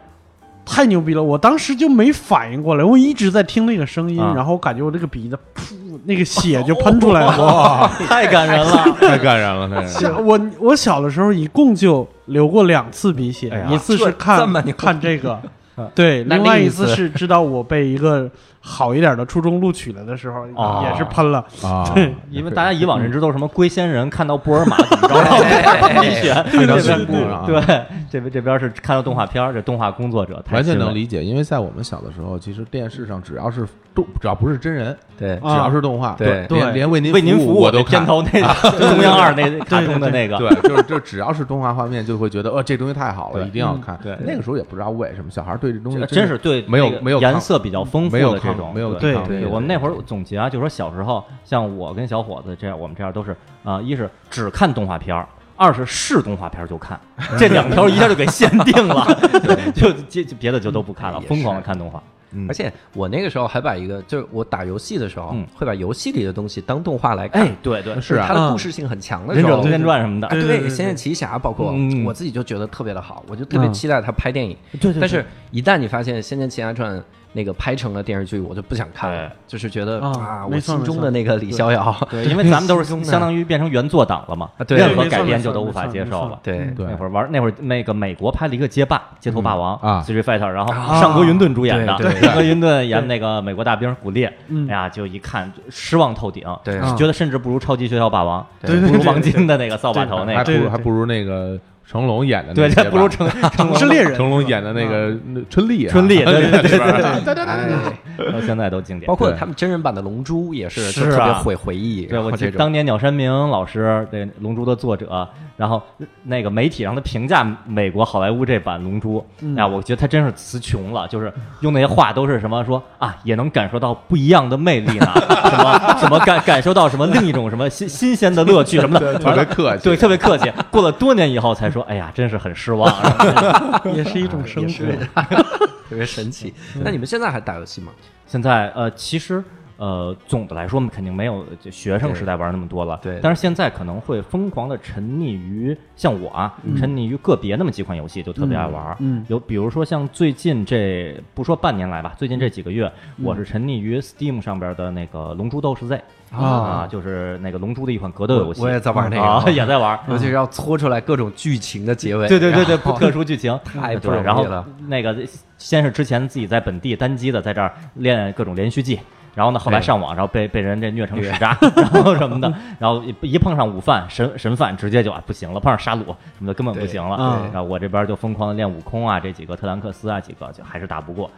[SPEAKER 2] 太牛逼了！我当时就没反应过来，我一直在听那个声音，
[SPEAKER 3] 啊
[SPEAKER 2] 然后我感觉我这个鼻子噗，那个血
[SPEAKER 3] <laughs>
[SPEAKER 2] 就喷出来了。
[SPEAKER 3] 太感人了。
[SPEAKER 4] 太感人了，太感人
[SPEAKER 3] <laughs>
[SPEAKER 4] 了。
[SPEAKER 2] 吓我我小的时候一共就流过两次鼻血，
[SPEAKER 3] 哎呀
[SPEAKER 2] 一次是
[SPEAKER 1] 这
[SPEAKER 2] 看
[SPEAKER 1] 这么牛逼
[SPEAKER 2] 看这个，对，
[SPEAKER 1] 那
[SPEAKER 2] 另外
[SPEAKER 1] 另一
[SPEAKER 2] 一次
[SPEAKER 1] 次
[SPEAKER 2] 是知道我被一个好一点的初中录取了的时候，
[SPEAKER 3] 哦
[SPEAKER 2] 也是喷了。
[SPEAKER 4] 啊，
[SPEAKER 2] 对
[SPEAKER 3] 因为大家以往认知都是什么龟仙人看到布尔玛怎么着，然后一选，
[SPEAKER 4] 非常
[SPEAKER 3] 这边
[SPEAKER 4] 恐怖啊
[SPEAKER 3] 对，这边这边是看到动画片儿，这动画工作者太
[SPEAKER 4] <laughs> 完全
[SPEAKER 3] 欣慰
[SPEAKER 4] 能理解，因为在我们小的时候，其实电视上只要是动，只要不是真人，
[SPEAKER 1] 对
[SPEAKER 4] 只要是动画，
[SPEAKER 1] 对
[SPEAKER 2] 对
[SPEAKER 4] 连连为您
[SPEAKER 3] 啊为您
[SPEAKER 4] 服
[SPEAKER 3] 服务
[SPEAKER 4] 我都
[SPEAKER 3] 那片
[SPEAKER 4] 看。
[SPEAKER 3] 头那 <laughs> 中央二那卡通的那个，
[SPEAKER 4] <laughs> 对，就是就只要是动画画面，就会觉得呃这东西太好了，
[SPEAKER 3] 对
[SPEAKER 4] 一定要看。
[SPEAKER 3] 对
[SPEAKER 4] 那个时候也不知道为什么小孩对这东西
[SPEAKER 3] 这嗯真是对
[SPEAKER 4] 没有
[SPEAKER 3] 那个
[SPEAKER 4] 没有
[SPEAKER 3] 颜
[SPEAKER 4] 抗
[SPEAKER 3] 色比较丰富
[SPEAKER 4] 没有
[SPEAKER 3] 的这
[SPEAKER 4] 抗
[SPEAKER 3] 种
[SPEAKER 4] 没有
[SPEAKER 3] 对
[SPEAKER 4] 抗
[SPEAKER 1] 对
[SPEAKER 3] 对，我们那会儿总结啊，就说小时候像我跟小伙子这样，我们这样都是啊，一是只看动画片儿。二是是动画片儿就看，这两条一下就给限定了，就就就别的就都不看了，
[SPEAKER 1] 也是
[SPEAKER 3] 疯狂的看动画。
[SPEAKER 4] 嗯
[SPEAKER 1] 而且我那个时候还把一个，就是我打游戏的时候，
[SPEAKER 3] 嗯
[SPEAKER 1] 会把游戏里的东西当动画来看，
[SPEAKER 3] 哎，对 <laughs> 对，
[SPEAKER 4] 是啊
[SPEAKER 1] 它的故事性很强的
[SPEAKER 3] 忍
[SPEAKER 1] 时
[SPEAKER 3] 者
[SPEAKER 1] 候
[SPEAKER 3] 龙，剑传什么的，
[SPEAKER 1] 啊，
[SPEAKER 2] 对对对
[SPEAKER 1] 对，
[SPEAKER 2] 对
[SPEAKER 1] 仙剑奇侠，包括
[SPEAKER 3] 嗯
[SPEAKER 1] 我自己就觉得特别的好，我就特别
[SPEAKER 2] 嗯
[SPEAKER 1] 期待他拍电影。
[SPEAKER 3] 对对
[SPEAKER 1] 但是，一旦你发现《仙剑奇侠传》那个拍成了电视剧，我就不想看了
[SPEAKER 3] 哎，
[SPEAKER 1] 就是觉得
[SPEAKER 2] 啊
[SPEAKER 1] 啊，我
[SPEAKER 2] 没错
[SPEAKER 1] 心中的那个李逍遥，
[SPEAKER 3] 对，因为咱们都是
[SPEAKER 1] 心中的
[SPEAKER 3] 相当于变成原作党了嘛
[SPEAKER 1] 啊，对
[SPEAKER 3] 任何
[SPEAKER 2] 没错
[SPEAKER 3] 改
[SPEAKER 2] 没
[SPEAKER 3] 编
[SPEAKER 2] 错
[SPEAKER 3] 就都无法
[SPEAKER 2] 没错
[SPEAKER 3] 接受了。
[SPEAKER 1] <laughs> 对
[SPEAKER 2] 嗯
[SPEAKER 4] 对
[SPEAKER 3] 那会儿玩，那会儿那个美国拍了一个街霸《街头霸王》
[SPEAKER 4] 嗯啊
[SPEAKER 3] ，Street Fighter，然后
[SPEAKER 1] 啊
[SPEAKER 3] 上格云顿主演的，
[SPEAKER 1] 对对
[SPEAKER 3] 上格云顿演那个美国大兵古烈，
[SPEAKER 2] 嗯
[SPEAKER 3] 哎呀，就一看就失望透顶，
[SPEAKER 1] 对
[SPEAKER 2] 啊
[SPEAKER 3] 觉得甚至不如超级学校霸王，
[SPEAKER 1] 对
[SPEAKER 3] 不如王晶的那个扫把头那个，
[SPEAKER 4] 还不
[SPEAKER 2] 对对
[SPEAKER 4] 如
[SPEAKER 2] 对
[SPEAKER 4] 还不如那个成龙演的那
[SPEAKER 3] 对，
[SPEAKER 4] 些吧，
[SPEAKER 3] 这不
[SPEAKER 1] <laughs>
[SPEAKER 3] 如成成龙嗯
[SPEAKER 2] 是猎人
[SPEAKER 4] 成龙演的那个那春丽啊，
[SPEAKER 3] 春丽，对对对
[SPEAKER 1] 对对对，
[SPEAKER 3] 对，到现在都经典。
[SPEAKER 1] 哎包括
[SPEAKER 4] 对
[SPEAKER 1] 他们真人版的《龙珠》也是，就是特别
[SPEAKER 3] 啊
[SPEAKER 1] 会回忆。
[SPEAKER 3] 对，
[SPEAKER 1] 然
[SPEAKER 3] 我
[SPEAKER 1] 后这
[SPEAKER 3] 记得
[SPEAKER 1] 种
[SPEAKER 3] 当年鸟山明老师对《龙珠》的作者，然后那个媒体让他评价美国好莱坞这版《龙珠》
[SPEAKER 1] 嗯
[SPEAKER 3] 啊，我觉得他真是词穷了，就是用那些话都是什么说啊，也能感受到不一样的魅力呢，什么什么感感受到什么另一种什么新新鲜的乐趣什么的，
[SPEAKER 4] <laughs> 特别客气，啊
[SPEAKER 3] 对，特别客气。过了多年以后才说，哎呀，真是很失望。啊然后
[SPEAKER 2] 也是一种生活。
[SPEAKER 1] 特别神奇。
[SPEAKER 3] 嗯
[SPEAKER 1] 那你们现在还打游戏吗？
[SPEAKER 3] 现在呃，其实呃，总的来说，我们肯定没有这学生时代玩那么多了。
[SPEAKER 1] 对对
[SPEAKER 3] 但是现在可能会疯狂的沉溺于像我啊，
[SPEAKER 1] 嗯
[SPEAKER 3] 沉溺于个别那么几款游戏，就特别爱玩。
[SPEAKER 2] 嗯嗯
[SPEAKER 3] 有比如说像最近这不说半年来吧，最近这几个月，
[SPEAKER 1] 嗯
[SPEAKER 3] 我是沉溺于 Steam 上边的那个《龙珠斗士 Z》啊，就是那个《龙珠》的一款格斗游戏。
[SPEAKER 1] 我也在玩那个嗯
[SPEAKER 3] 啊，也在玩。
[SPEAKER 1] 尤其是要搓出来各种剧情的结尾。
[SPEAKER 3] 对对对对，
[SPEAKER 1] 然后
[SPEAKER 3] 不特殊剧情，
[SPEAKER 1] 太不
[SPEAKER 3] 对。然
[SPEAKER 1] 容
[SPEAKER 3] 后
[SPEAKER 1] 易了
[SPEAKER 3] 那个先是之前自己在本地单机的，在这儿练各种连续技。然后呢，后来
[SPEAKER 1] 对
[SPEAKER 3] 上网，然后被被人这虐成屎
[SPEAKER 1] <laughs>
[SPEAKER 3] 渣，然后什么的，然后一一碰上午饭神神饭，直接就啊不行了，碰上杀戮什么的根本不
[SPEAKER 1] 对
[SPEAKER 3] 行了
[SPEAKER 2] 对。
[SPEAKER 3] 然后我这边就疯狂的练悟空啊，这几个特兰克斯啊几个就还是打不过，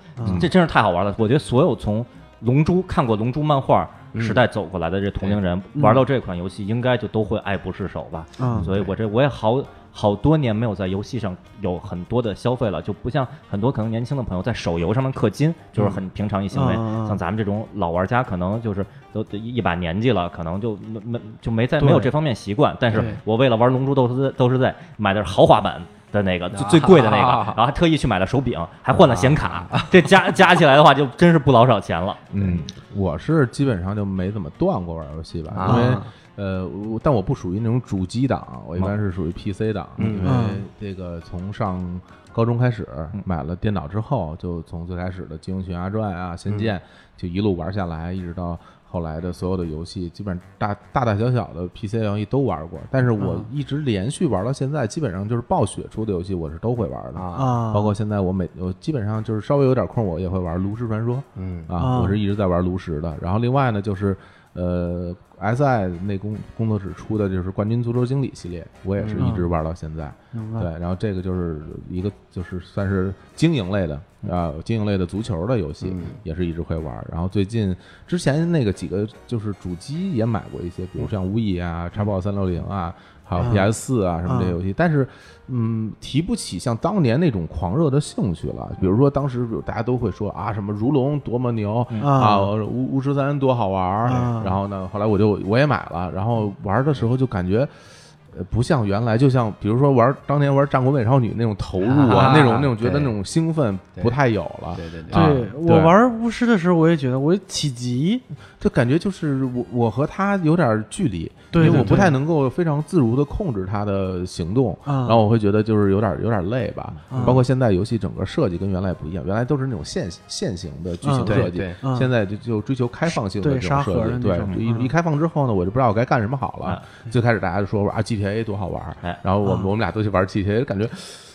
[SPEAKER 3] 这真是太好玩了。我觉得所有从龙珠看过龙珠漫画
[SPEAKER 1] 嗯
[SPEAKER 3] 时代走过来的这同龄人，玩到这款游戏应该就都会爱不释手吧。
[SPEAKER 2] 嗯
[SPEAKER 3] 所以我这我也好好多年没有在游戏上有很多的消费了，就不像很多可能年轻的朋友在手游上面氪金，就是很平常一行为。
[SPEAKER 2] 嗯嗯嗯
[SPEAKER 3] 像咱们这种老玩家，可能就是都都一把年纪了，可能就没没就没在
[SPEAKER 2] 对
[SPEAKER 3] 没有这方面习惯。但是
[SPEAKER 2] 对
[SPEAKER 3] 我为了玩《龙珠斗士在斗士在》，买的是豪华版。的那个最最贵的那个，
[SPEAKER 2] <laughs>
[SPEAKER 1] 啊
[SPEAKER 3] 然后还特意去买了手柄，还换了显卡，
[SPEAKER 2] 啊
[SPEAKER 3] 这加加起来的话，就真是不老少钱了。
[SPEAKER 4] 嗯，我是基本上就没怎么断过玩游戏吧，
[SPEAKER 1] 啊
[SPEAKER 4] 因为呃，我但我不属于那种主机党，我一般是属于 PC 党，因为
[SPEAKER 2] 嗯
[SPEAKER 4] 这个从上高中开始
[SPEAKER 3] 嗯
[SPEAKER 4] 买了电脑之后，就从最开始的《金庸群侠传》啊、《仙剑》，就一路玩下来，一直到。后来的所有的游戏，基本上大大大小小的 PC 游戏都玩过，但是我一直连续玩到现在，基本上就是暴雪出的游戏我是都会玩的
[SPEAKER 1] 啊，
[SPEAKER 2] 啊，
[SPEAKER 4] 包括现在我每我基本上就是稍微有点空，我也会玩炉石传说，
[SPEAKER 1] 嗯
[SPEAKER 4] 啊，
[SPEAKER 2] 啊
[SPEAKER 4] 我是一直在玩炉石的。然后另外呢，就是呃，SI 那工工作室出的就是冠军足球经理系列，我也是一直玩到现在。
[SPEAKER 2] 明
[SPEAKER 4] 对
[SPEAKER 2] 白，，
[SPEAKER 4] 然后这个就是一个就是算是经营类的
[SPEAKER 2] 嗯
[SPEAKER 4] 啊、经营类的足球的游戏、也是一直会玩。然后最近之前那个几个就是主机也买过一些，比如像 We 啊、叉 box 三六零啊。还有
[SPEAKER 2] 嗯啊
[SPEAKER 4] PS 四啊什么这
[SPEAKER 2] 啊
[SPEAKER 4] 些游戏，但是，嗯，提不起像当年那种狂热的兴趣了。
[SPEAKER 2] 嗯
[SPEAKER 4] 比如说当时，比如大家都会说啊，什么如龙多么牛、
[SPEAKER 2] 嗯
[SPEAKER 4] 啊，巫巫师三多好玩儿、
[SPEAKER 2] 啊
[SPEAKER 4] 然后呢，后来我就我也买了，然后玩的时候就感觉呃，不像原来，就像比如说玩当年玩《战国美少女》那种投入啊，
[SPEAKER 1] 啊
[SPEAKER 4] 那种那种觉得
[SPEAKER 1] 对
[SPEAKER 4] 那种兴奋
[SPEAKER 1] 对
[SPEAKER 4] 不太有了。
[SPEAKER 1] <laughs> 对对对，
[SPEAKER 4] 啊
[SPEAKER 2] 对我
[SPEAKER 4] 对
[SPEAKER 2] 玩巫师的时候，我也觉得我起急，
[SPEAKER 4] 就感觉就是我我和他有点距离，
[SPEAKER 2] 对
[SPEAKER 4] 因为
[SPEAKER 2] 对
[SPEAKER 4] 我不
[SPEAKER 2] 对
[SPEAKER 4] 太能够非常自如的控制他的行动，
[SPEAKER 2] 啊
[SPEAKER 4] 然后我会觉得就是有点有点累吧。
[SPEAKER 2] 啊
[SPEAKER 4] 包括现在游戏整个设计跟原来不一样，原来都是那种线线型的剧情
[SPEAKER 2] 啊
[SPEAKER 1] 对
[SPEAKER 4] 设计
[SPEAKER 1] 对，
[SPEAKER 2] 啊
[SPEAKER 4] 现在就就追求开放性的
[SPEAKER 2] 对
[SPEAKER 4] 这种
[SPEAKER 2] 沙
[SPEAKER 4] 设
[SPEAKER 2] 盒的
[SPEAKER 4] 计。
[SPEAKER 2] 那
[SPEAKER 4] 对
[SPEAKER 2] 种，
[SPEAKER 4] 就一
[SPEAKER 2] 嗯
[SPEAKER 4] 一开放之后呢，我就不知道我该干什么好了
[SPEAKER 3] 啊。
[SPEAKER 4] 最开始大家就说啊 GTA 多好玩儿
[SPEAKER 3] 哎，
[SPEAKER 4] 然后我
[SPEAKER 2] 啊
[SPEAKER 4] 们我们俩都去玩 GTA，感觉。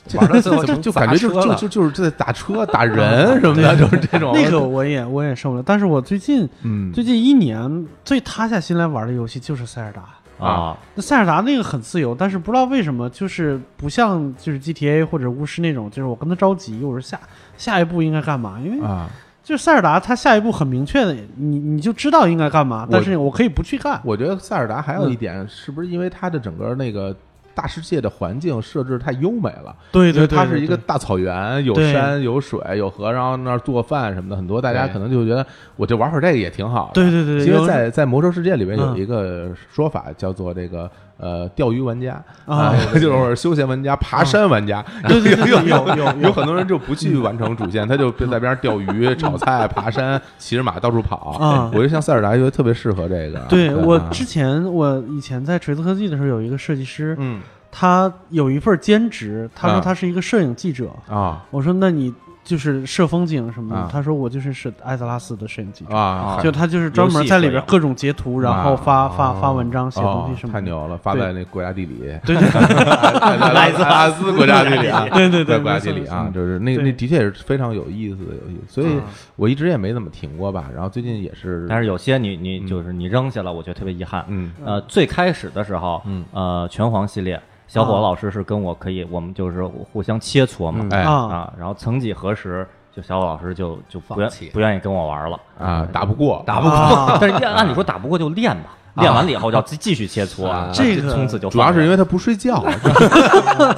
[SPEAKER 4] 这
[SPEAKER 1] 玩到最后
[SPEAKER 4] 怎么
[SPEAKER 1] 成
[SPEAKER 4] 就
[SPEAKER 1] 砸
[SPEAKER 4] 感觉就
[SPEAKER 1] 车
[SPEAKER 4] 就
[SPEAKER 1] 了
[SPEAKER 4] 就就是在打车打人什么的，就是这种
[SPEAKER 2] 那个我也我也受不了。但是我最近
[SPEAKER 4] 哦嗯
[SPEAKER 2] 最近一年最塌下心来玩的游戏就是塞尔达。
[SPEAKER 4] 啊
[SPEAKER 3] 啊，
[SPEAKER 2] 那塞尔达那个很自由，但是不知道为什么，就是不像就是 GTA 或者巫师那种，就是我跟他着急，我说下下一步应该干嘛？因为
[SPEAKER 4] 啊，
[SPEAKER 2] 就是塞尔达，他下一步很明确的，你你就知道应该干嘛，但是我可以不去干。
[SPEAKER 4] 我觉得塞尔达还有
[SPEAKER 2] 嗯
[SPEAKER 4] 一点，是不是因为它的整个那个大世界的环境设置太优美了？
[SPEAKER 2] 对对
[SPEAKER 4] 就
[SPEAKER 2] 对，
[SPEAKER 4] 它是一个
[SPEAKER 2] 对
[SPEAKER 4] 大草原，有
[SPEAKER 2] 对
[SPEAKER 4] 山有水有河，然后那儿做饭什么的，很多大家
[SPEAKER 1] 对
[SPEAKER 4] 可能就觉得我就玩会儿这个也挺好的。
[SPEAKER 2] 对对对对
[SPEAKER 4] 因为
[SPEAKER 2] 有
[SPEAKER 4] 在在魔兽世界里面有
[SPEAKER 2] 嗯
[SPEAKER 4] 一个说法叫做这个呃钓鱼玩家
[SPEAKER 2] 啊，
[SPEAKER 4] 就是休闲玩家、爬山玩家，
[SPEAKER 2] <laughs> 对对对对
[SPEAKER 4] 有
[SPEAKER 2] 有有嗯
[SPEAKER 4] 有很多人就不去完成主线，他就在边上钓鱼、炒菜、爬山、骑着马到处跑
[SPEAKER 2] 啊。
[SPEAKER 4] 我就像塞尔达，觉得特别适合这个。
[SPEAKER 2] 对我
[SPEAKER 4] 啊
[SPEAKER 2] 之前我以前在锤子科技的时候有一个设计师，
[SPEAKER 4] 嗯
[SPEAKER 2] 他有一份兼职，他
[SPEAKER 4] 啊
[SPEAKER 2] 说他是一个摄影记者，
[SPEAKER 4] 啊
[SPEAKER 2] 我说那你就是摄风景什么的，
[SPEAKER 4] 啊
[SPEAKER 2] 他说我就是是艾泽拉斯的摄影记者。
[SPEAKER 4] 啊，
[SPEAKER 2] 就他就是专门在里边各种截图，然后发发发文章、写
[SPEAKER 4] 哦
[SPEAKER 2] 东西什么
[SPEAKER 4] 太
[SPEAKER 2] 的。
[SPEAKER 4] 牛了，发在那国家地理，
[SPEAKER 2] 对
[SPEAKER 4] <laughs>
[SPEAKER 2] 对对
[SPEAKER 4] 莱斯拉斯国家地理啊，
[SPEAKER 2] 对对对
[SPEAKER 4] 在国家
[SPEAKER 2] 没错
[SPEAKER 4] 地理
[SPEAKER 2] 没
[SPEAKER 4] 啊，
[SPEAKER 2] 错
[SPEAKER 4] 就是那
[SPEAKER 2] 对
[SPEAKER 4] 那的确也是非常有意思的游戏，所以
[SPEAKER 2] 啊
[SPEAKER 4] 我一直也没怎么停过吧。然后最近也是，
[SPEAKER 3] 但是有些你
[SPEAKER 2] 嗯
[SPEAKER 3] 你就是你扔下了，我觉得特别遗憾。
[SPEAKER 4] 嗯
[SPEAKER 3] 呃，最开始的时候，
[SPEAKER 4] 嗯
[SPEAKER 3] 呃，拳皇系列。小伙老师是跟我可以，我们就是互相切磋嘛
[SPEAKER 4] 嗯，哎
[SPEAKER 2] 啊，
[SPEAKER 3] 啊，然后曾几何时，就小伙老师就就不
[SPEAKER 1] 放
[SPEAKER 3] 愿
[SPEAKER 1] 弃
[SPEAKER 3] 不愿意跟我玩了，
[SPEAKER 4] 啊，打不过，
[SPEAKER 3] 打不过
[SPEAKER 2] 啊，
[SPEAKER 3] 但是练按理说打不过就练吧，练完了以后要继继续切磋
[SPEAKER 1] 啊，
[SPEAKER 2] 这个
[SPEAKER 3] 从此就
[SPEAKER 4] 主要是因
[SPEAKER 3] 为
[SPEAKER 4] 为他不睡觉，啊 <laughs>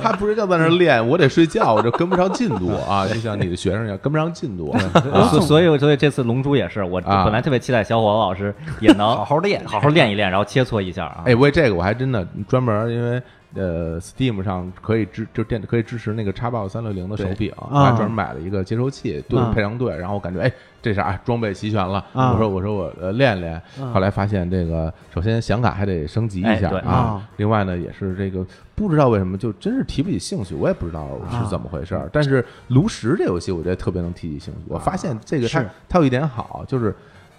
[SPEAKER 4] 他不睡觉在那儿练，我得睡觉，我就跟不上进度啊，就像你的学生一样，跟不上进度。
[SPEAKER 3] <laughs>
[SPEAKER 4] 啊
[SPEAKER 3] 所以所以这次龙珠也是，我
[SPEAKER 4] 啊
[SPEAKER 3] 本来特别期待小伙老师也能
[SPEAKER 1] 好好练
[SPEAKER 3] 好好练一练，然后切磋一下啊。
[SPEAKER 4] 哎，为这个我还真的专门因为呃，Steam 上可以支就电可以支持那个叉 box 三六零的手柄，我还专门买了一个接收器对
[SPEAKER 2] 啊
[SPEAKER 4] 配上对，然后我感觉哎这啥装备齐全了，
[SPEAKER 2] 啊
[SPEAKER 4] 我说我说我呃练练，
[SPEAKER 2] 啊
[SPEAKER 4] 后来发现这个首先显卡还得升级一下
[SPEAKER 3] 哎对
[SPEAKER 4] 啊
[SPEAKER 2] 啊，
[SPEAKER 4] 另外呢也是这个不知道为什么就真是提不起兴趣，我也不知道
[SPEAKER 2] 啊
[SPEAKER 4] 是怎么回事儿，但是炉石这游戏我觉得特别能提起兴趣，我发现这个它
[SPEAKER 2] 是
[SPEAKER 4] 它有一点好就是。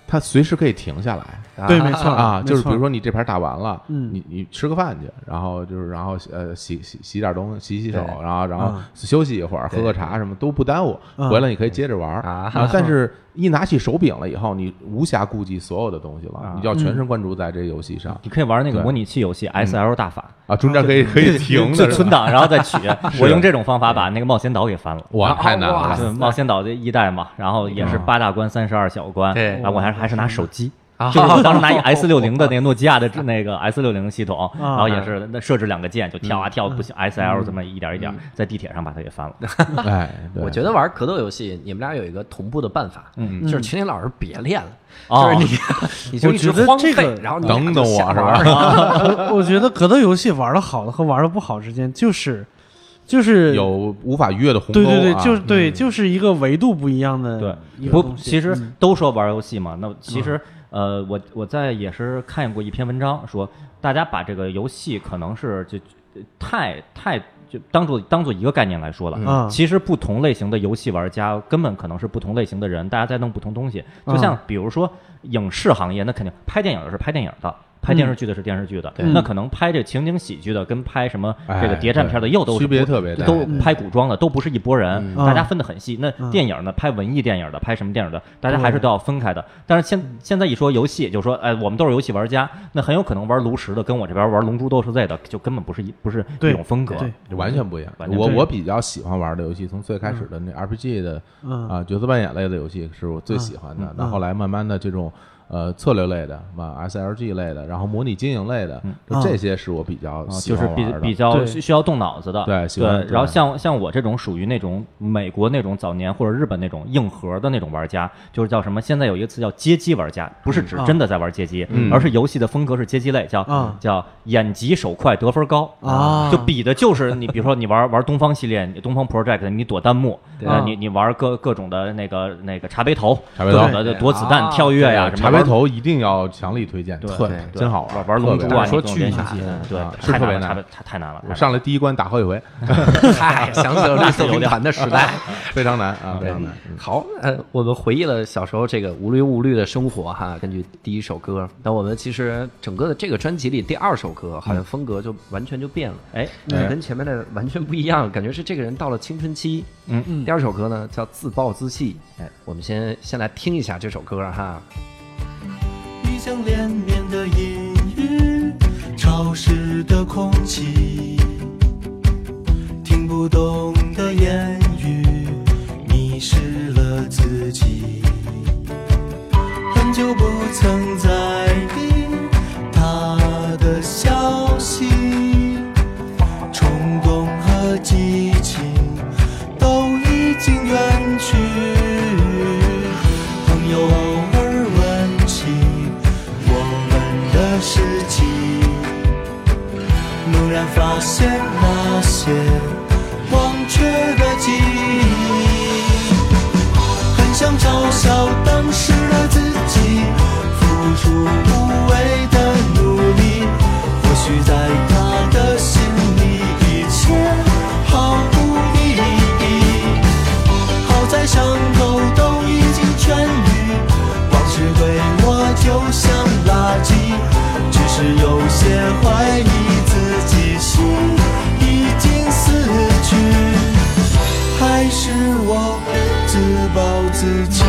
[SPEAKER 4] 它随时可以停下来，
[SPEAKER 2] 对，没错
[SPEAKER 4] 啊，
[SPEAKER 2] 没
[SPEAKER 4] 就是比
[SPEAKER 2] 错
[SPEAKER 4] 如说你这盘打完了，
[SPEAKER 2] 嗯
[SPEAKER 4] 你你吃个饭去，然后就是然后呃洗洗洗点东西，洗洗手，
[SPEAKER 1] 对
[SPEAKER 4] 然后然后
[SPEAKER 2] 啊
[SPEAKER 4] 休息一会儿，喝
[SPEAKER 1] 对
[SPEAKER 4] 个茶什么都不耽误，
[SPEAKER 2] 啊
[SPEAKER 4] 回来你可以接着玩儿
[SPEAKER 1] 啊
[SPEAKER 4] 然后但是一拿起手柄了以后，你无暇顾及所有的东西了，
[SPEAKER 3] 啊嗯
[SPEAKER 4] 你就要全神贯注在这游戏上
[SPEAKER 3] 你可以玩那个
[SPEAKER 4] 对
[SPEAKER 3] 模拟器游戏 S L 大法，
[SPEAKER 4] 啊，中间可以可以停
[SPEAKER 3] 就
[SPEAKER 4] 的是
[SPEAKER 3] 存
[SPEAKER 4] 吧，
[SPEAKER 3] 档然后再取。我用这种方法把那个冒险岛给翻了。
[SPEAKER 4] 哇，太难
[SPEAKER 1] 哇
[SPEAKER 4] 了
[SPEAKER 1] 塞
[SPEAKER 3] 对，冒险岛的一代嘛，然后也是八大关、三十二小关，
[SPEAKER 1] 对
[SPEAKER 3] 然后我还还是拿手机。
[SPEAKER 1] 啊
[SPEAKER 3] <laughs> 就是我当时拿一 S 六零的那个诺基亚的 <laughs> 那个 S 六零系统，然后也是那设置两个键就跳啊跳，不行 S L 这么一点一点在地铁上把它给翻了。
[SPEAKER 4] 哎，
[SPEAKER 1] <laughs>
[SPEAKER 4] 对
[SPEAKER 1] 我觉得玩格斗游戏，你们俩有一个同步的办法，
[SPEAKER 3] 嗯
[SPEAKER 1] 就是群里老师别练了，
[SPEAKER 3] 哦
[SPEAKER 1] 就是你 <laughs> 你就一直
[SPEAKER 2] 我觉得
[SPEAKER 1] 荒废，
[SPEAKER 2] 这个
[SPEAKER 1] 然后你
[SPEAKER 4] 等等我是吧
[SPEAKER 1] 是 <laughs>
[SPEAKER 2] 啊
[SPEAKER 1] 吧？
[SPEAKER 2] 我我觉得格斗游戏玩的好的和玩的不好之间，就是就是
[SPEAKER 4] 有无法逾越的鸿沟
[SPEAKER 2] 对对对，
[SPEAKER 4] 啊
[SPEAKER 2] 就是对，就是一个维度不一样的
[SPEAKER 3] 对
[SPEAKER 2] 一，个
[SPEAKER 3] 不，
[SPEAKER 2] 东西嗯
[SPEAKER 3] 其实都说玩游戏嘛，那其实呃，我我在也是看过一篇文章，说大家把这个游戏可能是就呃太太就当做当做一个概念来说了。
[SPEAKER 2] 啊
[SPEAKER 3] 其实不同类型的游戏玩家根本可能是不同类型的人，大家在弄不同东西。
[SPEAKER 4] 啊
[SPEAKER 3] 就像比如说影视行业，那肯定拍电影的是拍电影的。拍电视剧的是电视剧的，
[SPEAKER 2] 嗯
[SPEAKER 3] 那可能拍这情景喜剧的跟拍什么这个
[SPEAKER 4] 哎
[SPEAKER 3] 谍战片的又都是
[SPEAKER 4] 区别
[SPEAKER 3] 不
[SPEAKER 4] 特别大
[SPEAKER 3] 都拍古装的都不是一拨人，
[SPEAKER 2] 嗯
[SPEAKER 3] 大家分得很细。那
[SPEAKER 2] 嗯
[SPEAKER 3] 电影呢，拍文艺电影的，拍什么电影的，大家还是都要分开的。但是现
[SPEAKER 2] 嗯
[SPEAKER 3] 现在一说游戏，就说哎，我们都是游戏玩家，那很有可能玩炉石的跟我这边玩龙珠斗士 Z 的，就根本不是一不是一
[SPEAKER 2] 对
[SPEAKER 3] 种风格。
[SPEAKER 2] 对
[SPEAKER 4] 完全不一样。
[SPEAKER 3] 完全
[SPEAKER 4] 我
[SPEAKER 3] 不一样
[SPEAKER 4] 我比较喜欢玩的游戏，从最开始的那 RPG 的
[SPEAKER 2] 嗯
[SPEAKER 4] 啊角色扮演类的游戏是我最喜
[SPEAKER 3] 嗯
[SPEAKER 4] 欢的。那后来慢慢的这种呃策略类的啊嘛 SLG 类的，然后模拟经营类的，就这些是我比较
[SPEAKER 3] 啊，嗯
[SPEAKER 4] 喜
[SPEAKER 3] 就是
[SPEAKER 4] 欢
[SPEAKER 3] 比
[SPEAKER 4] 玩的。
[SPEAKER 3] 比较
[SPEAKER 2] 对
[SPEAKER 3] 需需要动脑子的，
[SPEAKER 4] 对喜欢
[SPEAKER 3] 然后
[SPEAKER 4] 对
[SPEAKER 3] 像像我这种属于那种美国那种早年或者日本那种硬核的那种玩家，就是叫什么？现在有一个词叫街机玩家，不是指真的在玩街机，
[SPEAKER 4] 嗯
[SPEAKER 3] 而是游戏的风格是街机类，叫、
[SPEAKER 2] 嗯
[SPEAKER 3] 叫眼疾手快得分高
[SPEAKER 2] 啊
[SPEAKER 3] 就比的就是你，比如说你玩玩东方系列，你东方 Project，你躲弹幕，
[SPEAKER 1] 对
[SPEAKER 3] 呃，你你玩各各种的那个那个茶杯头，
[SPEAKER 4] 茶杯头
[SPEAKER 3] 各种的
[SPEAKER 1] 对
[SPEAKER 3] 躲子弹、
[SPEAKER 1] 啊
[SPEAKER 3] 跳跃呀、什么
[SPEAKER 4] 茶
[SPEAKER 3] 玩
[SPEAKER 4] 杯。头一定要强力推荐，
[SPEAKER 3] 对
[SPEAKER 4] 特
[SPEAKER 1] 对对
[SPEAKER 4] 真好玩，
[SPEAKER 3] 玩玩龙珠啊，
[SPEAKER 4] 特别好
[SPEAKER 1] 说
[SPEAKER 3] 你这种
[SPEAKER 1] 巨
[SPEAKER 3] 连续
[SPEAKER 1] 难
[SPEAKER 3] 机
[SPEAKER 4] 嗯
[SPEAKER 3] 对
[SPEAKER 4] 啊，是
[SPEAKER 3] 太
[SPEAKER 4] 特别
[SPEAKER 3] 难了，
[SPEAKER 4] 难
[SPEAKER 3] 茶杯太太难了。太
[SPEAKER 4] 我
[SPEAKER 3] 难
[SPEAKER 4] 上来第一关打
[SPEAKER 3] <laughs>
[SPEAKER 4] 好几回，
[SPEAKER 1] 嗨，哎想起了绿色兵团的时代。
[SPEAKER 3] 嗯
[SPEAKER 4] 非常难啊，非常难。
[SPEAKER 1] 好，呃，我们回忆了小时候这个无忧无虑的生活哈。根据第一首歌，那我们其实整个的这个专辑里第二首歌好像风格就完全就变了，
[SPEAKER 3] 哎，
[SPEAKER 1] 就跟前面的完全不一样，感觉是这个人到了青春期。
[SPEAKER 3] 嗯
[SPEAKER 1] 第二首歌呢叫自暴自弃。
[SPEAKER 3] 哎，
[SPEAKER 1] 我们先先来听一下这首歌啊哈。
[SPEAKER 5] 异想连绵的阴雨，潮湿的空气，听不懂的言语，迷失了自己。很久不曾在意他的消息，冲动和激情都已经远去。朋友偶尔问起我们的事迹，蓦然发现那些忘却的记忆。很想嘲笑当时的自己，付出无谓的努力，或许在他的心里，一切毫无意义。好在伤口都已经痊愈，往事对我就像垃圾，只是有些怀疑自己心已经死去，还是我自暴自弃。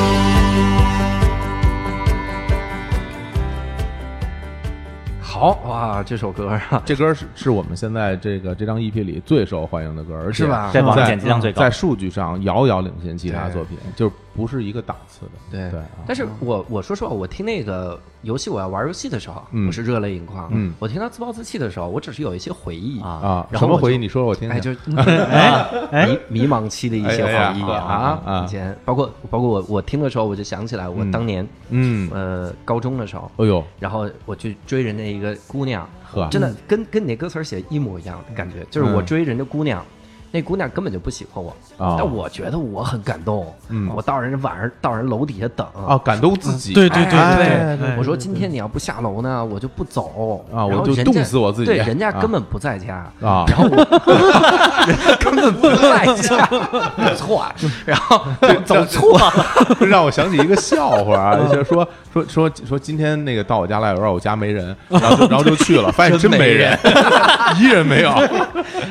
[SPEAKER 1] 好哇，这首歌啊，
[SPEAKER 4] 这歌是是我们现在这个这张 EP 里最受欢迎的歌，而且
[SPEAKER 1] 是吧
[SPEAKER 3] 在网上
[SPEAKER 4] 在
[SPEAKER 3] 点击量最高
[SPEAKER 4] 在。数据上遥遥领先其他
[SPEAKER 1] 对
[SPEAKER 4] 作品，就不是一个档次的。
[SPEAKER 1] 对
[SPEAKER 4] 对啊，
[SPEAKER 1] 但是我我说实话，我听那个游戏，我要玩游戏的时候，
[SPEAKER 4] 嗯
[SPEAKER 1] 我是热泪盈眶。
[SPEAKER 4] 嗯
[SPEAKER 1] 我听到自暴自弃的时候，我只是有一些回忆
[SPEAKER 3] 啊
[SPEAKER 4] 啊，
[SPEAKER 1] 然
[SPEAKER 4] 什
[SPEAKER 1] 后
[SPEAKER 4] 么
[SPEAKER 1] 我就
[SPEAKER 4] 回忆？你说说我听
[SPEAKER 1] 哎，
[SPEAKER 4] 听。
[SPEAKER 1] 就
[SPEAKER 2] <laughs> 哎
[SPEAKER 1] 迷迷茫期的一些
[SPEAKER 4] 哎呀
[SPEAKER 1] 回忆
[SPEAKER 4] 啊啊
[SPEAKER 1] 啊
[SPEAKER 4] 啊，
[SPEAKER 1] 以前包括包括我我听的时候，我就想起来我
[SPEAKER 4] 嗯
[SPEAKER 1] 当年
[SPEAKER 4] 嗯，
[SPEAKER 1] 呃高中的时候，
[SPEAKER 4] 哎呦，
[SPEAKER 1] 然后我去追人家一个姑娘，
[SPEAKER 4] 呵，
[SPEAKER 1] 真的跟跟你那歌词儿写一模一样的感觉，就是我
[SPEAKER 4] 嗯
[SPEAKER 1] 追人家姑娘。那姑娘根本就不喜欢我，
[SPEAKER 4] 哦
[SPEAKER 1] 但我觉得我很感动。
[SPEAKER 4] 嗯
[SPEAKER 1] 我到人家晚上到人楼底下等
[SPEAKER 4] 啊，，感动自
[SPEAKER 1] 嗯
[SPEAKER 4] 己，
[SPEAKER 2] 对对对
[SPEAKER 4] 哎
[SPEAKER 2] 对对，
[SPEAKER 1] 我说今天你要不下楼呢，我就不走
[SPEAKER 4] 啊
[SPEAKER 1] 然后
[SPEAKER 4] 我就
[SPEAKER 1] 人家
[SPEAKER 4] 冻死我自己
[SPEAKER 1] 对，人家
[SPEAKER 4] 啊
[SPEAKER 1] 根本不在家，
[SPEAKER 4] 啊，
[SPEAKER 1] 然后我人家根本不在家，走错啊，然后就走错了，
[SPEAKER 4] 这 <laughs> 让我想起一个笑话啊，
[SPEAKER 1] 嗯
[SPEAKER 4] 就是说说说说今天那个到我家来，我说我家没人，然后就然后就去了，发现真没人， <laughs> 一人没有。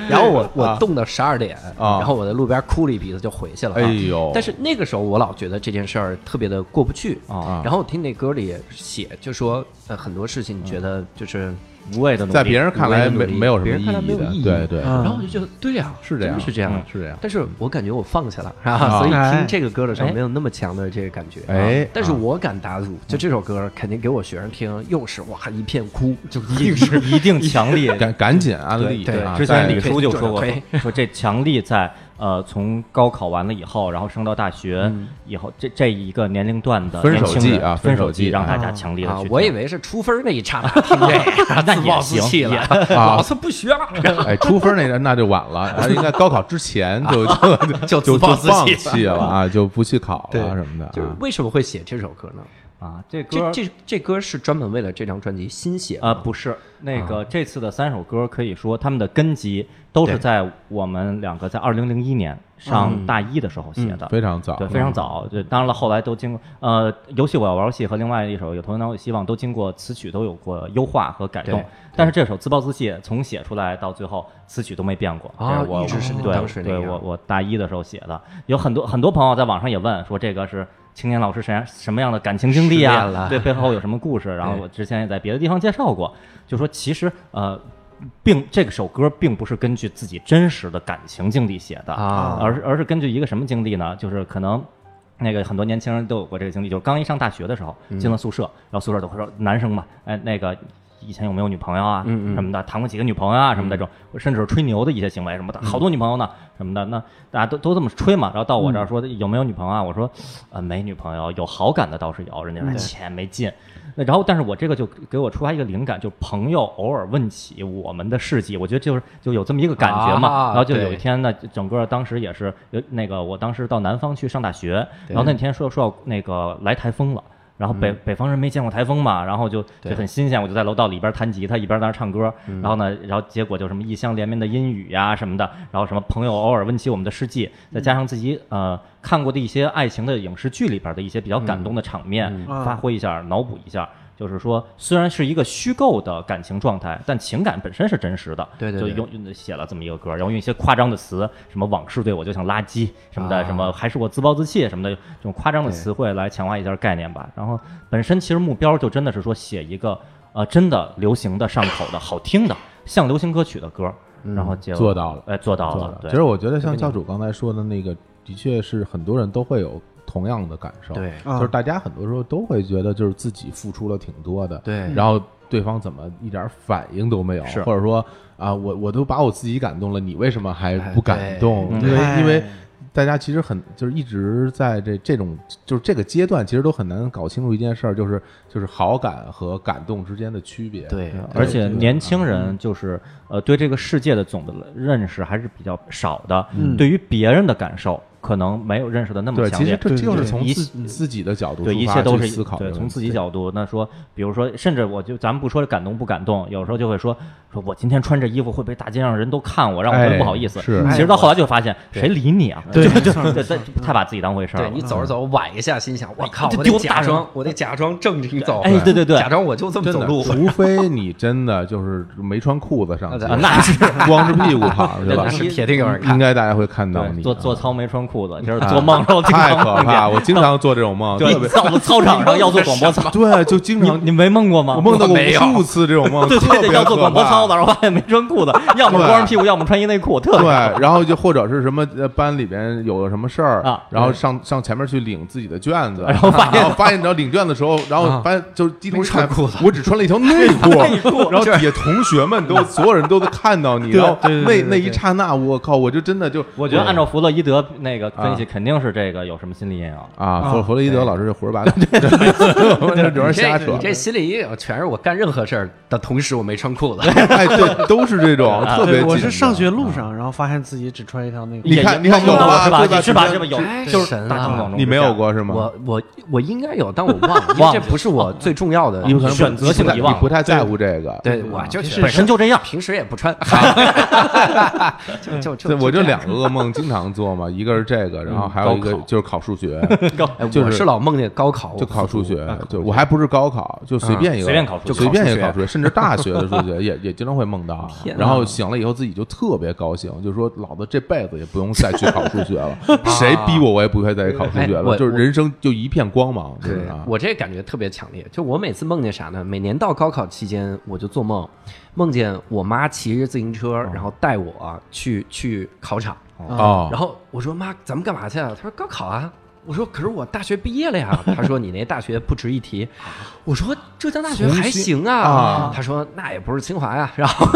[SPEAKER 1] 然后我我
[SPEAKER 4] 啊
[SPEAKER 1] 冻到十二点，
[SPEAKER 4] 啊
[SPEAKER 1] 然后我在路边哭了一鼻子就回去了啊。
[SPEAKER 4] 哎呦，
[SPEAKER 1] 但是那个时候我老觉得这件事儿特别的过不去
[SPEAKER 3] 啊
[SPEAKER 1] 然后我听那歌里写就说呃很多事情觉得就是，
[SPEAKER 3] 无谓的努力，
[SPEAKER 4] 在别人看来没
[SPEAKER 1] 努力
[SPEAKER 4] 没有什么
[SPEAKER 1] 别人看来没有
[SPEAKER 4] 的
[SPEAKER 1] 意，义
[SPEAKER 4] 对对，
[SPEAKER 2] 嗯
[SPEAKER 1] 然后我就觉得对呀、
[SPEAKER 4] 是这样
[SPEAKER 1] 真是这样。
[SPEAKER 3] 嗯
[SPEAKER 4] 是这样。
[SPEAKER 1] 但是我感觉我放下了，
[SPEAKER 4] 啊
[SPEAKER 1] 啊，所以
[SPEAKER 2] 哎
[SPEAKER 1] 听这个歌的时候
[SPEAKER 3] 哎
[SPEAKER 1] 没有那么强的这个感觉。
[SPEAKER 4] 哎
[SPEAKER 1] 啊但是我敢打赌，就这首歌肯定给我学生听，又是哇一片哭，就一定是
[SPEAKER 3] 一定强
[SPEAKER 4] <laughs>
[SPEAKER 3] 力。
[SPEAKER 4] 赶赶紧安利
[SPEAKER 1] 对对
[SPEAKER 4] 啊！
[SPEAKER 3] 之
[SPEAKER 4] 在
[SPEAKER 3] 前李叔就说过
[SPEAKER 1] 推，
[SPEAKER 3] 说这强力在呃从高考完了以后，然后升到大学以后，这这一个年龄段的
[SPEAKER 4] 嗯分手
[SPEAKER 3] 年轻人
[SPEAKER 4] 季啊
[SPEAKER 3] 分
[SPEAKER 4] 分手
[SPEAKER 3] 手季
[SPEAKER 4] 季
[SPEAKER 3] 让大
[SPEAKER 2] 啊
[SPEAKER 3] 家强力的
[SPEAKER 1] 啊
[SPEAKER 3] 去听。，，
[SPEAKER 1] 我以为是出分那一刹那听这个
[SPEAKER 3] <laughs> 那
[SPEAKER 1] 自
[SPEAKER 3] 也
[SPEAKER 1] 暴自
[SPEAKER 3] 行
[SPEAKER 1] 弃
[SPEAKER 3] 也
[SPEAKER 1] 了， <laughs>
[SPEAKER 4] 啊
[SPEAKER 1] 老子不学了。
[SPEAKER 4] <laughs> 哎，出分那那就晚了，然后应该高考之前就就
[SPEAKER 1] 就
[SPEAKER 4] 就
[SPEAKER 1] 自暴自
[SPEAKER 4] 放
[SPEAKER 1] 弃
[SPEAKER 4] 弃了啊，就不去考
[SPEAKER 1] 对
[SPEAKER 4] 了什么的
[SPEAKER 1] 就是
[SPEAKER 4] 啊。
[SPEAKER 1] 为什么会写这首歌呢？
[SPEAKER 3] 啊，这歌
[SPEAKER 1] 这这这歌是专门为了这张专辑新写
[SPEAKER 3] 啊，
[SPEAKER 1] 的
[SPEAKER 3] 不是那个这次的三首歌，可以说他们的根基都是
[SPEAKER 1] 对
[SPEAKER 3] 在我们两个在二零零一年上大一的时候写的，
[SPEAKER 4] 嗯啊非常早，
[SPEAKER 3] 对，非常早。对，当然了，后来都经过呃，游戏我要玩游戏和另外一首《有头脑有希望》都经过词曲都有过优化和改动
[SPEAKER 1] 对，
[SPEAKER 3] 但是这首《自暴自弃》从写出来到最后词曲都没变过。
[SPEAKER 1] 啊
[SPEAKER 3] 这我
[SPEAKER 1] 一直是那
[SPEAKER 3] 对
[SPEAKER 1] 当时那
[SPEAKER 3] 对
[SPEAKER 1] 样
[SPEAKER 3] 我我大一的时候写的，有很多很多朋友在网上也问说这个是。青年老师什什么样的感情经历
[SPEAKER 1] 失恋
[SPEAKER 3] 啊
[SPEAKER 1] 了？
[SPEAKER 3] 对，背后有什么故事？然后
[SPEAKER 1] 对
[SPEAKER 3] 我之前也在别的地方介绍过，就说其实呃，并这首歌并不是根据自己真实的感情经历写的，
[SPEAKER 1] 啊
[SPEAKER 3] 而是而是根据一个什么经历呢？就是可能。那个很多年轻人都有过这个经历，就是刚一上大学的时候
[SPEAKER 1] 嗯
[SPEAKER 3] 进了宿舍，然后宿舍都会说男生嘛，哎，那个以前有没有女朋友啊，
[SPEAKER 1] 嗯嗯嗯
[SPEAKER 3] 什么的，谈过几个女朋友啊，什么的这种，甚至是吹牛的一些行为什么的，好多女朋友呢，什么的，那大家都都这么吹嘛，然后到我这儿说有没有女朋友啊，我说呃没女朋友，有好感的倒是有，人家说钱没劲，那然后，但是我这个就给我触发一个灵感，就是朋友偶尔问起我们的事迹，我觉得就是就有这么一个感觉嘛。
[SPEAKER 1] 啊
[SPEAKER 3] 然后就有
[SPEAKER 1] 对
[SPEAKER 3] 一天呢，整个当时也是有那个，我当时到南方去上大学，
[SPEAKER 1] 对嗯
[SPEAKER 3] 然后那天说说要那个来台风了。然后北、北方人没见过台风嘛，然后就就
[SPEAKER 1] 对嗯
[SPEAKER 3] 很新鲜，我就在楼道里边弹吉他，一边在那唱歌。然后呢，然后结果就什么异乡连绵的阴雨呀、什么的，然后什么朋友偶尔问起我们的事迹，再
[SPEAKER 1] 嗯
[SPEAKER 3] 加上自己呃看过的一些爱情的影视剧里边的一些比较感动的场面，
[SPEAKER 2] 嗯
[SPEAKER 3] 发挥一下，脑补一下。就是说，虽然是一个虚构的感情状态，但情感本身是真实的。
[SPEAKER 1] 对对对
[SPEAKER 3] 就用用写了这么一个歌，然后用一些夸张的词，什么往事对我就像垃圾什么的，
[SPEAKER 1] 啊
[SPEAKER 3] 什么还是我自暴自弃什么的，这种夸张的词汇来强化一下概念吧。然后本身其实目标就真的是说写一个呃真的流行的上口的好听的，像流行歌曲的歌，然后结果
[SPEAKER 4] 做到了
[SPEAKER 3] 哎，做到
[SPEAKER 4] 做
[SPEAKER 3] 了
[SPEAKER 4] 的。
[SPEAKER 3] 对
[SPEAKER 4] 其实我觉得像教主刚才说的那个，的确是很多人都会有同样的感受，
[SPEAKER 1] 对
[SPEAKER 2] 啊
[SPEAKER 4] 就是大家很多时候都会觉得就是自己付出了挺多的，
[SPEAKER 1] 对
[SPEAKER 4] 然后对方怎么一点反应都没有，
[SPEAKER 3] 是
[SPEAKER 4] 或者说啊，我我都把我自己感动了，你为什么还不感动？
[SPEAKER 3] 哎
[SPEAKER 4] 因
[SPEAKER 3] 对
[SPEAKER 4] 为
[SPEAKER 2] 哎
[SPEAKER 4] 因为。大家其实很就是一直在这这种就是这个阶段，其实都很难搞清楚一件事儿，就是就是好感和感动之间的区别。
[SPEAKER 1] 对对
[SPEAKER 3] 而且年轻人就是呃，对这个世界的总的认识还是比较少的，对于别人的感受可能没有认识的那么
[SPEAKER 4] 对，
[SPEAKER 3] 强
[SPEAKER 4] 其实
[SPEAKER 3] 烈。
[SPEAKER 4] 这
[SPEAKER 2] 对
[SPEAKER 4] 就是
[SPEAKER 2] 对
[SPEAKER 4] 从
[SPEAKER 3] 一
[SPEAKER 4] 自自己的角度
[SPEAKER 3] 对，
[SPEAKER 4] 出
[SPEAKER 3] 一
[SPEAKER 4] 发
[SPEAKER 3] 切都
[SPEAKER 4] 去
[SPEAKER 3] 是
[SPEAKER 4] 思考这
[SPEAKER 3] 对，
[SPEAKER 4] 个
[SPEAKER 3] 从
[SPEAKER 4] 问
[SPEAKER 3] 自
[SPEAKER 4] 题
[SPEAKER 3] 己角度，那说，比如说，甚至我就咱们不说感动不感动，有时候就会说，说我今天穿这衣服会被大街上人都看我，让我觉
[SPEAKER 4] 哎
[SPEAKER 3] 得不好意思。
[SPEAKER 4] 是
[SPEAKER 3] 其实到后来就发现，谁理你啊？
[SPEAKER 2] 对
[SPEAKER 4] <laughs>
[SPEAKER 3] 就就就就太把自己当回事儿
[SPEAKER 1] 对
[SPEAKER 3] 了
[SPEAKER 1] 你。走着走着崴一下，心想我靠，
[SPEAKER 3] 这
[SPEAKER 1] 我得
[SPEAKER 3] 丢
[SPEAKER 1] 假
[SPEAKER 3] 大人
[SPEAKER 1] 装，我得假装正经走，
[SPEAKER 3] 哎对对对
[SPEAKER 1] 假装我就这么
[SPEAKER 4] 真
[SPEAKER 1] 走 <laughs>
[SPEAKER 4] 的，
[SPEAKER 1] 路，
[SPEAKER 4] 除非你真的就是没穿裤子上去，
[SPEAKER 1] 啊 <laughs>
[SPEAKER 3] 那
[SPEAKER 4] <laughs> 是光着屁股跑去
[SPEAKER 3] 对
[SPEAKER 4] 了
[SPEAKER 1] 那
[SPEAKER 3] 那，
[SPEAKER 1] 是
[SPEAKER 3] 是
[SPEAKER 1] 铁定有人看
[SPEAKER 4] 应。该大家会看到你
[SPEAKER 3] 对，
[SPEAKER 4] 啊
[SPEAKER 3] 做做操没穿裤子，就是做梦时候经
[SPEAKER 4] 哎太
[SPEAKER 3] 常
[SPEAKER 4] 可
[SPEAKER 3] 梦
[SPEAKER 4] 怕！
[SPEAKER 3] 见。
[SPEAKER 4] 我经常做这种梦，特
[SPEAKER 3] 对，
[SPEAKER 4] 别
[SPEAKER 3] 到了操场上要做广播操，
[SPEAKER 4] 对，就经
[SPEAKER 3] 你
[SPEAKER 4] 常
[SPEAKER 3] 你没梦过吗？
[SPEAKER 4] 我梦到过
[SPEAKER 1] 我没有
[SPEAKER 4] 无数次这种梦，
[SPEAKER 3] 对对
[SPEAKER 4] 特
[SPEAKER 3] 对，
[SPEAKER 4] 别
[SPEAKER 3] 要做
[SPEAKER 4] 可
[SPEAKER 3] 广播
[SPEAKER 4] 怕
[SPEAKER 3] 操的，然后发现没穿裤子，
[SPEAKER 4] <laughs>
[SPEAKER 3] 要么光着屁股，要么穿一内裤， <laughs> 特别
[SPEAKER 4] 对，然后就或者是什么呃班里边有什么事儿
[SPEAKER 3] 啊
[SPEAKER 4] 然后上上前面去领自己的卷子，
[SPEAKER 3] 然
[SPEAKER 4] 然
[SPEAKER 3] 后发现
[SPEAKER 4] 后发现你知道领卷的时候，然后发现就是低头一看
[SPEAKER 1] 没穿裤子，
[SPEAKER 4] 我只穿了一条内裤
[SPEAKER 3] 内裤，
[SPEAKER 4] 然后底下同学们都所有人都能看到你，
[SPEAKER 2] 对
[SPEAKER 4] 然后
[SPEAKER 2] 对对
[SPEAKER 4] 那
[SPEAKER 2] 对对
[SPEAKER 4] 那一刹那，我靠，我就真的就
[SPEAKER 3] 我觉得按照弗洛伊德那个分析，
[SPEAKER 4] 啊
[SPEAKER 3] 肯定是这个有什么心理阴影。
[SPEAKER 4] 啊，弗弗洛伊德老师这胡说八道，我们这主要是瞎
[SPEAKER 1] 你
[SPEAKER 4] 扯
[SPEAKER 1] 这，心里也有，全是我干任何事儿的同时我没穿裤子。
[SPEAKER 4] 哎，对，都是这种
[SPEAKER 2] 啊
[SPEAKER 4] 特别
[SPEAKER 2] 对，
[SPEAKER 4] 紧张。啊
[SPEAKER 2] 我是上学路上，然后发现自己只穿一条内裤
[SPEAKER 4] 你。看你看
[SPEAKER 3] 梦到
[SPEAKER 4] 有
[SPEAKER 3] 我
[SPEAKER 4] 吧
[SPEAKER 3] 是吧？
[SPEAKER 4] 对吧
[SPEAKER 3] 你是吧？
[SPEAKER 4] 对
[SPEAKER 3] 这哎么有
[SPEAKER 1] 对，
[SPEAKER 3] 就是
[SPEAKER 1] 神啊
[SPEAKER 3] 大庭广众之下，
[SPEAKER 4] 你没有过是吗？
[SPEAKER 1] 我我我应该有，但我忘了，啊因为
[SPEAKER 3] 忘了
[SPEAKER 1] 这不是我最重要的。
[SPEAKER 4] 你可能不
[SPEAKER 3] 选择性
[SPEAKER 4] 你不太
[SPEAKER 3] 遗忘
[SPEAKER 4] 你不太在乎这个，
[SPEAKER 1] 对，我就觉得
[SPEAKER 3] 本身就这样。
[SPEAKER 1] 平时也不穿， <laughs> 就就
[SPEAKER 4] 对，
[SPEAKER 1] 就
[SPEAKER 4] 我
[SPEAKER 1] 就
[SPEAKER 4] 就
[SPEAKER 1] 这样
[SPEAKER 4] 两个噩梦经常
[SPEAKER 1] <laughs>
[SPEAKER 4] 做嘛，一个是这个，然后还有一个
[SPEAKER 3] 嗯高考
[SPEAKER 4] 就是考数学，
[SPEAKER 1] 哎
[SPEAKER 4] 就是
[SPEAKER 1] 我是老梦见高考，
[SPEAKER 4] 就考数学
[SPEAKER 3] 啊考数，
[SPEAKER 4] 对我还不是高考，就随便一个，
[SPEAKER 3] 嗯随便考数学
[SPEAKER 4] 就随便一个
[SPEAKER 1] 就考
[SPEAKER 4] 考数学，甚至大学的数学也也经常会梦到。然后醒了以后自己就特别高兴，就说老子这辈子也不用再去考数
[SPEAKER 1] <laughs>
[SPEAKER 4] 学了，谁逼我我也不会再去考数学
[SPEAKER 1] 啊哎我
[SPEAKER 4] 了，就是人生就一片光芒，就
[SPEAKER 1] 对
[SPEAKER 4] 是啊，
[SPEAKER 1] 我这感觉特别强烈，就我每次梦见啥呢？每年到高考期间，我就做梦，梦见我妈骑着自行车，然后带我去去考场。
[SPEAKER 4] 哦
[SPEAKER 1] 然后我说妈，咱们干嘛去啊？她说高考啊。我说可是我大学毕业了
[SPEAKER 4] <laughs>
[SPEAKER 1] 呀。她说你那大学不值一提。我说浙江大学还行啊
[SPEAKER 4] 啊。
[SPEAKER 1] 她说那也不是清华呀。然
[SPEAKER 4] <laughs>
[SPEAKER 1] 后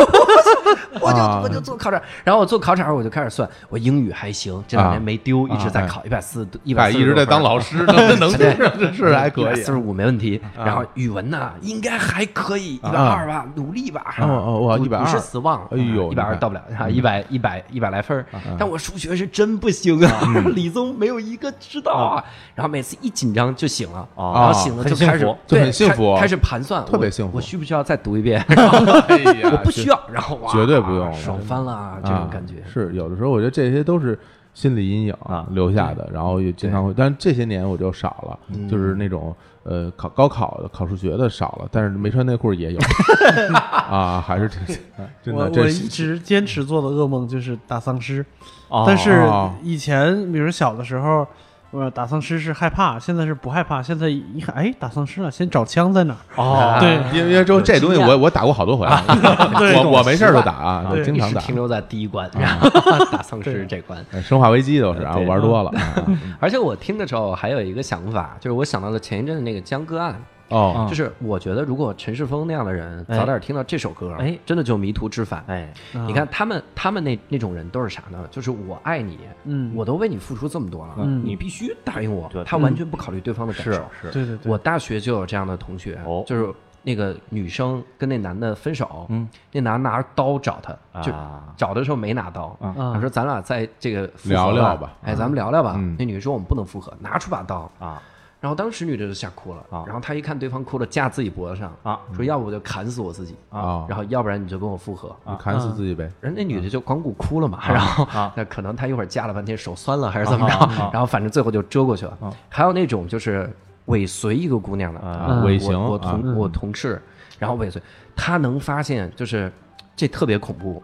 [SPEAKER 1] 我就
[SPEAKER 4] 啊
[SPEAKER 1] 我就做考场，然后我做考场我就开始算，我英语还行，这两年没丢，一直在考一百四一百
[SPEAKER 4] 啊哎，
[SPEAKER 1] 四，
[SPEAKER 4] 一直在当
[SPEAKER 1] <laughs>
[SPEAKER 4] 老师，那能是这是还可以啊
[SPEAKER 1] 四。十五没问题。然后语文呢，应该还可以，一百二吧，努力吧。
[SPEAKER 4] 啊哦哦哇120
[SPEAKER 1] 十四忘了，
[SPEAKER 4] 哎呦
[SPEAKER 1] 一百二
[SPEAKER 4] 你看嗯啊
[SPEAKER 1] 到不了，啊，一百一百一百来分儿。但我数学是真不行啊，<laughs>
[SPEAKER 4] 嗯
[SPEAKER 1] 理综没有一个知道啊。然后每次一紧张就醒了，
[SPEAKER 3] 哦
[SPEAKER 1] 然后醒了就开始
[SPEAKER 3] 很幸福
[SPEAKER 1] 对
[SPEAKER 4] 就啊很幸福啊
[SPEAKER 1] 开开始盘算，
[SPEAKER 4] 特别
[SPEAKER 1] 我
[SPEAKER 4] 幸福
[SPEAKER 1] 我需不需要再读一遍？
[SPEAKER 4] <laughs> 哎呀
[SPEAKER 1] <laughs> 我不需要。然后哇，
[SPEAKER 4] 绝对不用
[SPEAKER 1] 爽翻了啊这种感觉
[SPEAKER 4] 啊。是有的时候，我觉得这些都是心理阴影
[SPEAKER 3] 啊
[SPEAKER 4] 留下的，然后也经常会，但是这些年我就少了，就是那种呃考高考考数学的少了，但是没穿内裤也有啊，还是挺真
[SPEAKER 2] 我我
[SPEAKER 4] 的这
[SPEAKER 2] 一直坚持做的噩梦就是打丧尸，
[SPEAKER 3] 哦
[SPEAKER 2] 但是
[SPEAKER 4] 哦
[SPEAKER 2] 以前比如小的时候，我打丧尸是害怕，现在是不害怕。现在一看，哎，打丧尸了，先找枪在哪儿？
[SPEAKER 3] 哦，
[SPEAKER 2] 对，
[SPEAKER 4] 因为因为这这东西我我打过好多回了，
[SPEAKER 2] 对
[SPEAKER 4] 我我没事儿就打啊，
[SPEAKER 2] 对
[SPEAKER 4] 经
[SPEAKER 1] 一
[SPEAKER 4] 常啊
[SPEAKER 1] 直
[SPEAKER 4] 打，
[SPEAKER 1] 停留在第一关，然后 <laughs> 打丧尸这关。
[SPEAKER 4] 哎生化危机都是啊，
[SPEAKER 3] 对
[SPEAKER 4] 玩多了啊
[SPEAKER 1] 而且我听的时候还有一个想法，就是我想到了前一阵的那个江歌案，
[SPEAKER 4] 哦
[SPEAKER 3] 嗯
[SPEAKER 1] 就是我觉得如果陈世峰那样的人
[SPEAKER 3] 哎
[SPEAKER 1] 早点听到这首歌，
[SPEAKER 3] 哎
[SPEAKER 1] 真的就迷途知返。
[SPEAKER 3] 哎，
[SPEAKER 1] 你
[SPEAKER 2] 啊
[SPEAKER 1] 看他们，他们那那种人都是啥呢？就是我爱你，
[SPEAKER 2] 嗯
[SPEAKER 1] 我都为你付出这么多了，
[SPEAKER 3] 嗯
[SPEAKER 1] 你必须答应我
[SPEAKER 3] 对。
[SPEAKER 1] 他完全不考虑对方的感受。
[SPEAKER 3] 是是，
[SPEAKER 2] 对对对，
[SPEAKER 1] 我大学就有这样的同学，
[SPEAKER 3] 哦
[SPEAKER 1] 就是那个女生跟那男的分手，
[SPEAKER 3] 嗯
[SPEAKER 1] 那男的拿着刀找她，就
[SPEAKER 3] 啊
[SPEAKER 1] 找的时候没拿刀，
[SPEAKER 3] 啊
[SPEAKER 1] 他说咱俩在这个复合
[SPEAKER 4] 聊聊吧
[SPEAKER 1] 哎，咱们聊聊吧。
[SPEAKER 4] 嗯
[SPEAKER 1] 那女的说我们不能复合，拿出把刀，
[SPEAKER 3] 啊
[SPEAKER 1] 然后当时女的就吓哭了，
[SPEAKER 3] 啊
[SPEAKER 1] 然后她一看对方哭了，架自己脖子上，
[SPEAKER 3] 啊
[SPEAKER 1] 说要不我就砍死我自己，
[SPEAKER 4] 啊，
[SPEAKER 1] 然后要不然你就跟我复合。
[SPEAKER 4] 你砍死自己呗，
[SPEAKER 1] 人那女的就光顾哭了嘛，然后
[SPEAKER 3] 啊
[SPEAKER 1] 那可能她一会儿架了半天手酸了还是怎么着，
[SPEAKER 3] 啊啊啊
[SPEAKER 1] 然后反正最后就遮过去了。
[SPEAKER 3] 啊
[SPEAKER 1] 还有那种就是尾随一个姑娘的，
[SPEAKER 3] 啊
[SPEAKER 4] 啊尾行
[SPEAKER 1] 我我
[SPEAKER 4] 啊
[SPEAKER 1] 同、我同事，然后尾随，她能发现就是这特别恐怖。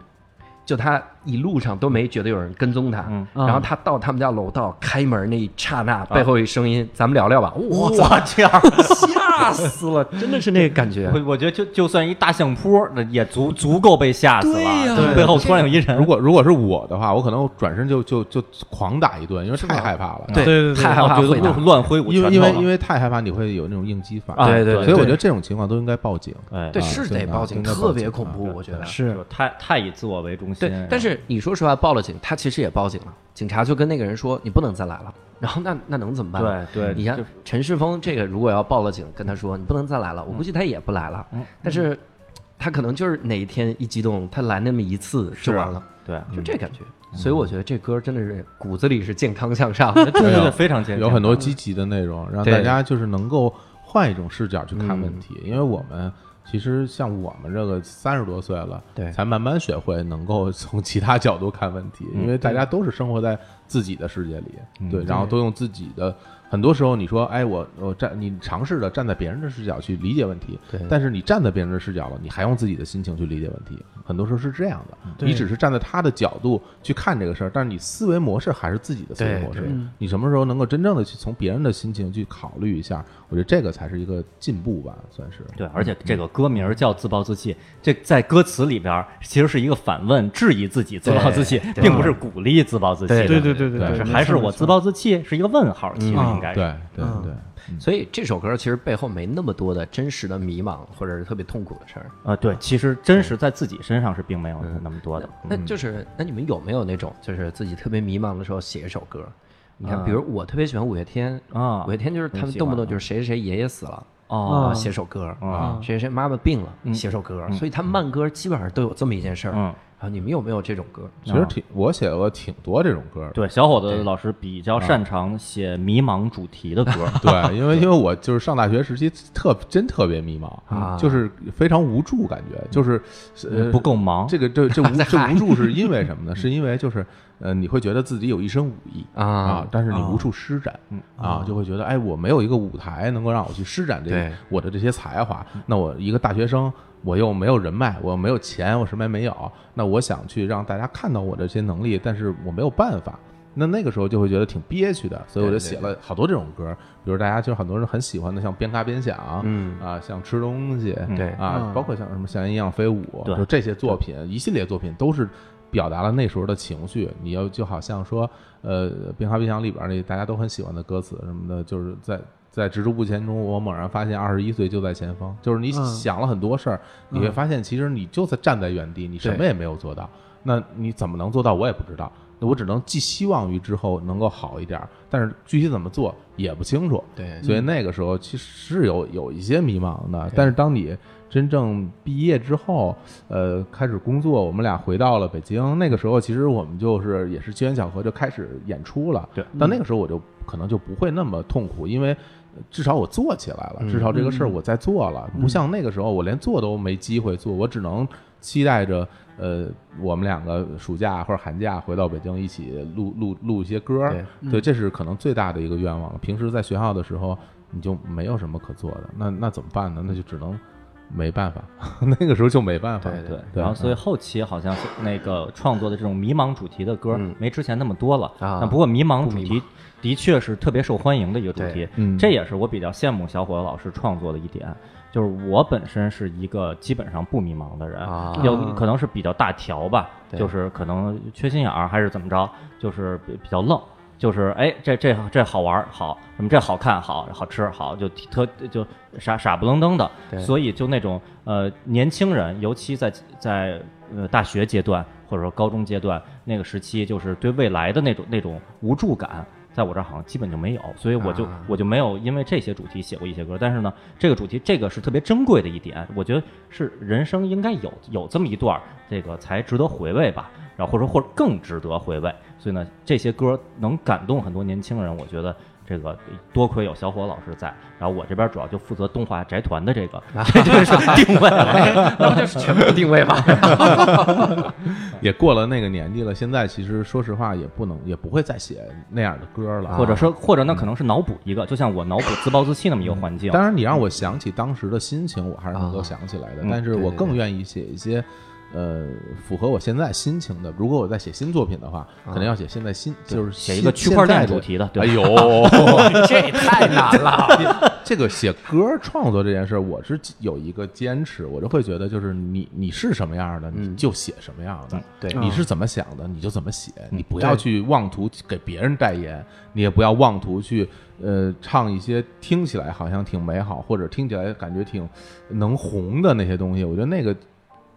[SPEAKER 1] 就她一路上都没觉得有人跟踪她，
[SPEAKER 3] 嗯
[SPEAKER 1] 然后她到他们家楼道开门那一刹那，
[SPEAKER 4] 啊
[SPEAKER 1] 背后一声音，咱们聊聊吧。
[SPEAKER 3] <laughs>
[SPEAKER 1] 我
[SPEAKER 3] 我
[SPEAKER 1] 操，
[SPEAKER 3] 操，这样，
[SPEAKER 1] 吓死了，真的是那个感觉。
[SPEAKER 3] 我我觉得就就算一大相扑，那也足足够被吓死
[SPEAKER 1] 对
[SPEAKER 3] 了。
[SPEAKER 1] 呀
[SPEAKER 3] 就背后突然有一人，
[SPEAKER 4] 如果如果是我的话，我可能转身就就就狂打一顿，因为太害怕
[SPEAKER 3] 啊
[SPEAKER 4] 了。
[SPEAKER 1] 对
[SPEAKER 2] 对对对
[SPEAKER 1] 太害怕
[SPEAKER 3] 就
[SPEAKER 1] 会打。
[SPEAKER 3] 乱挥舞拳
[SPEAKER 4] 因
[SPEAKER 3] 头
[SPEAKER 4] 为
[SPEAKER 3] 了，
[SPEAKER 4] 因为因为太害怕，你会有那种应激反
[SPEAKER 3] 啊
[SPEAKER 4] 应。
[SPEAKER 1] 对对对
[SPEAKER 4] 所以我觉得这种情况都应该报警。
[SPEAKER 3] 哎
[SPEAKER 1] 对，
[SPEAKER 4] 啊
[SPEAKER 1] 是
[SPEAKER 4] 真
[SPEAKER 1] 得
[SPEAKER 4] 的
[SPEAKER 1] 报警，
[SPEAKER 4] 真的
[SPEAKER 1] 特
[SPEAKER 4] 报
[SPEAKER 1] 别
[SPEAKER 4] 警
[SPEAKER 1] 恐
[SPEAKER 4] 啊
[SPEAKER 1] 怖，我觉得。
[SPEAKER 2] 是
[SPEAKER 3] 就太太以自我为中心。
[SPEAKER 1] 对，但是你说实话，报了警，他其实也报警了，警察就跟那个人说：“你不能再来了。”然后那那能怎么办呢？
[SPEAKER 3] 对对
[SPEAKER 1] 你
[SPEAKER 3] 就
[SPEAKER 1] 看
[SPEAKER 3] 是
[SPEAKER 1] 陈世峰这个，如果要报了警，跟他说你不能再来
[SPEAKER 3] 嗯
[SPEAKER 1] 了，我估计他也不来了。但是，他可能就是哪一天一激动，他来那么一次就完了，
[SPEAKER 3] 对
[SPEAKER 1] 就这感觉。
[SPEAKER 3] 嗯
[SPEAKER 1] 所以我觉得这歌真的是骨子里是健康向上
[SPEAKER 3] <laughs>
[SPEAKER 1] 的。
[SPEAKER 3] 对对
[SPEAKER 4] 没
[SPEAKER 3] 对，
[SPEAKER 4] 有
[SPEAKER 3] 非常健
[SPEAKER 4] 有很多积极的内容，让大
[SPEAKER 1] 对
[SPEAKER 4] 家就是能够换一种视角去看问题。因为我们其实像我们这个三十多岁了，
[SPEAKER 1] 对
[SPEAKER 4] 才慢慢学会能够从其他角度看问题，因为大家都是生活在自己的世界里，对，然后都用自己的。很多时候，你说，哎，我我站，你尝试着
[SPEAKER 1] 嗯
[SPEAKER 4] 站在别人的视角去理解问题，但是你站在别人的视角了，你还用自己的心情去理解问题，很多时候是这样的，
[SPEAKER 2] 对
[SPEAKER 4] 你只是站在他的角度去看这个事儿，但是你思维模式还是自己的思维
[SPEAKER 1] 对
[SPEAKER 4] 模式
[SPEAKER 1] 对
[SPEAKER 2] 嗯。
[SPEAKER 4] 你什么时候能够真正的去从别人的心情去考虑一下？我觉得这个才是一个进步吧，算是。
[SPEAKER 3] 对，而且这个歌名儿叫《自暴自弃》，这在歌词里边儿其实是一个反问、质疑自己自暴自弃，
[SPEAKER 1] 对
[SPEAKER 3] 并不是鼓励自暴自弃的。
[SPEAKER 2] 对对对对
[SPEAKER 4] 对
[SPEAKER 2] 对，
[SPEAKER 3] 是
[SPEAKER 2] 没
[SPEAKER 3] 还是
[SPEAKER 2] 错
[SPEAKER 3] 我自？暴自弃是一个问号，其实
[SPEAKER 2] 嗯
[SPEAKER 3] 应该是。
[SPEAKER 4] 对对
[SPEAKER 2] 嗯
[SPEAKER 4] 对，
[SPEAKER 6] 所以这首歌其实背后没那么多的真实的迷茫或者是特别痛苦的事儿。
[SPEAKER 3] 呃，对，其实真实在自己身上是并没有那么多的。
[SPEAKER 6] 那
[SPEAKER 1] 嗯
[SPEAKER 6] 就是，那你们有没有那种就是自己特别迷茫的时候写一首歌？你看，
[SPEAKER 3] 啊
[SPEAKER 6] 比如我特别喜欢五月天
[SPEAKER 3] 啊
[SPEAKER 6] 五月天就是他
[SPEAKER 3] 你
[SPEAKER 6] 们
[SPEAKER 3] 喜
[SPEAKER 6] 动不
[SPEAKER 3] 欢
[SPEAKER 1] 啊
[SPEAKER 6] 动就是谁谁谁爷爷死了啊
[SPEAKER 3] 哦，
[SPEAKER 6] 写首歌，
[SPEAKER 3] 啊
[SPEAKER 6] 谁谁谁妈妈病了
[SPEAKER 1] 嗯
[SPEAKER 6] 写首歌，所以他们慢歌基本上都有这么一件事儿。
[SPEAKER 3] 嗯
[SPEAKER 6] 然后你们有没有这种歌？
[SPEAKER 4] 其实挺我写过挺多这种歌的。
[SPEAKER 3] 对，小伙子老师比较擅长写迷茫主题的歌。
[SPEAKER 4] 对，因为因为我就是上大学时期特真特别迷茫，
[SPEAKER 6] 啊
[SPEAKER 4] 就是非常无助，感觉就是呃
[SPEAKER 3] 嗯不够忙
[SPEAKER 4] 这个
[SPEAKER 6] <laughs>
[SPEAKER 4] 这这无这无助是因为什么呢？是因为就是呃你会觉得自己有一身武艺
[SPEAKER 6] 啊嗯
[SPEAKER 4] 但是你无处施展啊就会觉得哎我没有一个舞台能够让我去施展这个
[SPEAKER 6] 对嗯
[SPEAKER 4] 我的这些才华，那我一个大学生。我又没有人脉，我又没有钱，我什么也没有。那我想去让大家看到我的这些能力，但是我没有办法。那那个时候就会觉得挺憋屈的，所以我就写了好多这种歌，比如大家就是很多人很喜欢的，像边嘎边想，
[SPEAKER 6] 嗯
[SPEAKER 4] 啊，像吃东西，
[SPEAKER 6] 对
[SPEAKER 4] 啊，
[SPEAKER 2] 嗯
[SPEAKER 4] 包括像什么像一样飞舞，
[SPEAKER 3] 对
[SPEAKER 4] 就这些作品，一系列作品都是表达了那时候的情绪。你要就好像说，呃，边嘎边想里边那大家都很喜欢的歌词什么的，就是在。在踟蹰不前中，我猛然发现二十一岁就在前方。就是你
[SPEAKER 2] 嗯
[SPEAKER 4] 想了很多事儿，你会发现其实你就在站在原
[SPEAKER 2] 嗯
[SPEAKER 4] 地，你什么也没有做到。那你怎么能做到？我也不知道。那我只能寄希望于之后能够好一点儿，但是具体怎么做也不清楚。
[SPEAKER 1] 啊
[SPEAKER 6] 对
[SPEAKER 4] 所以那个时候其实是有有一些迷茫的。但是当你真正毕业之后，呃，开始工作，我们俩回到了北京。那个时候其实我们就是也是机缘巧合就开始演出了。
[SPEAKER 3] 对，
[SPEAKER 4] 但那个时候我就可能就不会那么痛苦，因为。至少我做起来了，至少这个事儿我在做了，不像那个时候我连做都没机会做，我只能期待着呃我们两个暑假或者寒假回到北京一起录录录一些歌儿，
[SPEAKER 6] 对
[SPEAKER 4] 对，这是可能最大的一个愿望了。平时在学校的时候，你就没有什么可做的，那那怎么办呢？那就只能没办法， <laughs> 那个时候就没办法。
[SPEAKER 6] 对
[SPEAKER 3] 对，
[SPEAKER 4] 对
[SPEAKER 3] 然后所以后期好像是那个创作的这种迷茫主题的歌
[SPEAKER 6] 嗯
[SPEAKER 3] 没之前那么多了
[SPEAKER 6] 啊
[SPEAKER 3] 但不过迷茫
[SPEAKER 6] 不
[SPEAKER 3] 主
[SPEAKER 6] 迷
[SPEAKER 3] 题的确是特别受欢迎的一个主题
[SPEAKER 6] 对，
[SPEAKER 4] 嗯
[SPEAKER 3] 这也是我比较羡慕小伙老师创作的一点。就是我本身是一个基本上不迷茫的人，
[SPEAKER 6] 啊
[SPEAKER 3] 有可能是比较大条吧，
[SPEAKER 6] 对
[SPEAKER 3] 就是可能缺心眼儿还是怎么着，就是比比较愣，就是哎这这这好玩儿好，什么这好看好好吃好，就特就傻傻不愣登的，
[SPEAKER 6] 对
[SPEAKER 3] 所以就那种呃年轻人，尤其在在呃大学阶段或者说高中阶段那个时期，就是对未来的那种那种无助感。在我这儿好像基本就没有，所以我就、
[SPEAKER 6] 啊
[SPEAKER 3] 我就没有因为这些主题写过一些歌。但是呢，这个主题这个是特别珍贵的一点，我觉得是人生应该有有这么一段儿，这个才值得回味吧。然后或者说或者更值得回味。所以呢，这些歌能感动很多年轻人，我觉得。这个多亏有小伙老师在，然后我这边主要就负责动画宅团的这个，
[SPEAKER 6] 啊 <laughs>
[SPEAKER 3] 这就是定位了。
[SPEAKER 6] 那不就是全部定位吗？
[SPEAKER 4] 也过了那个年纪了，现在其实说实话也不能也不会再写那样的歌
[SPEAKER 6] 啊
[SPEAKER 4] 了，
[SPEAKER 3] 或者说，或者呢，可能是脑补一个，就像我脑补自暴自弃那么一个环境。
[SPEAKER 4] 嗯当然，你让我想起当时的心情，我还是能够想起来的。
[SPEAKER 3] 嗯
[SPEAKER 4] 但是
[SPEAKER 6] 对
[SPEAKER 4] 我
[SPEAKER 6] 对
[SPEAKER 4] 更愿意写一些，呃，符合我现在心情的。如果我在写新作品的话，可能要写现在新，就是
[SPEAKER 3] 嗯写一
[SPEAKER 4] 现
[SPEAKER 3] 个区块链
[SPEAKER 4] 现在
[SPEAKER 3] 主题的对
[SPEAKER 4] 哎呦，哎
[SPEAKER 3] <laughs>
[SPEAKER 6] 这也太难了。
[SPEAKER 4] <laughs> 这个写歌创作这件事儿，我是有一个坚持，我就会觉得，就是你你是什么样的，
[SPEAKER 3] 嗯
[SPEAKER 4] 你就写什么样的。
[SPEAKER 6] 对
[SPEAKER 4] 你是怎么想的，你就怎么写，
[SPEAKER 3] 嗯
[SPEAKER 4] 你不要去妄图给别人代言，你也不要妄图去呃唱一些听起来好像挺美好，或者听起来感觉挺能红的那些东西。我觉得那个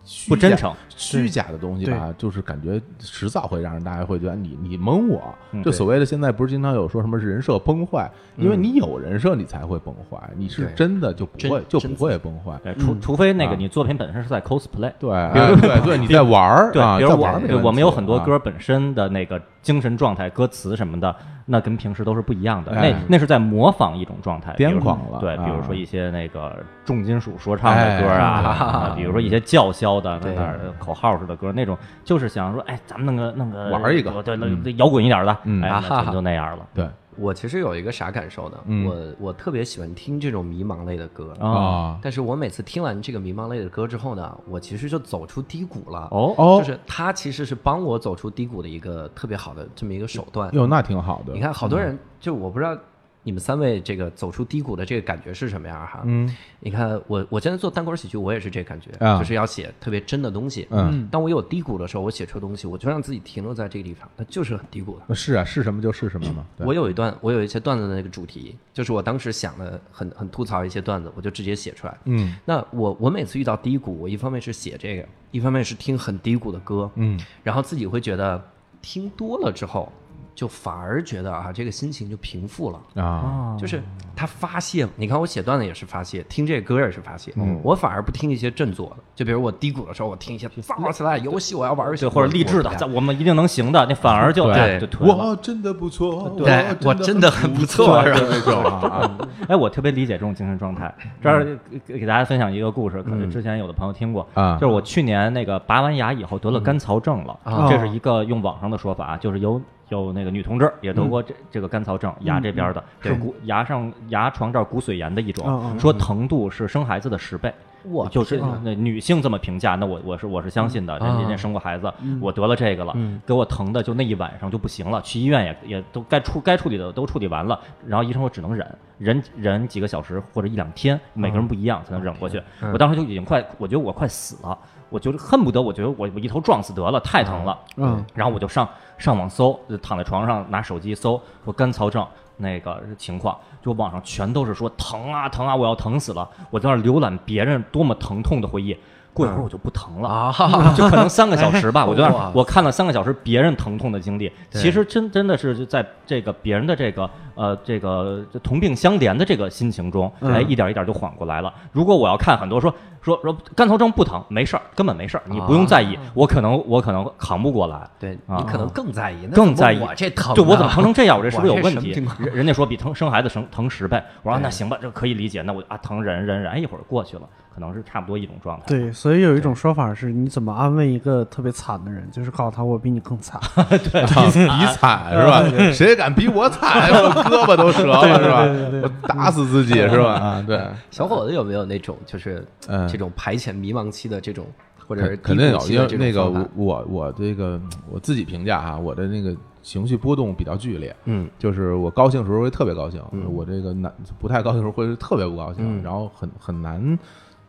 [SPEAKER 4] 虚假
[SPEAKER 3] 不真诚，
[SPEAKER 4] 虚假的东西吧，就是感觉迟早会让人大家会觉得你你蒙我。就
[SPEAKER 3] 对
[SPEAKER 4] 所谓的现在不是经常有说什么人设崩坏，因为你有人设你才会崩坏，你是
[SPEAKER 6] 对
[SPEAKER 4] 真的就不
[SPEAKER 6] 真
[SPEAKER 4] 会就
[SPEAKER 6] 真
[SPEAKER 4] 不会崩坏。
[SPEAKER 3] 对，除除非那
[SPEAKER 4] 啊
[SPEAKER 3] 个你作品本身是在 cosplay，
[SPEAKER 4] 对，哎对对，你在玩儿
[SPEAKER 3] 对，
[SPEAKER 4] 啊，
[SPEAKER 3] 比
[SPEAKER 4] 在
[SPEAKER 3] 如
[SPEAKER 4] 玩儿
[SPEAKER 3] 我，
[SPEAKER 4] 没
[SPEAKER 3] 对
[SPEAKER 4] 问
[SPEAKER 3] 我们有
[SPEAKER 4] 题
[SPEAKER 3] 很多
[SPEAKER 4] 啊
[SPEAKER 3] 歌本身的那个精神状态、歌词什么的，那跟平时都是不一样的。
[SPEAKER 4] 哎
[SPEAKER 3] 那那是在模仿一种状态，比如
[SPEAKER 4] 癫狂了
[SPEAKER 3] 对，
[SPEAKER 4] 啊
[SPEAKER 3] 比如说一些那个重金属说唱的歌
[SPEAKER 4] 哎
[SPEAKER 3] 啊，啊比如说一些叫嚣的那
[SPEAKER 6] 对
[SPEAKER 3] 哪口号似的歌，那种就是想说，哎，咱们弄个弄个
[SPEAKER 4] 玩一个
[SPEAKER 3] 对，对摇滚一点的，
[SPEAKER 4] 嗯
[SPEAKER 3] 哎，
[SPEAKER 6] 啊
[SPEAKER 3] 那
[SPEAKER 6] 哈
[SPEAKER 3] 全
[SPEAKER 6] 哈
[SPEAKER 3] 就那样了。
[SPEAKER 4] 对，
[SPEAKER 1] <laughs> 我其实有一个啥感受呢？
[SPEAKER 4] 嗯
[SPEAKER 1] 我我特别喜欢听这种迷茫类的歌，
[SPEAKER 4] 啊，
[SPEAKER 1] 但是我每次听完这个迷茫类的歌之后呢，我其实就走出低谷了。
[SPEAKER 3] 哦
[SPEAKER 4] 哦
[SPEAKER 1] 就是它其实是帮我走出低谷的一个特别好的这么一个手段。
[SPEAKER 4] 哟，那挺好的。嗯
[SPEAKER 1] 你看，好多人就我不知道你们三位这个走出低谷的这个感觉是什么样哈？
[SPEAKER 4] 嗯，
[SPEAKER 1] 你看我我现在做单口喜剧，我也是这感觉，
[SPEAKER 4] 啊
[SPEAKER 1] 就是要写特别真的东西。
[SPEAKER 4] 嗯，
[SPEAKER 1] 当我有低谷的时候，我写出东西，我就让自己停留在这个地方，它就是很低谷的。
[SPEAKER 4] 是啊，是什么就是什么嘛。对
[SPEAKER 1] 我有一段，我有一些段子的那个主题，就是我当时想的很很吐槽一些段子，我就直接写出来。
[SPEAKER 4] 嗯
[SPEAKER 1] 那我我每次遇到低谷，我一方面是写这个，一方面是听很低谷的歌，
[SPEAKER 4] 嗯，
[SPEAKER 1] 然后自己会觉得听多了之后，就反而觉得啊，这个心情就平复了。
[SPEAKER 4] 啊，
[SPEAKER 3] 哦
[SPEAKER 1] 就是他发泄，你看我写段子也是发泄，听这歌也是发泄，
[SPEAKER 3] 嗯
[SPEAKER 1] 我反而不听一些振作的，就比如我低谷的时候，我听一些燥起来游戏，我要玩游戏，
[SPEAKER 3] 对，或者励志的，在我们一定能行的，那反而就
[SPEAKER 4] 对
[SPEAKER 3] 哎就颓了。
[SPEAKER 4] 我真的不错，
[SPEAKER 1] 对我真的很不错，是吧？
[SPEAKER 4] 那种啊，
[SPEAKER 3] 哎，我特别理解这种精神状态。这儿给给大家分享一个故事，可能之前有的朋友听过
[SPEAKER 4] 嗯啊
[SPEAKER 3] 就是我去年那个拔完牙以后得了甘草症了，
[SPEAKER 2] 啊
[SPEAKER 3] 这是一个用网上的说法，啊就是有有那个女同志也得过这、这个甘草症，牙这边的、是骨牙上牙床这儿骨髓炎的一种，
[SPEAKER 2] 嗯嗯
[SPEAKER 3] 说疼度是生孩子的十倍。
[SPEAKER 1] 我
[SPEAKER 3] 就是
[SPEAKER 1] 天哪
[SPEAKER 3] 那女性这么评价，那我我是我是相信的，人家人家生过孩子，我得了这个了，给我疼的就那一晚上就不行了，去医院也也都该处该处理的都处理完了，然后医生说只能忍，忍忍几个小时或者一两天，每个人不一样才能忍过去。我当时就已经快，我觉得我快死了，我觉得恨不得我觉得我我一头撞死得了，太疼了。
[SPEAKER 2] 嗯，
[SPEAKER 3] 然后我就上上网搜，就躺在床上拿手机搜说甘草症那个情况，就网上全都是说疼啊疼啊，我要疼死了。我在那儿浏览别人多么疼痛的回忆，过一会儿我就不疼
[SPEAKER 1] <laughs>
[SPEAKER 3] 了，
[SPEAKER 1] 啊，
[SPEAKER 3] 就可能三个小时吧。我就在那
[SPEAKER 1] 哇
[SPEAKER 3] 儿我看了三个小时别人疼痛的经历，其实真真的是就在这个别人的这个呃这个这同病相怜的这个心情中，
[SPEAKER 2] 嗯
[SPEAKER 3] 哎，一点一点就缓过来了。如果我要看很多说说说甘草症不疼，没事儿，根本没事儿，你不用在意，我可能我可能扛不过来。
[SPEAKER 1] 对
[SPEAKER 3] 啊
[SPEAKER 1] 你可能更在意，那
[SPEAKER 3] 更
[SPEAKER 1] 怎么
[SPEAKER 3] 在意
[SPEAKER 1] 我这疼，啊
[SPEAKER 3] 就我
[SPEAKER 1] <laughs>
[SPEAKER 3] 怎么疼？成这样？我这是不是有问
[SPEAKER 1] 我这
[SPEAKER 3] 题
[SPEAKER 1] 神经？
[SPEAKER 3] 人人家说比疼生孩子疼疼十倍，我说啊
[SPEAKER 1] 对
[SPEAKER 3] 那行吧，这可以理解。那我就啊疼忍忍忍，哎一会儿过去了，可能是差不多一种状态。
[SPEAKER 2] 对，所以有一种说法是，你怎么安慰一个特别惨的人，就是告诉他我比你更惨。
[SPEAKER 4] 比比惨是吧？谁敢比我惨？我胳膊都折了是吧？我打死自己是吧？啊，对，
[SPEAKER 1] 小伙子有没有那种就是
[SPEAKER 4] 嗯
[SPEAKER 1] 这种排遣迷茫期的这种，或者是
[SPEAKER 4] 肯肯定
[SPEAKER 1] 低
[SPEAKER 4] 有
[SPEAKER 1] 谷，期
[SPEAKER 4] 因
[SPEAKER 1] 的
[SPEAKER 4] 为
[SPEAKER 1] 这种
[SPEAKER 4] 那个
[SPEAKER 1] 方法
[SPEAKER 4] 我我我这个我自己评价哈，我的那个情绪波动比较剧烈，
[SPEAKER 1] 嗯，
[SPEAKER 4] 就是我高兴的时候会特别高兴，我这个难不太高兴的时候会特别不高兴，然后很很难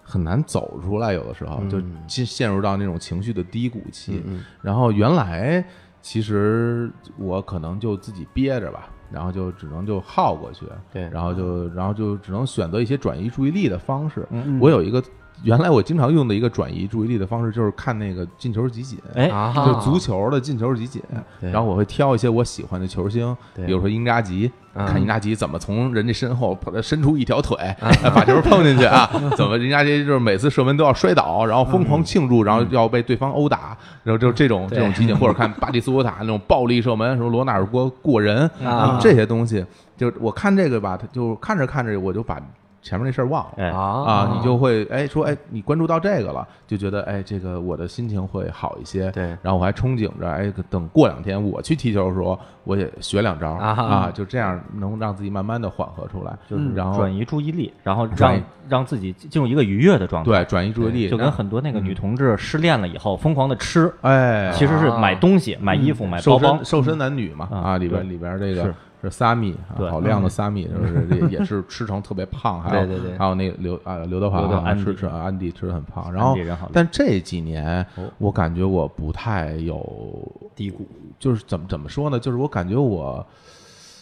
[SPEAKER 4] 很难走出来，有的时候就陷陷入到那种情绪的低谷期。然后原来其实我可能就自己憋着吧，然后就只能就耗过去，
[SPEAKER 1] 对
[SPEAKER 4] 然后就然后就只能选择一些转移注意力的方式。我有一个。原来我经常用的一个转移注意力的方式就是看那个进球集锦，
[SPEAKER 3] 哎
[SPEAKER 1] 啊，
[SPEAKER 4] 就足球的进球集锦，
[SPEAKER 1] 嗯对
[SPEAKER 4] 然后我会挑一些我喜欢的球星，
[SPEAKER 1] 对
[SPEAKER 4] 比如说英扎吉，
[SPEAKER 1] 嗯
[SPEAKER 4] 看英扎吉怎么从人家身后把他伸出一条腿，
[SPEAKER 1] 嗯
[SPEAKER 4] 哎把球碰进
[SPEAKER 1] <laughs>
[SPEAKER 4] 去啊，怎么英扎吉就是每次射门都要摔倒，然后
[SPEAKER 1] 嗯
[SPEAKER 4] 疯狂庆祝，然后要被对方殴打，然后就这种这
[SPEAKER 1] <laughs>
[SPEAKER 4] 种集锦，或者看巴蒂斯图塔那种暴力射门，什么罗纳尔多过人
[SPEAKER 1] 啊
[SPEAKER 4] 这些东西，就我看这个吧，它就看着看着我就把前面那事儿忘了。
[SPEAKER 3] 哎，
[SPEAKER 4] 啊，你就会哎说哎，你关注到这个了，就觉得哎，这个我的心情会好一些。
[SPEAKER 1] 对
[SPEAKER 4] 然后我还憧憬着哎，等过两天我去踢球的时候，我也学两招
[SPEAKER 1] 啊
[SPEAKER 4] 就这样能让自己慢慢的缓和出来。
[SPEAKER 3] 就是
[SPEAKER 4] 然后
[SPEAKER 3] 转移注意力，然后
[SPEAKER 4] 哦转移
[SPEAKER 3] 让让自己进入一个愉悦的状态。
[SPEAKER 4] 对嗯转移注意力，
[SPEAKER 3] 就跟
[SPEAKER 4] 然后
[SPEAKER 3] 很多那个女同志失恋了以后疯狂的吃，
[SPEAKER 4] 哎，
[SPEAKER 3] 其实是买东西、买衣服、买包
[SPEAKER 4] 嗯瘦
[SPEAKER 3] 包
[SPEAKER 4] 身。瘦身男女嘛
[SPEAKER 3] 嗯
[SPEAKER 4] 啊，里边
[SPEAKER 3] 对
[SPEAKER 4] 里边这个
[SPEAKER 3] 是。
[SPEAKER 4] 是萨米，
[SPEAKER 3] 对嗯
[SPEAKER 4] 好亮的萨米，就是 <laughs> 也也是吃成特别胖，还有
[SPEAKER 1] 对对对
[SPEAKER 4] 还有那个刘啊刘德华
[SPEAKER 3] 刘德
[SPEAKER 4] 啊
[SPEAKER 3] 安迪
[SPEAKER 4] 吃吃啊安迪吃的很胖，然后
[SPEAKER 3] 安迪人好厉害哦
[SPEAKER 4] 但这几年我感觉我不太有
[SPEAKER 1] 低谷，
[SPEAKER 4] 就是怎么怎么说呢？就是我感觉我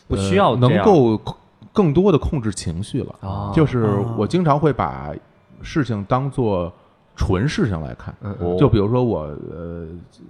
[SPEAKER 3] 不需要
[SPEAKER 4] 呃
[SPEAKER 3] 这
[SPEAKER 4] 能
[SPEAKER 3] 样啊
[SPEAKER 4] 够控更多的控制情绪了。
[SPEAKER 1] 哦
[SPEAKER 4] 就是
[SPEAKER 2] 哦
[SPEAKER 4] 我经常会把事情当做纯事情来看，
[SPEAKER 1] 嗯
[SPEAKER 3] 哦
[SPEAKER 4] 就比如说我呃，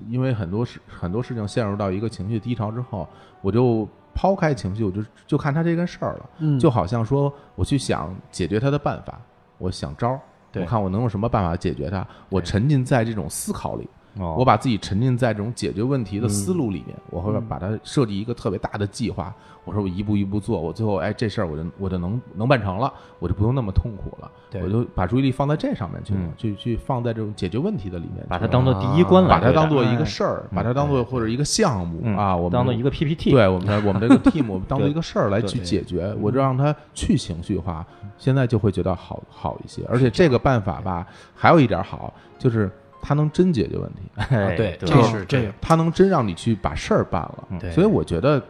[SPEAKER 4] 因为很多事很多事情陷入到一个情绪低潮之后，我就抛开情绪，我就就看他这件事儿了。
[SPEAKER 2] 嗯，
[SPEAKER 4] 就好像说我去想解决他的办法，我想招儿，
[SPEAKER 1] 对
[SPEAKER 4] 我看我能用什么办法解决它，我沉浸在这种思考里。
[SPEAKER 3] 哦嗯
[SPEAKER 4] 我把自己沉浸在这种解决问题的思路里面，我会把它设计一个特别大的计划。我说我一步一步做，我最后哎这事儿我就我就能能办成了，我就不用那么痛苦了。
[SPEAKER 7] 对
[SPEAKER 4] 我就把注意力放在这上面去了
[SPEAKER 3] 嗯，
[SPEAKER 4] 去去放在这种解决问题的里面去了，
[SPEAKER 3] 把它当做第一关来
[SPEAKER 4] 把
[SPEAKER 3] 对待，
[SPEAKER 4] 它当做一
[SPEAKER 2] 哎
[SPEAKER 4] 个事儿，把它当做或者一个项目
[SPEAKER 3] 嗯
[SPEAKER 4] 啊，我们
[SPEAKER 3] 当做
[SPEAKER 4] <laughs>
[SPEAKER 3] 一个 PPT，
[SPEAKER 4] 对我们的我们这个 team，我
[SPEAKER 3] <laughs>
[SPEAKER 4] 们当做一个事儿来
[SPEAKER 3] 对嗯
[SPEAKER 4] 去解决，我就让它去情绪化，现在就会觉得好好一些。而且这个办法吧，还有一点好，就是它能真解决问题，
[SPEAKER 3] 哎
[SPEAKER 7] 对
[SPEAKER 3] 对
[SPEAKER 7] 这是这
[SPEAKER 2] 这
[SPEAKER 4] 它能真让你去把事儿办了。
[SPEAKER 3] 嗯
[SPEAKER 7] 对
[SPEAKER 4] 所以我觉得，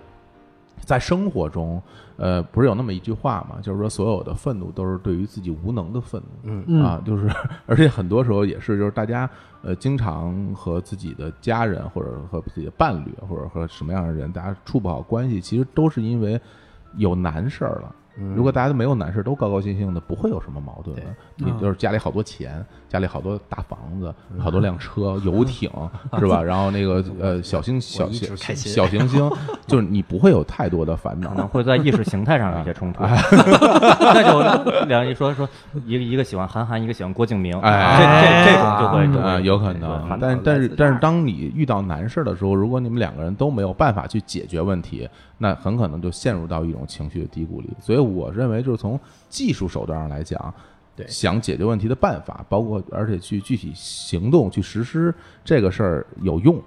[SPEAKER 4] 在生活中，呃，不是有那么一句话嘛，就是说所有的愤怒都是对于自己无能的愤怒。
[SPEAKER 2] 嗯
[SPEAKER 4] 啊，就是， <laughs> 而且很多时候也是，就是大家呃，经常和自己的家人或者和自己的伴侣或者和什么样的人，大家处不好关系，其实都是因为有难事儿了。
[SPEAKER 7] 嗯
[SPEAKER 4] 如果大家都没有难事，都高高兴兴的，不会有什么矛盾的。
[SPEAKER 2] 对
[SPEAKER 4] 你
[SPEAKER 7] 嗯
[SPEAKER 4] 就是家里好多钱，家里好多大房子，好多辆车、
[SPEAKER 7] <laughs>
[SPEAKER 4] 游艇，是吧？然后那个呃，小星小
[SPEAKER 7] 一直
[SPEAKER 4] 小
[SPEAKER 7] 开心
[SPEAKER 4] 小行星，就是你不会有太多的烦
[SPEAKER 7] <laughs>
[SPEAKER 4] 恼
[SPEAKER 3] 可。能会在意识形态上有一些冲
[SPEAKER 4] <laughs>
[SPEAKER 3] 突。那就两人一说说，一个一个喜欢韩寒，一个喜欢郭敬明，
[SPEAKER 4] 哎
[SPEAKER 3] 这这这种就会
[SPEAKER 2] 嗯
[SPEAKER 3] 就
[SPEAKER 4] 啊，
[SPEAKER 3] 会
[SPEAKER 4] 有可
[SPEAKER 3] 对
[SPEAKER 4] 能
[SPEAKER 3] 反。
[SPEAKER 4] 但
[SPEAKER 3] 倒
[SPEAKER 4] 但
[SPEAKER 3] 来
[SPEAKER 4] 是
[SPEAKER 3] 自
[SPEAKER 4] 但
[SPEAKER 3] 这
[SPEAKER 4] 是，
[SPEAKER 3] 儿
[SPEAKER 4] 当你遇到难事儿的时候，如果你们两个人都没有办法去解决问题，那很可能就陷入到一种情绪的低谷里。所以我认为，就是从技术手段上来讲。
[SPEAKER 7] 对
[SPEAKER 4] 想解决问题的办法，包括而且去具体行动去实施这个事儿有用，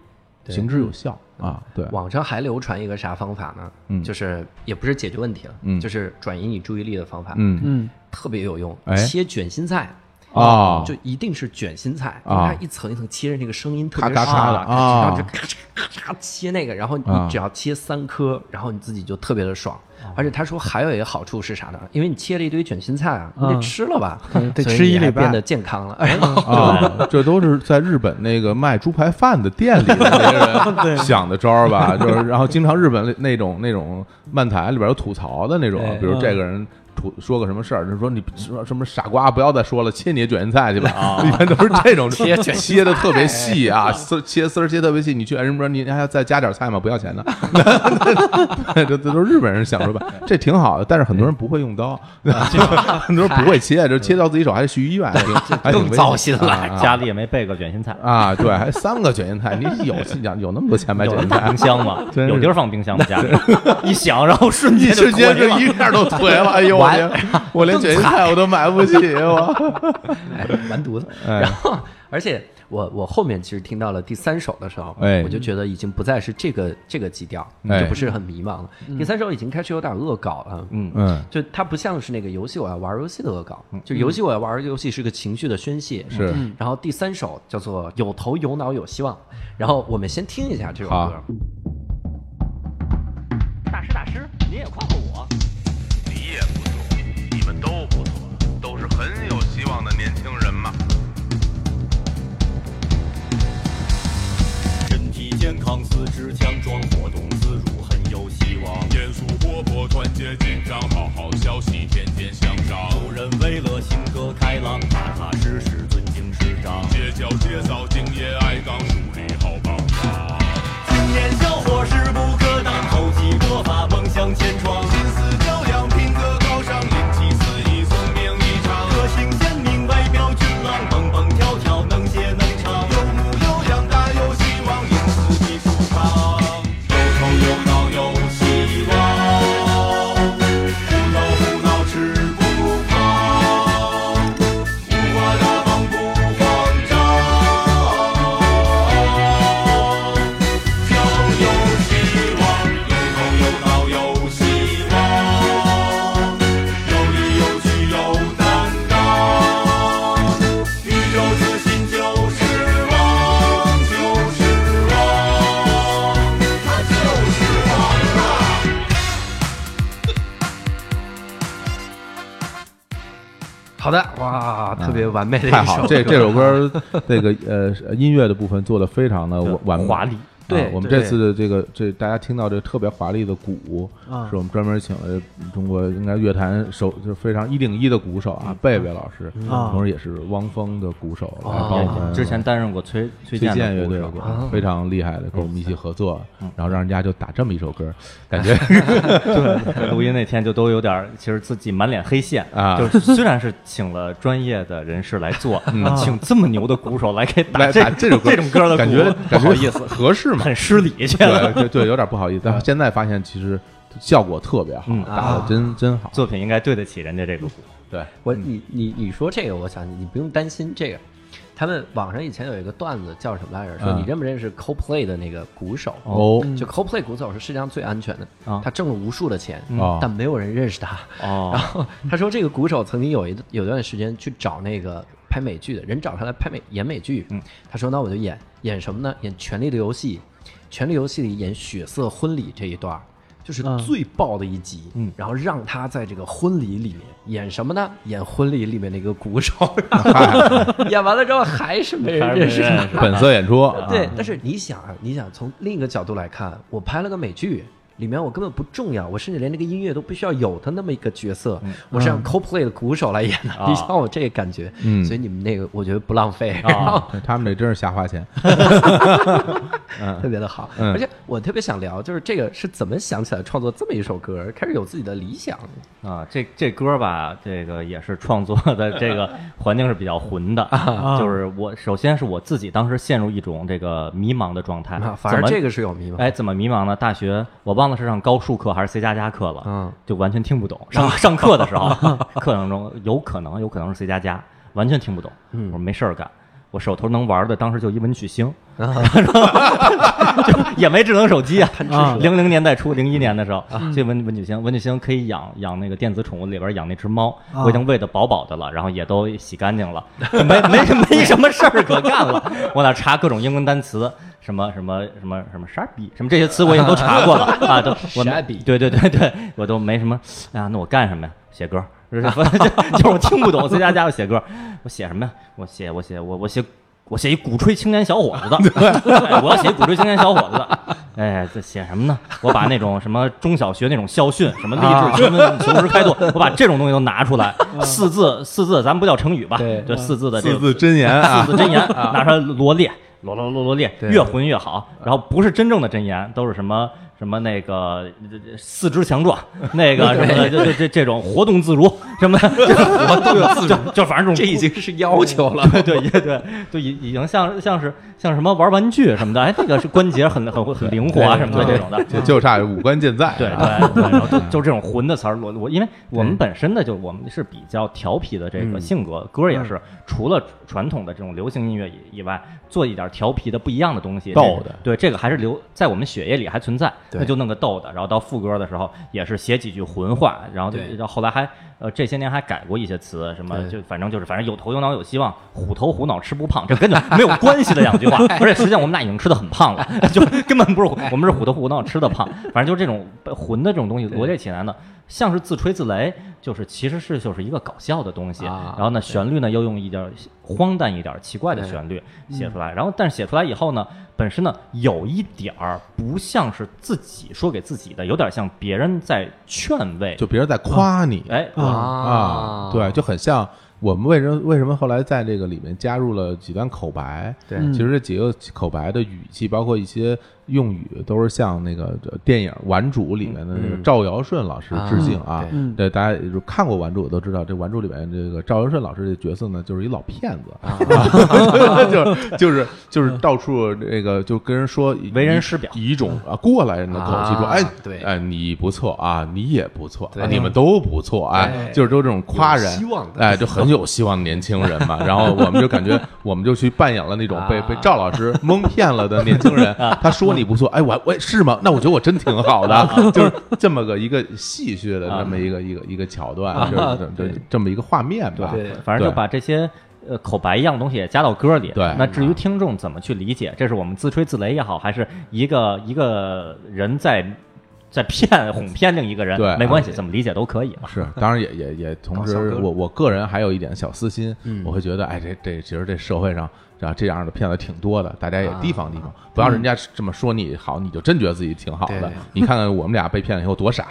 [SPEAKER 7] 对
[SPEAKER 4] 行之有效啊。对，
[SPEAKER 1] 网上还流传一个啥方法呢？
[SPEAKER 4] 嗯
[SPEAKER 1] 就是也不是解决问题了，
[SPEAKER 4] 嗯
[SPEAKER 1] 就是转移你注意力的方法，
[SPEAKER 4] 嗯
[SPEAKER 2] 嗯
[SPEAKER 1] 特别有用。
[SPEAKER 4] 哎
[SPEAKER 1] 切卷心菜
[SPEAKER 4] 啊，
[SPEAKER 1] 就一定是卷心菜，它
[SPEAKER 4] 啊
[SPEAKER 1] 一层一层切着，那个声音特
[SPEAKER 4] 咔
[SPEAKER 1] 别
[SPEAKER 4] 咔咔
[SPEAKER 1] 爽
[SPEAKER 4] 的
[SPEAKER 1] 然后就
[SPEAKER 4] 啊，
[SPEAKER 1] 咔嚓咔嚓切那个，然后你
[SPEAKER 4] 啊哦
[SPEAKER 1] 只要切三颗，然后你自己就特别的爽。而且他说还有一个好处是啥呢？因为你切了一堆卷心菜啊，你得
[SPEAKER 2] 嗯
[SPEAKER 1] 吃了吧，
[SPEAKER 2] 得
[SPEAKER 1] 所以
[SPEAKER 2] 吃一
[SPEAKER 1] 你还
[SPEAKER 2] 礼拜
[SPEAKER 1] 变得健康了。哎
[SPEAKER 4] 啊，这都是在日本那个卖猪排饭的店里的
[SPEAKER 1] <laughs>
[SPEAKER 4] 那些人想的招儿吧？就是，然后经常日本那那种那种漫谈里边有吐槽的那种
[SPEAKER 7] 对，
[SPEAKER 4] 比如这个人吐说个什么事儿，就说你
[SPEAKER 1] 嗯
[SPEAKER 4] 说什么傻瓜，不要再说了，切你的卷心菜去吧。 <laughs> 一般都是
[SPEAKER 1] <laughs>
[SPEAKER 4] 这种切
[SPEAKER 1] 啊卷
[SPEAKER 4] 切的特别细啊，丝切丝儿切特别细。你去人说你还要再加点菜吗？不要钱的， <laughs> 这这都是日本人想出吧，这挺好的。但是很多人不会用
[SPEAKER 1] 啊
[SPEAKER 4] 刀， <laughs> 很多人不会切，就切到自己手还得去医院，还挺还挺
[SPEAKER 1] 更
[SPEAKER 4] 危
[SPEAKER 1] 糟
[SPEAKER 4] 险
[SPEAKER 1] 心了
[SPEAKER 4] 啊啊
[SPEAKER 3] 家里也没备个卷心菜，
[SPEAKER 4] 啊，对，还三个卷心菜，你有有有那么多钱买
[SPEAKER 3] 有
[SPEAKER 4] 卷
[SPEAKER 3] 人放
[SPEAKER 4] 心菜
[SPEAKER 3] 冰？箱吗？
[SPEAKER 4] <laughs> 真是
[SPEAKER 3] 有地儿放冰箱吗？家里一想，然后瞬间就
[SPEAKER 4] 瞬间
[SPEAKER 3] 脱
[SPEAKER 4] 就
[SPEAKER 3] 离了
[SPEAKER 4] 一下都颓了，哎呦，我连我连卷心菜我都买不起，我
[SPEAKER 1] 哎，完犊子。
[SPEAKER 4] 哎
[SPEAKER 1] 然后，而且我我后面其实听到了第三首的时候，
[SPEAKER 4] 哎
[SPEAKER 1] 我就觉得已经不再是这个这个基调，
[SPEAKER 4] 哎
[SPEAKER 1] 就不是很迷茫了。第三首已经开始有点恶搞了，嗯。
[SPEAKER 4] 嗯
[SPEAKER 1] 就它不像是那个游戏我要玩游戏的恶搞，就游戏我要玩游戏是个情绪的宣泄。
[SPEAKER 4] 是嗯
[SPEAKER 1] 然后第三首叫做有头有脑有希望。然后我们先听一下这首
[SPEAKER 4] 好
[SPEAKER 1] 歌。
[SPEAKER 8] 大师大师，您也夸夸我。
[SPEAKER 9] 你也不错，你们都不错，都是很有希望的年轻人嘛。
[SPEAKER 5] 身体健康，四肢强壮，活动自如，很有希望。严肃活泼，团结紧张，好好学习，天天向上。助人为乐，性格开朗，踏踏实实，尊敬师长。结交结嫂，敬业爱岗，树立好榜样。青年小伙势不可挡，厚积薄发，梦想千窗。心思飘扬，品格高尚，灵气四溢，聪明异常。个性鲜明，外表俊朗，蹦蹦跳跳，能写能唱。有模有样，大有希望，因此你舒畅。有头有脑有希望，无头无脑吃不胖，五花大绑不慌张。要有希望，有头有脑有希望，有理有据有担当，宇宙之心就是王，就是王，他就是王啊！
[SPEAKER 1] 好的，哇，特别完美的一
[SPEAKER 4] 太
[SPEAKER 1] 首
[SPEAKER 4] 好
[SPEAKER 1] 歌。
[SPEAKER 4] 了，这这首歌这个呃音乐的部分做的非常的完
[SPEAKER 3] 华丽，
[SPEAKER 1] 对
[SPEAKER 4] 啊我们
[SPEAKER 1] 对
[SPEAKER 4] 这次的这个这大家听到这个特别华丽的鼓，
[SPEAKER 2] 啊
[SPEAKER 4] 是我们专门请了中国应该乐坛首就是非常一顶一的鼓手啊，贝贝老师，
[SPEAKER 2] 啊
[SPEAKER 4] 同时也是汪峰的鼓手来帮我们
[SPEAKER 3] 之前担任过崔崔
[SPEAKER 4] 崔
[SPEAKER 3] 健
[SPEAKER 4] 健
[SPEAKER 3] 的
[SPEAKER 4] 嗯乐
[SPEAKER 3] 鼓
[SPEAKER 4] 队
[SPEAKER 3] 手嗯
[SPEAKER 4] 的，非常厉害的，跟我们一起合作，然后让人家就打这么一
[SPEAKER 3] <laughs>
[SPEAKER 4] 首歌，感觉
[SPEAKER 3] <laughs> 录音那天就都有点儿，其实自己满脸黑线
[SPEAKER 4] 啊
[SPEAKER 3] 就是虽然是请了专业的人士来
[SPEAKER 4] <laughs>
[SPEAKER 3] 做，啊请这么牛的鼓手来给打
[SPEAKER 4] 嗯来
[SPEAKER 3] 这
[SPEAKER 4] 打这首歌
[SPEAKER 3] 这种歌的鼓，
[SPEAKER 4] 感觉
[SPEAKER 3] 不
[SPEAKER 4] 感
[SPEAKER 3] 好
[SPEAKER 4] 觉
[SPEAKER 3] 意思，
[SPEAKER 4] 合适吗？
[SPEAKER 3] <laughs> 很失礼，觉
[SPEAKER 4] 对
[SPEAKER 3] 得
[SPEAKER 4] 对对，有点不好意思，但现在发现其实效果特别好
[SPEAKER 3] 嗯，
[SPEAKER 4] 打的真真好，
[SPEAKER 3] 作品应该对得起人家这
[SPEAKER 4] <laughs>
[SPEAKER 3] 个鼓。
[SPEAKER 4] 对。
[SPEAKER 1] 我你你你说这个，我想起你不用担心这个。他们网上以前有一个段子叫什么来着？说
[SPEAKER 4] 嗯
[SPEAKER 1] 你认不认识 CoPlay 的那个鼓手？
[SPEAKER 4] 哦
[SPEAKER 1] 就 CoPlay 鼓手是世界上最安全的
[SPEAKER 3] 啊，
[SPEAKER 1] 他挣了无数的钱
[SPEAKER 4] 哦，
[SPEAKER 1] 但没有人认识他。
[SPEAKER 3] 哦
[SPEAKER 4] <laughs>
[SPEAKER 1] 然后他说这个鼓手曾经有一有段时间去找那个拍美剧的人找他来拍美演美剧，他说那我就演演什么呢？演《权力的游戏》，《权力游戏》里演血色婚礼这一段儿。就是
[SPEAKER 2] 嗯
[SPEAKER 1] 最爆的一集，嗯，然后让他在这个婚礼里面演什么呢？演婚礼里面那个鼓 <laughs> 手，然后演完了之后还是没人认识他。
[SPEAKER 4] 本色演出，啊
[SPEAKER 1] 对，但是你想，啊，你想从另一个角度来看，我拍了个美剧，里面我根本不重要，我甚至连那个音乐都不需要有的那么一个角色，我是让 CoPlay 的鼓手来演的，你像我这个感觉，
[SPEAKER 4] 嗯
[SPEAKER 1] 所以你们那个我觉得不浪费，然后
[SPEAKER 4] 啊，对他们这真是瞎花钱。
[SPEAKER 1] 特别的好，
[SPEAKER 4] 嗯
[SPEAKER 1] 而且我特别想聊，就是这个是怎么想起来创作这么一首歌，开始有自己的理想，
[SPEAKER 3] 啊，这这歌吧，这个也是创作的这个环境是比较混的，
[SPEAKER 4] 啊
[SPEAKER 3] 就是我首先是我自己当时陷入一种这个迷茫的状态，
[SPEAKER 1] 啊，反而
[SPEAKER 3] 怎么
[SPEAKER 1] 这个是有迷茫，
[SPEAKER 3] 哎，怎么迷茫呢？大学我忘了是上高数课还是 C 加加课了，
[SPEAKER 1] 嗯，
[SPEAKER 3] 就完全听
[SPEAKER 1] <laughs>
[SPEAKER 3] 不懂。上上课的时候， <laughs> 课程中有可能有可能是 C 加加，完全听不懂。
[SPEAKER 1] 嗯
[SPEAKER 3] 我说没事儿干，我手头能玩的当时就一文曲星，就 <laughs> 也没智能手机啊。啊零零年代初，零一年的时候，这文文曲星，文曲星可以养养那个电子宠物里边养那只猫，
[SPEAKER 2] 啊
[SPEAKER 3] 我已经喂的饱饱的了，然后也都洗干净了，没没没什么事儿可干了。我那查各种英文单词，什么什么什么什么傻逼，什么这些词我已经都查 <laughs> 过了啊，都我
[SPEAKER 1] 傻逼
[SPEAKER 3] 对对对对，我都没什么。哎呀，那我干什么呀？写歌。就是 <laughs> 就是我听不懂，在家家我写歌，我写什么呀？我写我写我我写我写一鼓吹青年小伙子
[SPEAKER 4] <laughs>
[SPEAKER 3] 的，哎我要写鼓吹青年小伙子的。哎，这写什么呢？我把那种什么中小学那种校训，什么
[SPEAKER 4] 啊
[SPEAKER 3] 励志青春求实开拓，我把这种东西都拿出
[SPEAKER 4] <laughs>
[SPEAKER 3] 来，四字四字，咱们不叫成语吧
[SPEAKER 1] 对？
[SPEAKER 3] 就四字的这
[SPEAKER 4] 嗯四
[SPEAKER 3] 个
[SPEAKER 4] 字真言啊，
[SPEAKER 3] <laughs> 四字真言，拿出来罗列，罗罗罗罗列，越混越好。然后不是真正的真言，都是什么什么那个呃四肢强壮，那个什么的，这这这这种活动自如，什么活动自如，就反正
[SPEAKER 1] <laughs>
[SPEAKER 3] 这种
[SPEAKER 1] 这已经是要求了，
[SPEAKER 3] <laughs> 对对对对，就已已经像像是像什么玩玩具什么的，哎，这个是关节很很很灵活啊什么的这种的，
[SPEAKER 4] 就就差五官健在。
[SPEAKER 3] 对
[SPEAKER 4] 啊
[SPEAKER 3] 对对，然后
[SPEAKER 4] <laughs>
[SPEAKER 3] 就就这种混的词儿，我我因为我们本身的就我们是比较调皮的这
[SPEAKER 4] 嗯
[SPEAKER 3] 个性格，歌也是除了传统的这种流行音乐以以外，做一点调皮的不一样的东西，
[SPEAKER 4] 逗的
[SPEAKER 3] 这对这个还是留在我们血液里还存在，那就弄个逗的，然后到副歌的时候也是写几句混话，然后就
[SPEAKER 1] 对
[SPEAKER 3] 然后后来还呃这些年还改过一些词，什么
[SPEAKER 1] 对
[SPEAKER 3] 就反正就是反正有头有脑有希望，虎头虎脑吃不胖，这根本没有关系的两句话，而且实际上我们俩已经吃的很胖了，就根本不是我们是虎头虎脑吃的胖，反正就是这种混的这种东西罗列起来呢，像是自吹自擂，就是其实是就是一个搞笑的东西，
[SPEAKER 1] 啊
[SPEAKER 3] 然后呢旋律呢又用一点荒诞一点奇怪的旋律写出来，然后但是写出来以后呢，本身呢有一点儿不像是自己说给自己的，有点像别人在劝慰，
[SPEAKER 4] 就别人在夸你
[SPEAKER 3] 哎。
[SPEAKER 2] 啊
[SPEAKER 4] 啊，对，就很像我们为什么为什么后来在这个里面加入了几段口白？
[SPEAKER 1] 对
[SPEAKER 2] 嗯
[SPEAKER 4] 其实这几个口白的语气，包括一些用语，都是向那个呃电影《顽主》里面的那个赵尧顺老师致敬啊。
[SPEAKER 1] 嗯
[SPEAKER 2] 嗯
[SPEAKER 4] 对，大家如果看过《顽主》的都知道，这《顽主》里面这个赵尧顺老师这角色呢，就是一老骗子， <laughs> 就是就是就是到处这个就跟人说以
[SPEAKER 3] 为人师表
[SPEAKER 4] 以一种啊过来人的口气说，
[SPEAKER 1] 啊
[SPEAKER 4] 哎，
[SPEAKER 1] 对
[SPEAKER 4] 哎，你不错啊，你也不错，
[SPEAKER 1] 对
[SPEAKER 4] 啊你们都不错，哎，
[SPEAKER 1] 对
[SPEAKER 4] 就是都这种夸人，
[SPEAKER 1] 有希望的
[SPEAKER 4] 哎，就很有希望的年轻人
[SPEAKER 1] <laughs>
[SPEAKER 4] 嘛。然后我们就感觉，我们就去扮演了那种
[SPEAKER 1] 啊
[SPEAKER 4] 被被赵老师蒙骗了的年轻
[SPEAKER 1] <laughs>
[SPEAKER 4] 人。他说你不错，哎，我我是吗？那我觉得我真挺好
[SPEAKER 1] 啊
[SPEAKER 4] 的， <laughs> 就是这么个一个戏谑的这么一个一个一个桥段，就是这这这么一个画面吧。
[SPEAKER 1] 啊对
[SPEAKER 3] 反正就
[SPEAKER 4] 对
[SPEAKER 3] 把这些呃口白一样东西也加到歌里。
[SPEAKER 4] 对嗯
[SPEAKER 3] 那至于听众怎么去理解，这是我们自吹自擂也好，还是一个一个人在在骗哄骗另一个人，
[SPEAKER 4] 对嗯
[SPEAKER 3] 没关系，怎么理解都可以嘛。
[SPEAKER 4] 是，当然也
[SPEAKER 3] 嗯
[SPEAKER 4] 也也，同时我我个人还有一点小私心，我会觉得，哎，这这其实这社会上然后这样的骗子挺多的，大家也提
[SPEAKER 3] 啊
[SPEAKER 4] 防提防，不
[SPEAKER 3] 嗯
[SPEAKER 4] 要人家这么说你好，你就真觉得自己挺好的
[SPEAKER 1] 对。
[SPEAKER 4] 你看看我们俩被骗了以后多傻，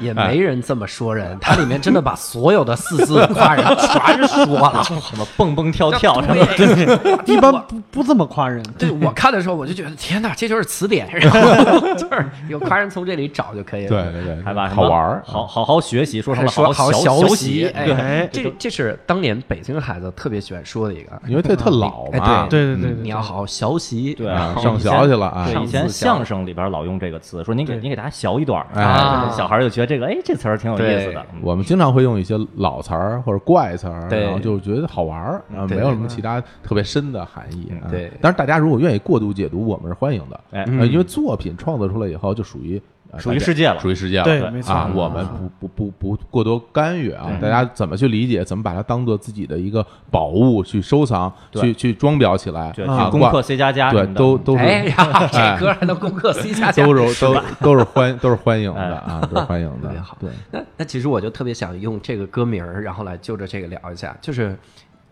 [SPEAKER 1] 也没人这么说人，它里面真的把所有的四字夸人全说了。
[SPEAKER 3] 什么蹦蹦跳
[SPEAKER 1] <laughs>
[SPEAKER 3] 跳什么的，
[SPEAKER 2] 一般不不怎么夸人，
[SPEAKER 1] 对我看的时候，我就觉得天哪，这就是词典，然后就是有夸人从这里找就可以了。
[SPEAKER 4] 对对对，
[SPEAKER 3] 还把什么
[SPEAKER 4] 好玩儿，
[SPEAKER 3] 好好好学习，说成
[SPEAKER 1] 还说
[SPEAKER 3] 了好
[SPEAKER 1] 学
[SPEAKER 3] 习，对，
[SPEAKER 1] 哎，这这是当年北京孩子特别喜欢说的一个，
[SPEAKER 4] 啊因为这特老嘛
[SPEAKER 1] 哎，
[SPEAKER 2] 对对对
[SPEAKER 1] 你
[SPEAKER 2] 对，
[SPEAKER 1] 要好好学习，
[SPEAKER 3] 对
[SPEAKER 4] 啊，
[SPEAKER 3] 好
[SPEAKER 4] 上
[SPEAKER 3] 以前
[SPEAKER 4] 学去了啊，
[SPEAKER 3] 对，以前
[SPEAKER 1] 上四小
[SPEAKER 3] 相声里边老用这个词，说您给
[SPEAKER 2] 对
[SPEAKER 3] 您给大家学一段儿，
[SPEAKER 4] 哎
[SPEAKER 3] 啊小孩儿就觉得这个，哎，这词儿挺有意思
[SPEAKER 1] 对
[SPEAKER 3] 的。嗯
[SPEAKER 4] 我们经常会用一些老词儿或者怪词儿，
[SPEAKER 1] 对
[SPEAKER 4] 然后就觉得好玩儿，啊，没
[SPEAKER 1] 对
[SPEAKER 4] 有什么其他特别深的含义。啊
[SPEAKER 1] 对
[SPEAKER 4] 当然大家如果愿意过度解读，我们是欢迎的，
[SPEAKER 3] 嗯哎
[SPEAKER 4] 呃因为作品创作出来以后就属于呃
[SPEAKER 3] 属于
[SPEAKER 4] 大家
[SPEAKER 3] 世界了
[SPEAKER 4] 属于世界了，
[SPEAKER 2] 对没错
[SPEAKER 4] 啊，我们不不不不过多干预啊，大家怎么去理解，怎么把它当做自己的一个宝物去收藏，
[SPEAKER 3] 对
[SPEAKER 4] 去去装裱起来
[SPEAKER 3] 对，
[SPEAKER 4] 啊，
[SPEAKER 3] 去攻
[SPEAKER 4] 挂
[SPEAKER 3] 克 C 加加什
[SPEAKER 4] 对
[SPEAKER 3] 么的，
[SPEAKER 4] 都都是
[SPEAKER 1] 哎呀，这歌还能攻克 C 加加，
[SPEAKER 4] 都是都都是欢都是欢迎的
[SPEAKER 3] <laughs>
[SPEAKER 4] 啊，都是欢迎的，
[SPEAKER 1] 别好
[SPEAKER 4] 对。
[SPEAKER 1] 那那其实我就特别想用这个歌名儿，然后来就着这个聊一下，就是，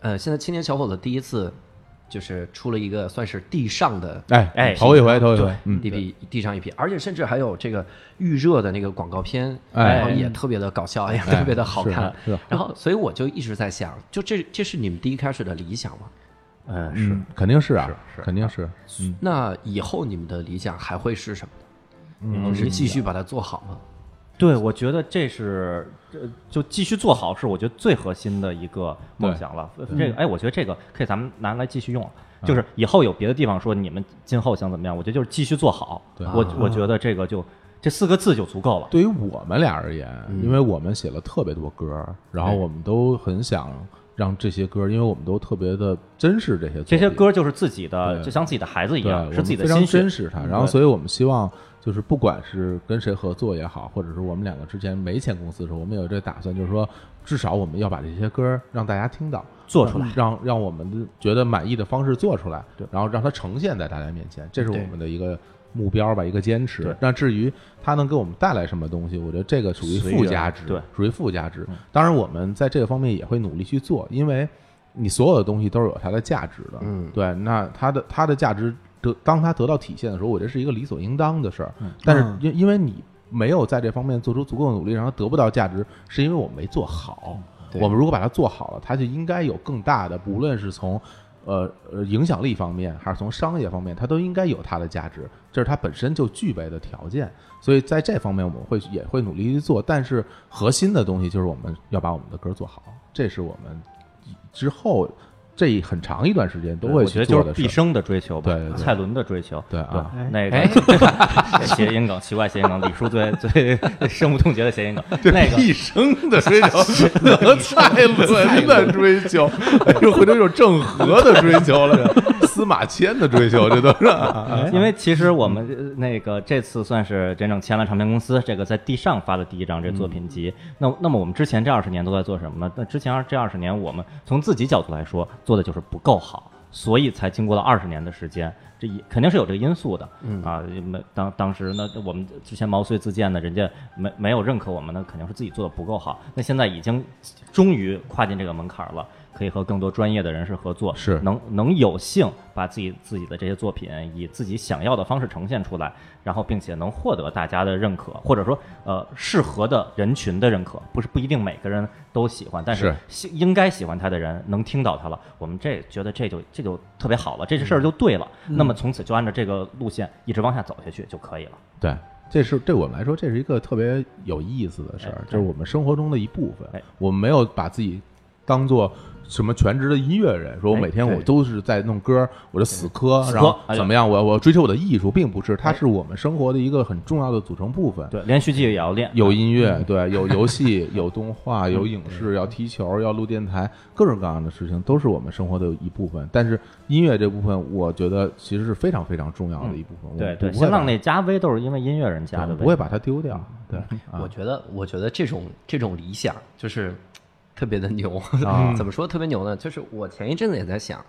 [SPEAKER 1] 呃，现在青年小伙子第一次就是出了一个算是地上的
[SPEAKER 4] 哎
[SPEAKER 3] 哎
[SPEAKER 4] 头一回，头一回
[SPEAKER 1] 啊对，
[SPEAKER 4] 嗯，
[SPEAKER 1] 地皮地上一批，而且甚至还有这个预热的那个广告片，
[SPEAKER 4] 哎
[SPEAKER 1] 然后也特别的搞笑，也特别的好看
[SPEAKER 4] 是的是的。
[SPEAKER 1] 然后，所以我就一直在想，就这这是你们第一开始的理想吗？
[SPEAKER 3] 嗯是
[SPEAKER 4] 是肯定是啊，肯定是，
[SPEAKER 1] 那以后你们的理想还会是什么？嗯，是继续把它做好吗？
[SPEAKER 3] 对，我觉得这是呃，就继续做好是我觉得最核心的一个梦想了。
[SPEAKER 4] 嗯
[SPEAKER 3] 这个哎，我觉得这个可以咱们拿来继续用了。就是以后有别的地方说你们今后想怎么样，我觉得就是继续做好。
[SPEAKER 4] 对啊
[SPEAKER 3] 我我觉得这个就这四个字就足够了。
[SPEAKER 4] 对于我们俩而言，
[SPEAKER 3] 嗯
[SPEAKER 4] 因为我们写了特别多歌儿，然
[SPEAKER 3] 哎
[SPEAKER 4] 后我们都很想让这些歌儿，因为我们都特别的珍视这些作
[SPEAKER 3] 这些
[SPEAKER 4] 品
[SPEAKER 3] 歌儿就是自己的，
[SPEAKER 4] 对
[SPEAKER 3] 就像自己的孩子一
[SPEAKER 4] 对，我
[SPEAKER 3] 样，
[SPEAKER 4] 们
[SPEAKER 3] 是自己的心
[SPEAKER 4] 非常
[SPEAKER 3] 血嗯
[SPEAKER 4] 珍。视它。然后，
[SPEAKER 3] 对
[SPEAKER 4] 所以我们希望就是不管是跟谁合作也好，或者是我们两个之前没签公司的时候，我们有这个打算，就是说至少我们要把这些歌儿让大家听到。
[SPEAKER 3] 做出来
[SPEAKER 4] 嗯让让让我们觉得满意的方式做出来，然后让它呈现在大家面前，这是我们的一个目标吧，一个坚持
[SPEAKER 3] 对。
[SPEAKER 4] 那至于它能给我们带来什么东西，我觉得这个属于
[SPEAKER 3] 随
[SPEAKER 4] 附
[SPEAKER 3] 缘
[SPEAKER 4] 加值，
[SPEAKER 3] 对，嗯
[SPEAKER 4] 属于附加值。当然，我们在这个方面也会努力去做，因为你所有的东西都是有它的价值的，
[SPEAKER 1] 嗯
[SPEAKER 4] 对。那它的它的价值得当它得到体现的时候，我觉得是一个理所应当的事儿。
[SPEAKER 3] 嗯
[SPEAKER 4] 但是因因为你没有在这方面做出足够的努力，然后得不到价值，是因为我没做
[SPEAKER 1] 对
[SPEAKER 4] 好。
[SPEAKER 3] 嗯
[SPEAKER 4] 我们如果把它做好了，它就应该有更大的，无论是从呃呃影响力方面，还是从商业方面，它都应该有它的价值，这是它本身就具备的条件。所以在这方面，我们会也会努力去做，但是核心的东西就是我们要把我们的歌做好，这是我们之后这很长一段时间都
[SPEAKER 3] 我
[SPEAKER 4] 会
[SPEAKER 3] 觉
[SPEAKER 4] 去
[SPEAKER 3] 得就
[SPEAKER 4] 做
[SPEAKER 3] 是
[SPEAKER 4] 的
[SPEAKER 3] 毕
[SPEAKER 4] 事儿。
[SPEAKER 3] 生的追求吧，
[SPEAKER 4] 对对对
[SPEAKER 3] 蔡伦的追求，
[SPEAKER 4] 对啊哎
[SPEAKER 3] 那个 <laughs> 谐音梗，奇怪谐音梗，李叔最最 <laughs> 深恶痛绝的谐音梗，那个
[SPEAKER 4] 毕生的追求 <laughs> 和蔡伦的追求，又回头又是郑和的追求了， <laughs> 司马迁的追求，这都是啊
[SPEAKER 3] 因为其实我们呃那个这次算是真正签了唱片公司，这个在地上发的第一张这作品集。那那么我们之前这二十年都在做什么呢？那之前二这二十年，我们从自己角度来说，做的就是不够好，所以才经过了二十年的时间。这也肯定是有这个因素的，啊，没当当时呢，我们之前毛遂自荐的，人家没没有认可我们，那肯定是自己做的不够好。那现在已经终于跨进这个门槛了，可以和更多专业的人士合作，
[SPEAKER 4] 是
[SPEAKER 3] 能能有幸把自己自己的这些作品以自己想要的方式呈现出来，然后并且能获得大家的认可，或者说呃适合的人群的认可，不是不一定每个人都喜欢，但是
[SPEAKER 4] 是
[SPEAKER 3] 喜应该喜欢他的人能听到他了，我们这觉得这就这就特别好了，这事儿就对了。那么从此就按照这个路线一直往下走下去就可以了。
[SPEAKER 4] <laughs> 对，这是对我们来说，这是一个特别有意思的事儿
[SPEAKER 3] 哎，
[SPEAKER 4] 这是我们生活中的一部分
[SPEAKER 3] 哎。
[SPEAKER 4] 我们没有把自己当做什么全职的音乐人，说我
[SPEAKER 3] 哎
[SPEAKER 4] 每天我
[SPEAKER 3] 对
[SPEAKER 4] 都是在弄歌，我就死磕，
[SPEAKER 3] 死磕
[SPEAKER 4] 然后
[SPEAKER 3] 哎
[SPEAKER 4] 怎么样，我我追求我的艺术，并不是，它是我们生活的一个很重要的组成部分。
[SPEAKER 3] 对，连续剧也要练，啊
[SPEAKER 4] 有音
[SPEAKER 3] 嗯
[SPEAKER 4] 乐，
[SPEAKER 3] <laughs>
[SPEAKER 4] 对，有游戏，有动画，有影视，要踢球，要录电台，各种各样的事情都是我们生活的一部分。但是音乐这部分，我觉得其实是非常非常重要的一部分。
[SPEAKER 3] 嗯对
[SPEAKER 4] 我
[SPEAKER 3] 对，
[SPEAKER 4] 不会
[SPEAKER 3] 新浪
[SPEAKER 4] 把
[SPEAKER 3] 那加微都是因为音乐人加的
[SPEAKER 4] 对
[SPEAKER 3] 微，
[SPEAKER 4] 不会把它丢掉。
[SPEAKER 3] <laughs>
[SPEAKER 4] 对，啊
[SPEAKER 1] 我觉得，我觉得这种这种理想就是特别的牛。怎么说特别牛呢？就是我前一阵子也在想，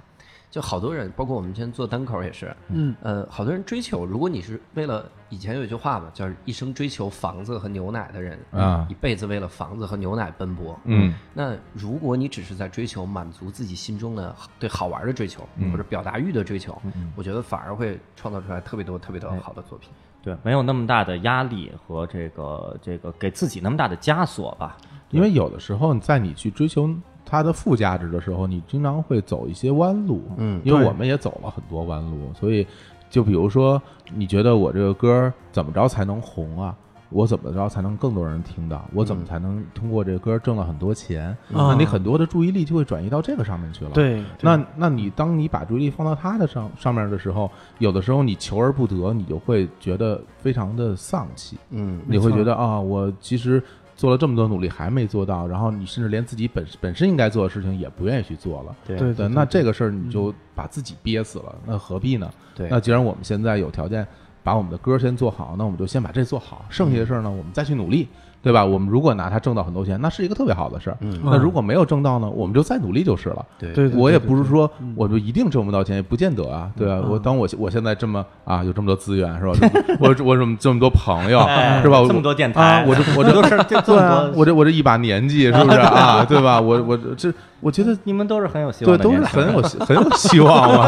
[SPEAKER 6] 就好多人，包括我们之前做单口也是，
[SPEAKER 2] 嗯，
[SPEAKER 6] 呃，好多人追求，如果你是为了以前有一句话嘛，叫一生追求房子和牛奶的人
[SPEAKER 4] 啊
[SPEAKER 6] 一辈子为了房子和牛奶奔波，
[SPEAKER 4] 嗯，
[SPEAKER 6] 那如果你只是在追求满足自己心中的对好玩的追求，或者表达欲的追求，我觉得反而会创造出来特别多特别多好的作品。
[SPEAKER 3] 对，没有那么大的压力和这个这个给自己那么大的枷锁吧。
[SPEAKER 4] 因为有的时候在你去追求它的附加值的时候，你经常会走一些弯路。
[SPEAKER 6] 嗯
[SPEAKER 4] 因为
[SPEAKER 2] 对
[SPEAKER 4] 我们也走了很多弯路，所以就比如说，你觉得我这个歌儿怎么着才能红啊？我怎么着才能更多人听到？我怎么才能通过这个歌儿挣了很多钱？那你很多的注意力就会转移到这个上面去了。。
[SPEAKER 2] 对，
[SPEAKER 4] 那那你当你把注意力放到他的上上面的时候，有的时候你求而不得，你就会觉得非常的丧气。
[SPEAKER 6] 嗯
[SPEAKER 4] 你会觉得啊，我其实做了这么多努力还没做到，然后你甚至连自己本本身应该做的事情也不愿意去做了。
[SPEAKER 2] 对对对
[SPEAKER 4] 嗯
[SPEAKER 2] 嗯
[SPEAKER 4] 那这个事儿你就把自己憋死了，那何必呢？
[SPEAKER 6] 对
[SPEAKER 4] 那既然我们现在有条件把我们的歌先做好，那我们就先把这做好，剩下
[SPEAKER 2] 嗯
[SPEAKER 4] 的事儿呢，我们再去努力。对吧？我们如果拿它挣到很多钱，那是一个特别好的事儿。
[SPEAKER 6] 嗯
[SPEAKER 4] 那如果没有挣到呢，我们就再努力就是了。
[SPEAKER 6] 对
[SPEAKER 2] 对对
[SPEAKER 4] 我也
[SPEAKER 2] 对
[SPEAKER 4] 不是
[SPEAKER 2] 对嗯
[SPEAKER 4] 说我就一定挣不到钱，也不见得啊，对吧、我当我我现在这么啊，有这么多资源是吧？我我这么这么多朋友
[SPEAKER 3] 哎
[SPEAKER 4] 是吧？
[SPEAKER 3] 这么
[SPEAKER 4] 我
[SPEAKER 3] 多电
[SPEAKER 4] 啊
[SPEAKER 3] 台，哎
[SPEAKER 4] 我这我这
[SPEAKER 3] 都
[SPEAKER 4] <laughs>
[SPEAKER 3] 是这这么多，
[SPEAKER 4] 啊我这我这一把年纪是不是啊？对吧？我我这我觉得
[SPEAKER 3] 你们都是很有希望
[SPEAKER 4] 对，
[SPEAKER 3] 的
[SPEAKER 4] 都是
[SPEAKER 3] 年轻人
[SPEAKER 4] 很有希很有希望嘛，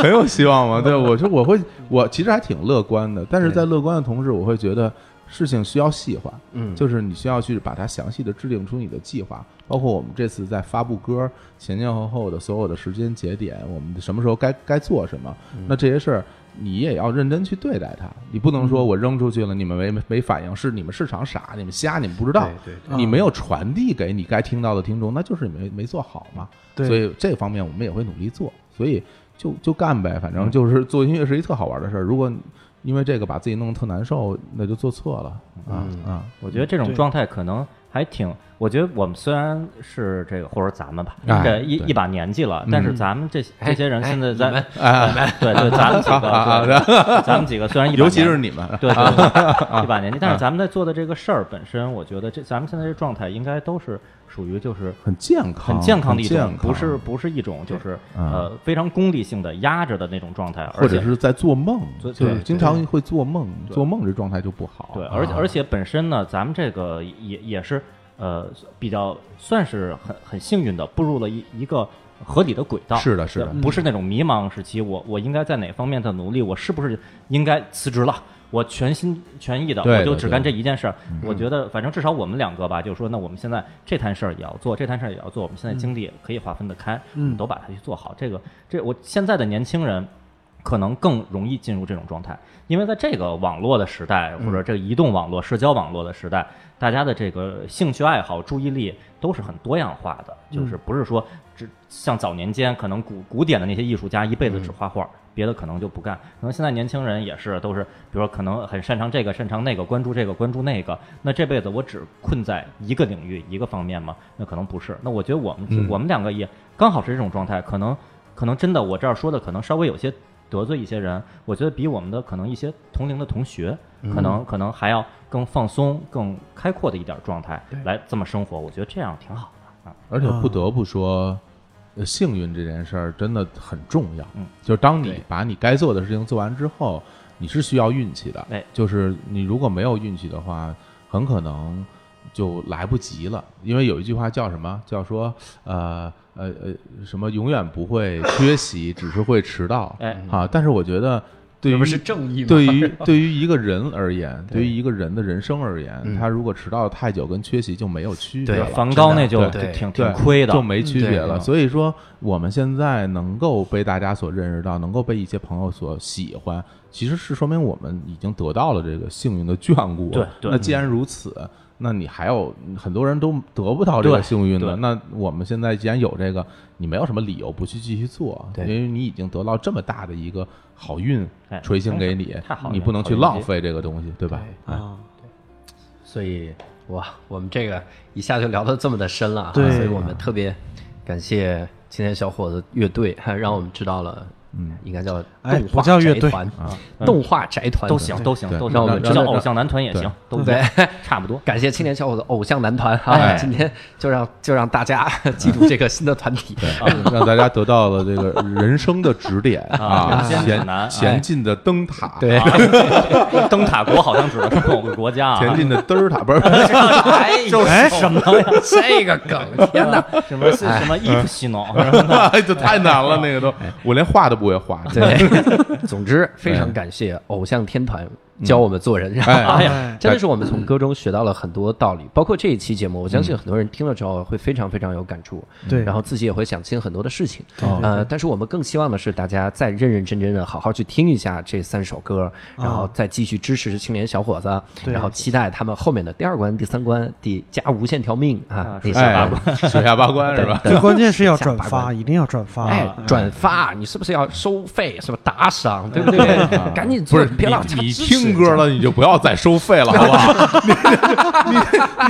[SPEAKER 4] 很有希望嘛。对，我说我会，我其实还挺乐观的，但是在乐观的同时，我会觉得事情需要细化，
[SPEAKER 6] 嗯
[SPEAKER 4] 就是你需要去把它详细的制定出你的计划，包括我们这次在发布歌前前后后的所有的时间节点，我们什么时候该该做什么，
[SPEAKER 3] 嗯
[SPEAKER 4] 那这些事儿。你也要认真去对待它，你不能
[SPEAKER 3] 嗯
[SPEAKER 4] 说我扔出去了，你们没没反应，是你们市场傻，你们瞎，你们不知道，
[SPEAKER 6] 对
[SPEAKER 4] 你没有
[SPEAKER 3] 嗯
[SPEAKER 4] 传递给你该听到的听众，那就是你没没做好嘛。
[SPEAKER 2] 对
[SPEAKER 4] 所以这方面我们也会努力做，所以就就干呗，反正就是做音乐是一特好玩的事儿。如果你因为这个把自己弄得特难受，那就做错了
[SPEAKER 3] 嗯
[SPEAKER 4] 啊、啊！
[SPEAKER 3] 我觉得这种状态可能还挺，我觉得我们虽然是这个，或者咱们吧，
[SPEAKER 4] 哎
[SPEAKER 3] 这一
[SPEAKER 4] 对
[SPEAKER 3] 一把年纪了，但是咱们这这些人现在
[SPEAKER 6] 哎你
[SPEAKER 3] 在
[SPEAKER 6] 们，
[SPEAKER 4] 哎，
[SPEAKER 3] 对对，咱 <laughs> 们几
[SPEAKER 4] 啊
[SPEAKER 3] 个， <laughs> 对咱们几个虽然一把
[SPEAKER 4] 尤其
[SPEAKER 3] 年
[SPEAKER 4] 是你们，
[SPEAKER 3] 对对 <laughs> 对，一把年纪，但是咱们在做的这个事儿本身，我觉得这咱们现在这状态应该都是属于就是
[SPEAKER 4] 很健康，
[SPEAKER 3] 很
[SPEAKER 4] 健
[SPEAKER 3] 健康的一种
[SPEAKER 4] 健，康
[SPEAKER 3] 不是不是一种就是
[SPEAKER 4] 嗯
[SPEAKER 3] 呃非常功利性的压着的那种状态，
[SPEAKER 4] 或
[SPEAKER 3] 而
[SPEAKER 4] 者
[SPEAKER 3] 且
[SPEAKER 4] 是在做梦，
[SPEAKER 3] 对
[SPEAKER 4] 就
[SPEAKER 3] 对
[SPEAKER 4] 是经常会做梦，做梦这状态就不好。啊
[SPEAKER 3] 对，而且而且本身呢，咱们这个也也是呃比较算是很很幸运的，步入了一一个合理的轨道。
[SPEAKER 4] 是的是的
[SPEAKER 3] 对不是那种迷茫时期，我我应该在哪方面的努力，我是不是应该辞职了？我全心全意的，
[SPEAKER 4] 对
[SPEAKER 3] 我就
[SPEAKER 4] 对嗯
[SPEAKER 3] 只干这一件事儿。我觉得，反正至少我们两个吧，就是说，那我们现在这摊事儿也要做，这摊事儿也要做，我们现在精力可以划分得开，我
[SPEAKER 2] 嗯
[SPEAKER 3] 们都把它去做好。这个，这我现在的年轻人，可能更容易进入这种状态，因为在这个网络的时代，或者这个移动网络、社交网络的时代，大家的这个兴趣爱好、注意力都是很多样化的，就是不是说只像早年间可能古古典的那些艺术家一辈子只画画，别的可能就不干。可能现在年轻人也是都是，比如说可能很擅长这个，擅长那个，关注这个，关注那个。那这辈子我只困在一个领域、一个方面吗？那可能不是。那我觉得我们、
[SPEAKER 4] 嗯
[SPEAKER 3] 我们两个也刚好是这种状态，可能可能真的我这儿说的可能稍微有些得罪一些人，我觉得比我们的可能一些同龄的同学，
[SPEAKER 4] 嗯
[SPEAKER 3] 可能可能还要更放松、更开阔的一点状态来这么生活，我觉得这样挺好的啊。
[SPEAKER 4] 而且不得不说，呃幸运这件事儿真的很重要。
[SPEAKER 3] 嗯，
[SPEAKER 4] 就是当你
[SPEAKER 6] 对
[SPEAKER 4] 把你该做的事情做完之后，你是需要运气的。
[SPEAKER 3] 哎
[SPEAKER 4] 就是你如果没有运气的话，很可能就来不及了。因为有一句话叫什么？叫说呃呃呃什么永远不会缺席，只是会迟到。
[SPEAKER 3] 哎
[SPEAKER 4] 啊，但是我觉得对于
[SPEAKER 6] 不是正义吗？
[SPEAKER 4] 对于对于一个人而言，对于一个人的人生而言，他如果迟到太久跟缺席就没有区别
[SPEAKER 6] 对
[SPEAKER 4] 了。
[SPEAKER 3] 梵高那就
[SPEAKER 4] 真的
[SPEAKER 6] 对
[SPEAKER 3] 挺
[SPEAKER 4] 对
[SPEAKER 3] 挺亏的，嗯
[SPEAKER 4] 就没区别了。
[SPEAKER 3] 对
[SPEAKER 4] 所以说，我们现在能够被大家所认识到，能够被一些朋友所喜欢，其实是说明我们已经得到了这个幸运的眷顾。
[SPEAKER 3] 对对
[SPEAKER 4] 那既然如此，那你还有很多人都得不到这个
[SPEAKER 3] 对
[SPEAKER 4] 幸运的，
[SPEAKER 3] 对
[SPEAKER 4] 那我们现在既然有这个，你没有什么理由不去继续做，因
[SPEAKER 6] 对
[SPEAKER 4] 为你已经得到这么大的一个好运
[SPEAKER 3] 哎
[SPEAKER 4] 垂青给你
[SPEAKER 3] 太好，了
[SPEAKER 4] 你不能
[SPEAKER 3] 好
[SPEAKER 4] 去
[SPEAKER 3] 运
[SPEAKER 4] 浪
[SPEAKER 3] 气
[SPEAKER 4] 费这个东西，对吧？哎
[SPEAKER 2] 啊，
[SPEAKER 6] 所以哇，我们这个一下就聊得这么的深
[SPEAKER 1] 啊
[SPEAKER 6] 了哈，
[SPEAKER 2] 对
[SPEAKER 6] 所以我们特别感谢青年小伙子乐队，还让我们知道了
[SPEAKER 4] 嗯，
[SPEAKER 1] 应该叫
[SPEAKER 2] 哎
[SPEAKER 1] 动
[SPEAKER 2] 不
[SPEAKER 1] 画
[SPEAKER 2] 叫乐
[SPEAKER 1] 宅
[SPEAKER 2] 队
[SPEAKER 1] 团
[SPEAKER 4] 啊，
[SPEAKER 1] 动画宅团
[SPEAKER 3] 都行，都行，
[SPEAKER 4] 对
[SPEAKER 3] 都
[SPEAKER 1] 让我
[SPEAKER 3] 行，
[SPEAKER 1] 们
[SPEAKER 3] 这
[SPEAKER 1] 真
[SPEAKER 3] 叫
[SPEAKER 1] 的
[SPEAKER 3] 偶像男团也
[SPEAKER 4] 对
[SPEAKER 3] 行，都一
[SPEAKER 1] 对 <laughs>
[SPEAKER 3] 样，
[SPEAKER 4] <laughs>
[SPEAKER 3] 差不多。
[SPEAKER 1] 感谢青年小伙子偶像男团哈、
[SPEAKER 3] 哎
[SPEAKER 1] 今天就让就让大家 <laughs> 记住这个新的团体。
[SPEAKER 4] 对，让大家得到了这个人生的指点啊，
[SPEAKER 3] 啊艰
[SPEAKER 4] 前
[SPEAKER 3] 难
[SPEAKER 4] 前进的灯塔，
[SPEAKER 1] 对，
[SPEAKER 3] <laughs> 灯塔国好像指的是我们国家啊， <laughs>
[SPEAKER 4] 前进的灯儿塔，不是
[SPEAKER 1] 哎，
[SPEAKER 3] 就是
[SPEAKER 2] 哎
[SPEAKER 3] 什么呀？
[SPEAKER 1] <laughs> 这个梗， <laughs> 天哪！
[SPEAKER 3] 什么是什么伊普西诺？
[SPEAKER 4] <laughs> 哎，这太难了，那个都，我连画都不会画。
[SPEAKER 1] 对， <laughs> 总之非常感谢偶像天团教我们做人，然后
[SPEAKER 4] 哎
[SPEAKER 2] 呀
[SPEAKER 1] 真的是我们从歌中学到了很多道理，包括这一期节目，我相信很多人听了之后会非常非常有感触，
[SPEAKER 2] 对
[SPEAKER 1] 然后自己也会想清很多的事情，
[SPEAKER 2] 对对
[SPEAKER 1] 呃，但是我们更希望的是大家再认认真真的好好去听一下这三首歌，然后再继续支持青年小伙子，
[SPEAKER 2] 啊对
[SPEAKER 1] 然后期待他们后面的第二关、第三关、第加无限条命啊，那些
[SPEAKER 4] 哎，
[SPEAKER 2] <laughs>
[SPEAKER 4] 水下八关是吧？
[SPEAKER 2] 最关键是要
[SPEAKER 1] 下
[SPEAKER 2] 转
[SPEAKER 1] 八
[SPEAKER 2] 发，
[SPEAKER 1] 关
[SPEAKER 2] 一定要转发。啊
[SPEAKER 1] 哎，
[SPEAKER 4] 嗯
[SPEAKER 1] 转发，你是不是要收费？是吧？打赏，对不
[SPEAKER 4] <laughs>
[SPEAKER 1] 啊对？赶紧
[SPEAKER 4] 不
[SPEAKER 1] 做，
[SPEAKER 4] 是
[SPEAKER 1] 别老
[SPEAKER 4] 你你听歌了，你就不要再收费
[SPEAKER 1] <laughs>
[SPEAKER 4] 了，好不好？你你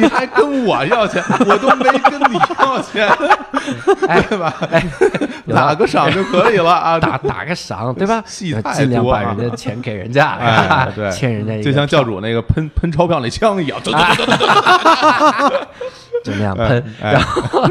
[SPEAKER 4] 你还跟我要钱，我都没跟你要
[SPEAKER 1] <laughs>
[SPEAKER 4] 钱，
[SPEAKER 1] 哎
[SPEAKER 4] 对吧？打个赏就可以了啊！
[SPEAKER 1] 打打个赏，对吧？
[SPEAKER 4] 戏
[SPEAKER 1] 呃
[SPEAKER 4] 太
[SPEAKER 1] 尽量
[SPEAKER 4] 多
[SPEAKER 1] 把
[SPEAKER 4] 了
[SPEAKER 1] 人家钱给人家，
[SPEAKER 4] 哎，对，
[SPEAKER 1] <laughs> 欠人家一
[SPEAKER 4] 就
[SPEAKER 1] 个啊
[SPEAKER 4] 像教主那个喷喷钞票那枪一样，
[SPEAKER 1] 就
[SPEAKER 4] 嗯
[SPEAKER 1] 那样喷。 <laughs> 然后，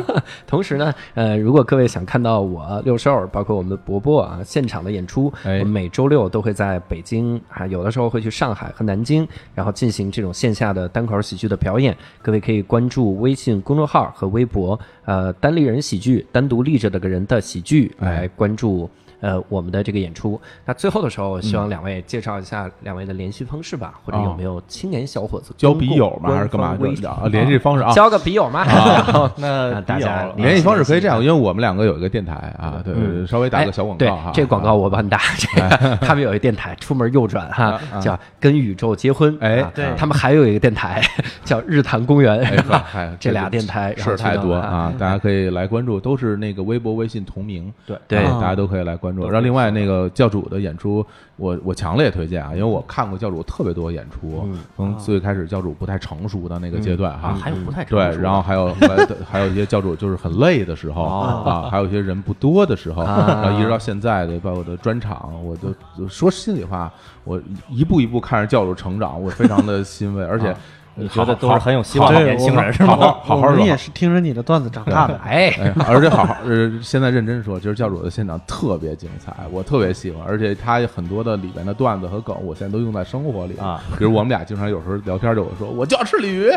[SPEAKER 1] 同时呢，呃，如果各位想看到我六兽，包括我们伯伯啊现场的演出，我
[SPEAKER 4] 哎
[SPEAKER 1] 们每周六都会在北京啊，有的时候会去上海和南京，然后进行这种线下的单口喜剧的表演。各位可以关注微信公众号和微博，呃，单立人喜剧，单独立着的个人的喜剧
[SPEAKER 4] 哎
[SPEAKER 1] 来关注。呃，我们的这个演出，那最后的时候，我希
[SPEAKER 4] 嗯
[SPEAKER 1] 望两位介绍一下两位的联系方式吧，或者有没有青年小伙子
[SPEAKER 4] 哦交
[SPEAKER 1] 公
[SPEAKER 4] 笔
[SPEAKER 1] 共
[SPEAKER 4] 友嘛，
[SPEAKER 1] 官
[SPEAKER 4] 还是干嘛
[SPEAKER 1] 方微
[SPEAKER 4] 的？啊联系
[SPEAKER 1] <laughs>
[SPEAKER 4] 方式啊，
[SPEAKER 1] 交个笔友嘛。然后 <laughs> 那大家
[SPEAKER 3] 笔友
[SPEAKER 4] 啊联系方式可以这样，因为我们两个有一个电台啊，对，
[SPEAKER 1] 嗯
[SPEAKER 4] 稍微打个小广
[SPEAKER 1] 对
[SPEAKER 4] 告哈。啊
[SPEAKER 1] 这个广告我帮你
[SPEAKER 4] <laughs>
[SPEAKER 1] 打。这个他们有一电台，出门右转哈，叫《跟宇宙结婚》。
[SPEAKER 4] 啊哎
[SPEAKER 1] 啊
[SPEAKER 4] 对
[SPEAKER 1] 他们还有一个电台叫《日坛公园
[SPEAKER 4] 哎，》
[SPEAKER 1] <laughs> 是吧。
[SPEAKER 4] 哎
[SPEAKER 1] 这俩电台然
[SPEAKER 4] 事
[SPEAKER 1] 后
[SPEAKER 4] 儿太
[SPEAKER 1] 去
[SPEAKER 4] 多
[SPEAKER 1] 弄
[SPEAKER 4] 啊，大家可以来关注，都是那个微博、微信同名，
[SPEAKER 3] 对
[SPEAKER 1] 嗯对
[SPEAKER 4] 啊大家都可以来关注。然后另外那个教主的演出，我我强烈推荐啊，因为我看过教主特别多演出，
[SPEAKER 3] 嗯
[SPEAKER 4] 从最开始教主不太成熟的那个阶段哈，
[SPEAKER 3] 啊还有不太成
[SPEAKER 4] 对
[SPEAKER 3] 熟的，
[SPEAKER 4] 然后还有 <laughs> 还有还有一些教主就是很累的时候啊，还有一些人不多的时候，
[SPEAKER 3] 啊
[SPEAKER 4] 然后一直到现在的，包括我的专场，我都就说心里话，我一步一步看着教主成长，我非常的欣慰，而且
[SPEAKER 3] 啊你觉
[SPEAKER 4] 好
[SPEAKER 3] 得都是很有希望的
[SPEAKER 2] 对
[SPEAKER 3] 年轻
[SPEAKER 2] 我
[SPEAKER 3] 人是
[SPEAKER 4] 好
[SPEAKER 3] <laughs> 吗？
[SPEAKER 2] 我
[SPEAKER 4] 好好好
[SPEAKER 2] 们
[SPEAKER 4] 的
[SPEAKER 2] 也是听着你的段子长大的。
[SPEAKER 1] 哎，
[SPEAKER 4] 哎，而且好好，呃，现在认真说，其实教主的现场特别精彩，我特别喜欢，而且他很多的里边的段子和梗，我现在都用在生活里
[SPEAKER 3] 啊。
[SPEAKER 4] 比如我们俩经常有时候聊天就我说我就要吃鲤鱼，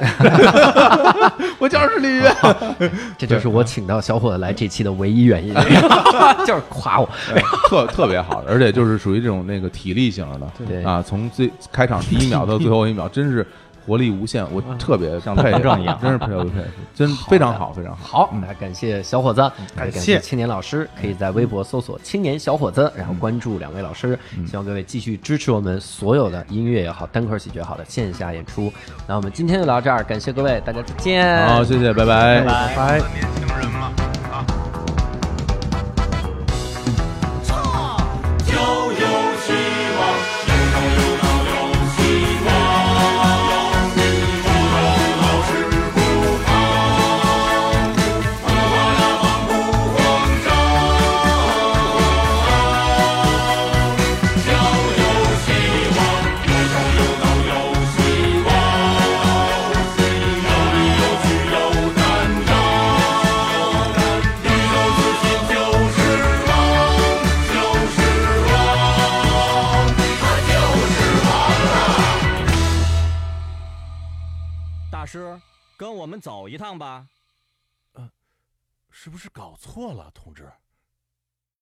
[SPEAKER 4] 我就要吃鲤鱼，
[SPEAKER 1] 这就是
[SPEAKER 4] 啊
[SPEAKER 1] 我请到小伙子来这期的唯一原因，
[SPEAKER 4] <laughs>
[SPEAKER 1] 就是夸我。
[SPEAKER 4] 哎特特别好，而且就是属于这种那个体力型的，
[SPEAKER 1] 对
[SPEAKER 4] 啊，从最开场第一秒到最后一秒，真是活力无限，我特别
[SPEAKER 3] 像
[SPEAKER 4] 佩
[SPEAKER 3] 刘
[SPEAKER 4] 服
[SPEAKER 3] 正一样，
[SPEAKER 4] 真是佩服佩服，真非常好，非常好。
[SPEAKER 1] 好，那感谢小伙子，
[SPEAKER 2] 感
[SPEAKER 1] 也感
[SPEAKER 2] 谢
[SPEAKER 1] 青年老师，可以在微博搜索“青年小伙子”，然后关注两位老师。
[SPEAKER 2] 嗯
[SPEAKER 1] 希望各位继续支持我们所有的音乐也好，单口喜剧也好的线下演出。那我们今天就聊这儿，感谢各位，大家再见。
[SPEAKER 4] 好，谢谢，拜拜。
[SPEAKER 2] 拜拜。
[SPEAKER 10] 年轻人了啊！
[SPEAKER 11] 就有希望，有朝有朝有希望，不用老是不怕，不怕呀慌不慌张，就有希望，有朝有朝有希望，有理有据有担当，宇宙自信就是王。就是王，他就是王。
[SPEAKER 12] 大师，跟我们走一趟吧。
[SPEAKER 10] 是不是搞错了，同志？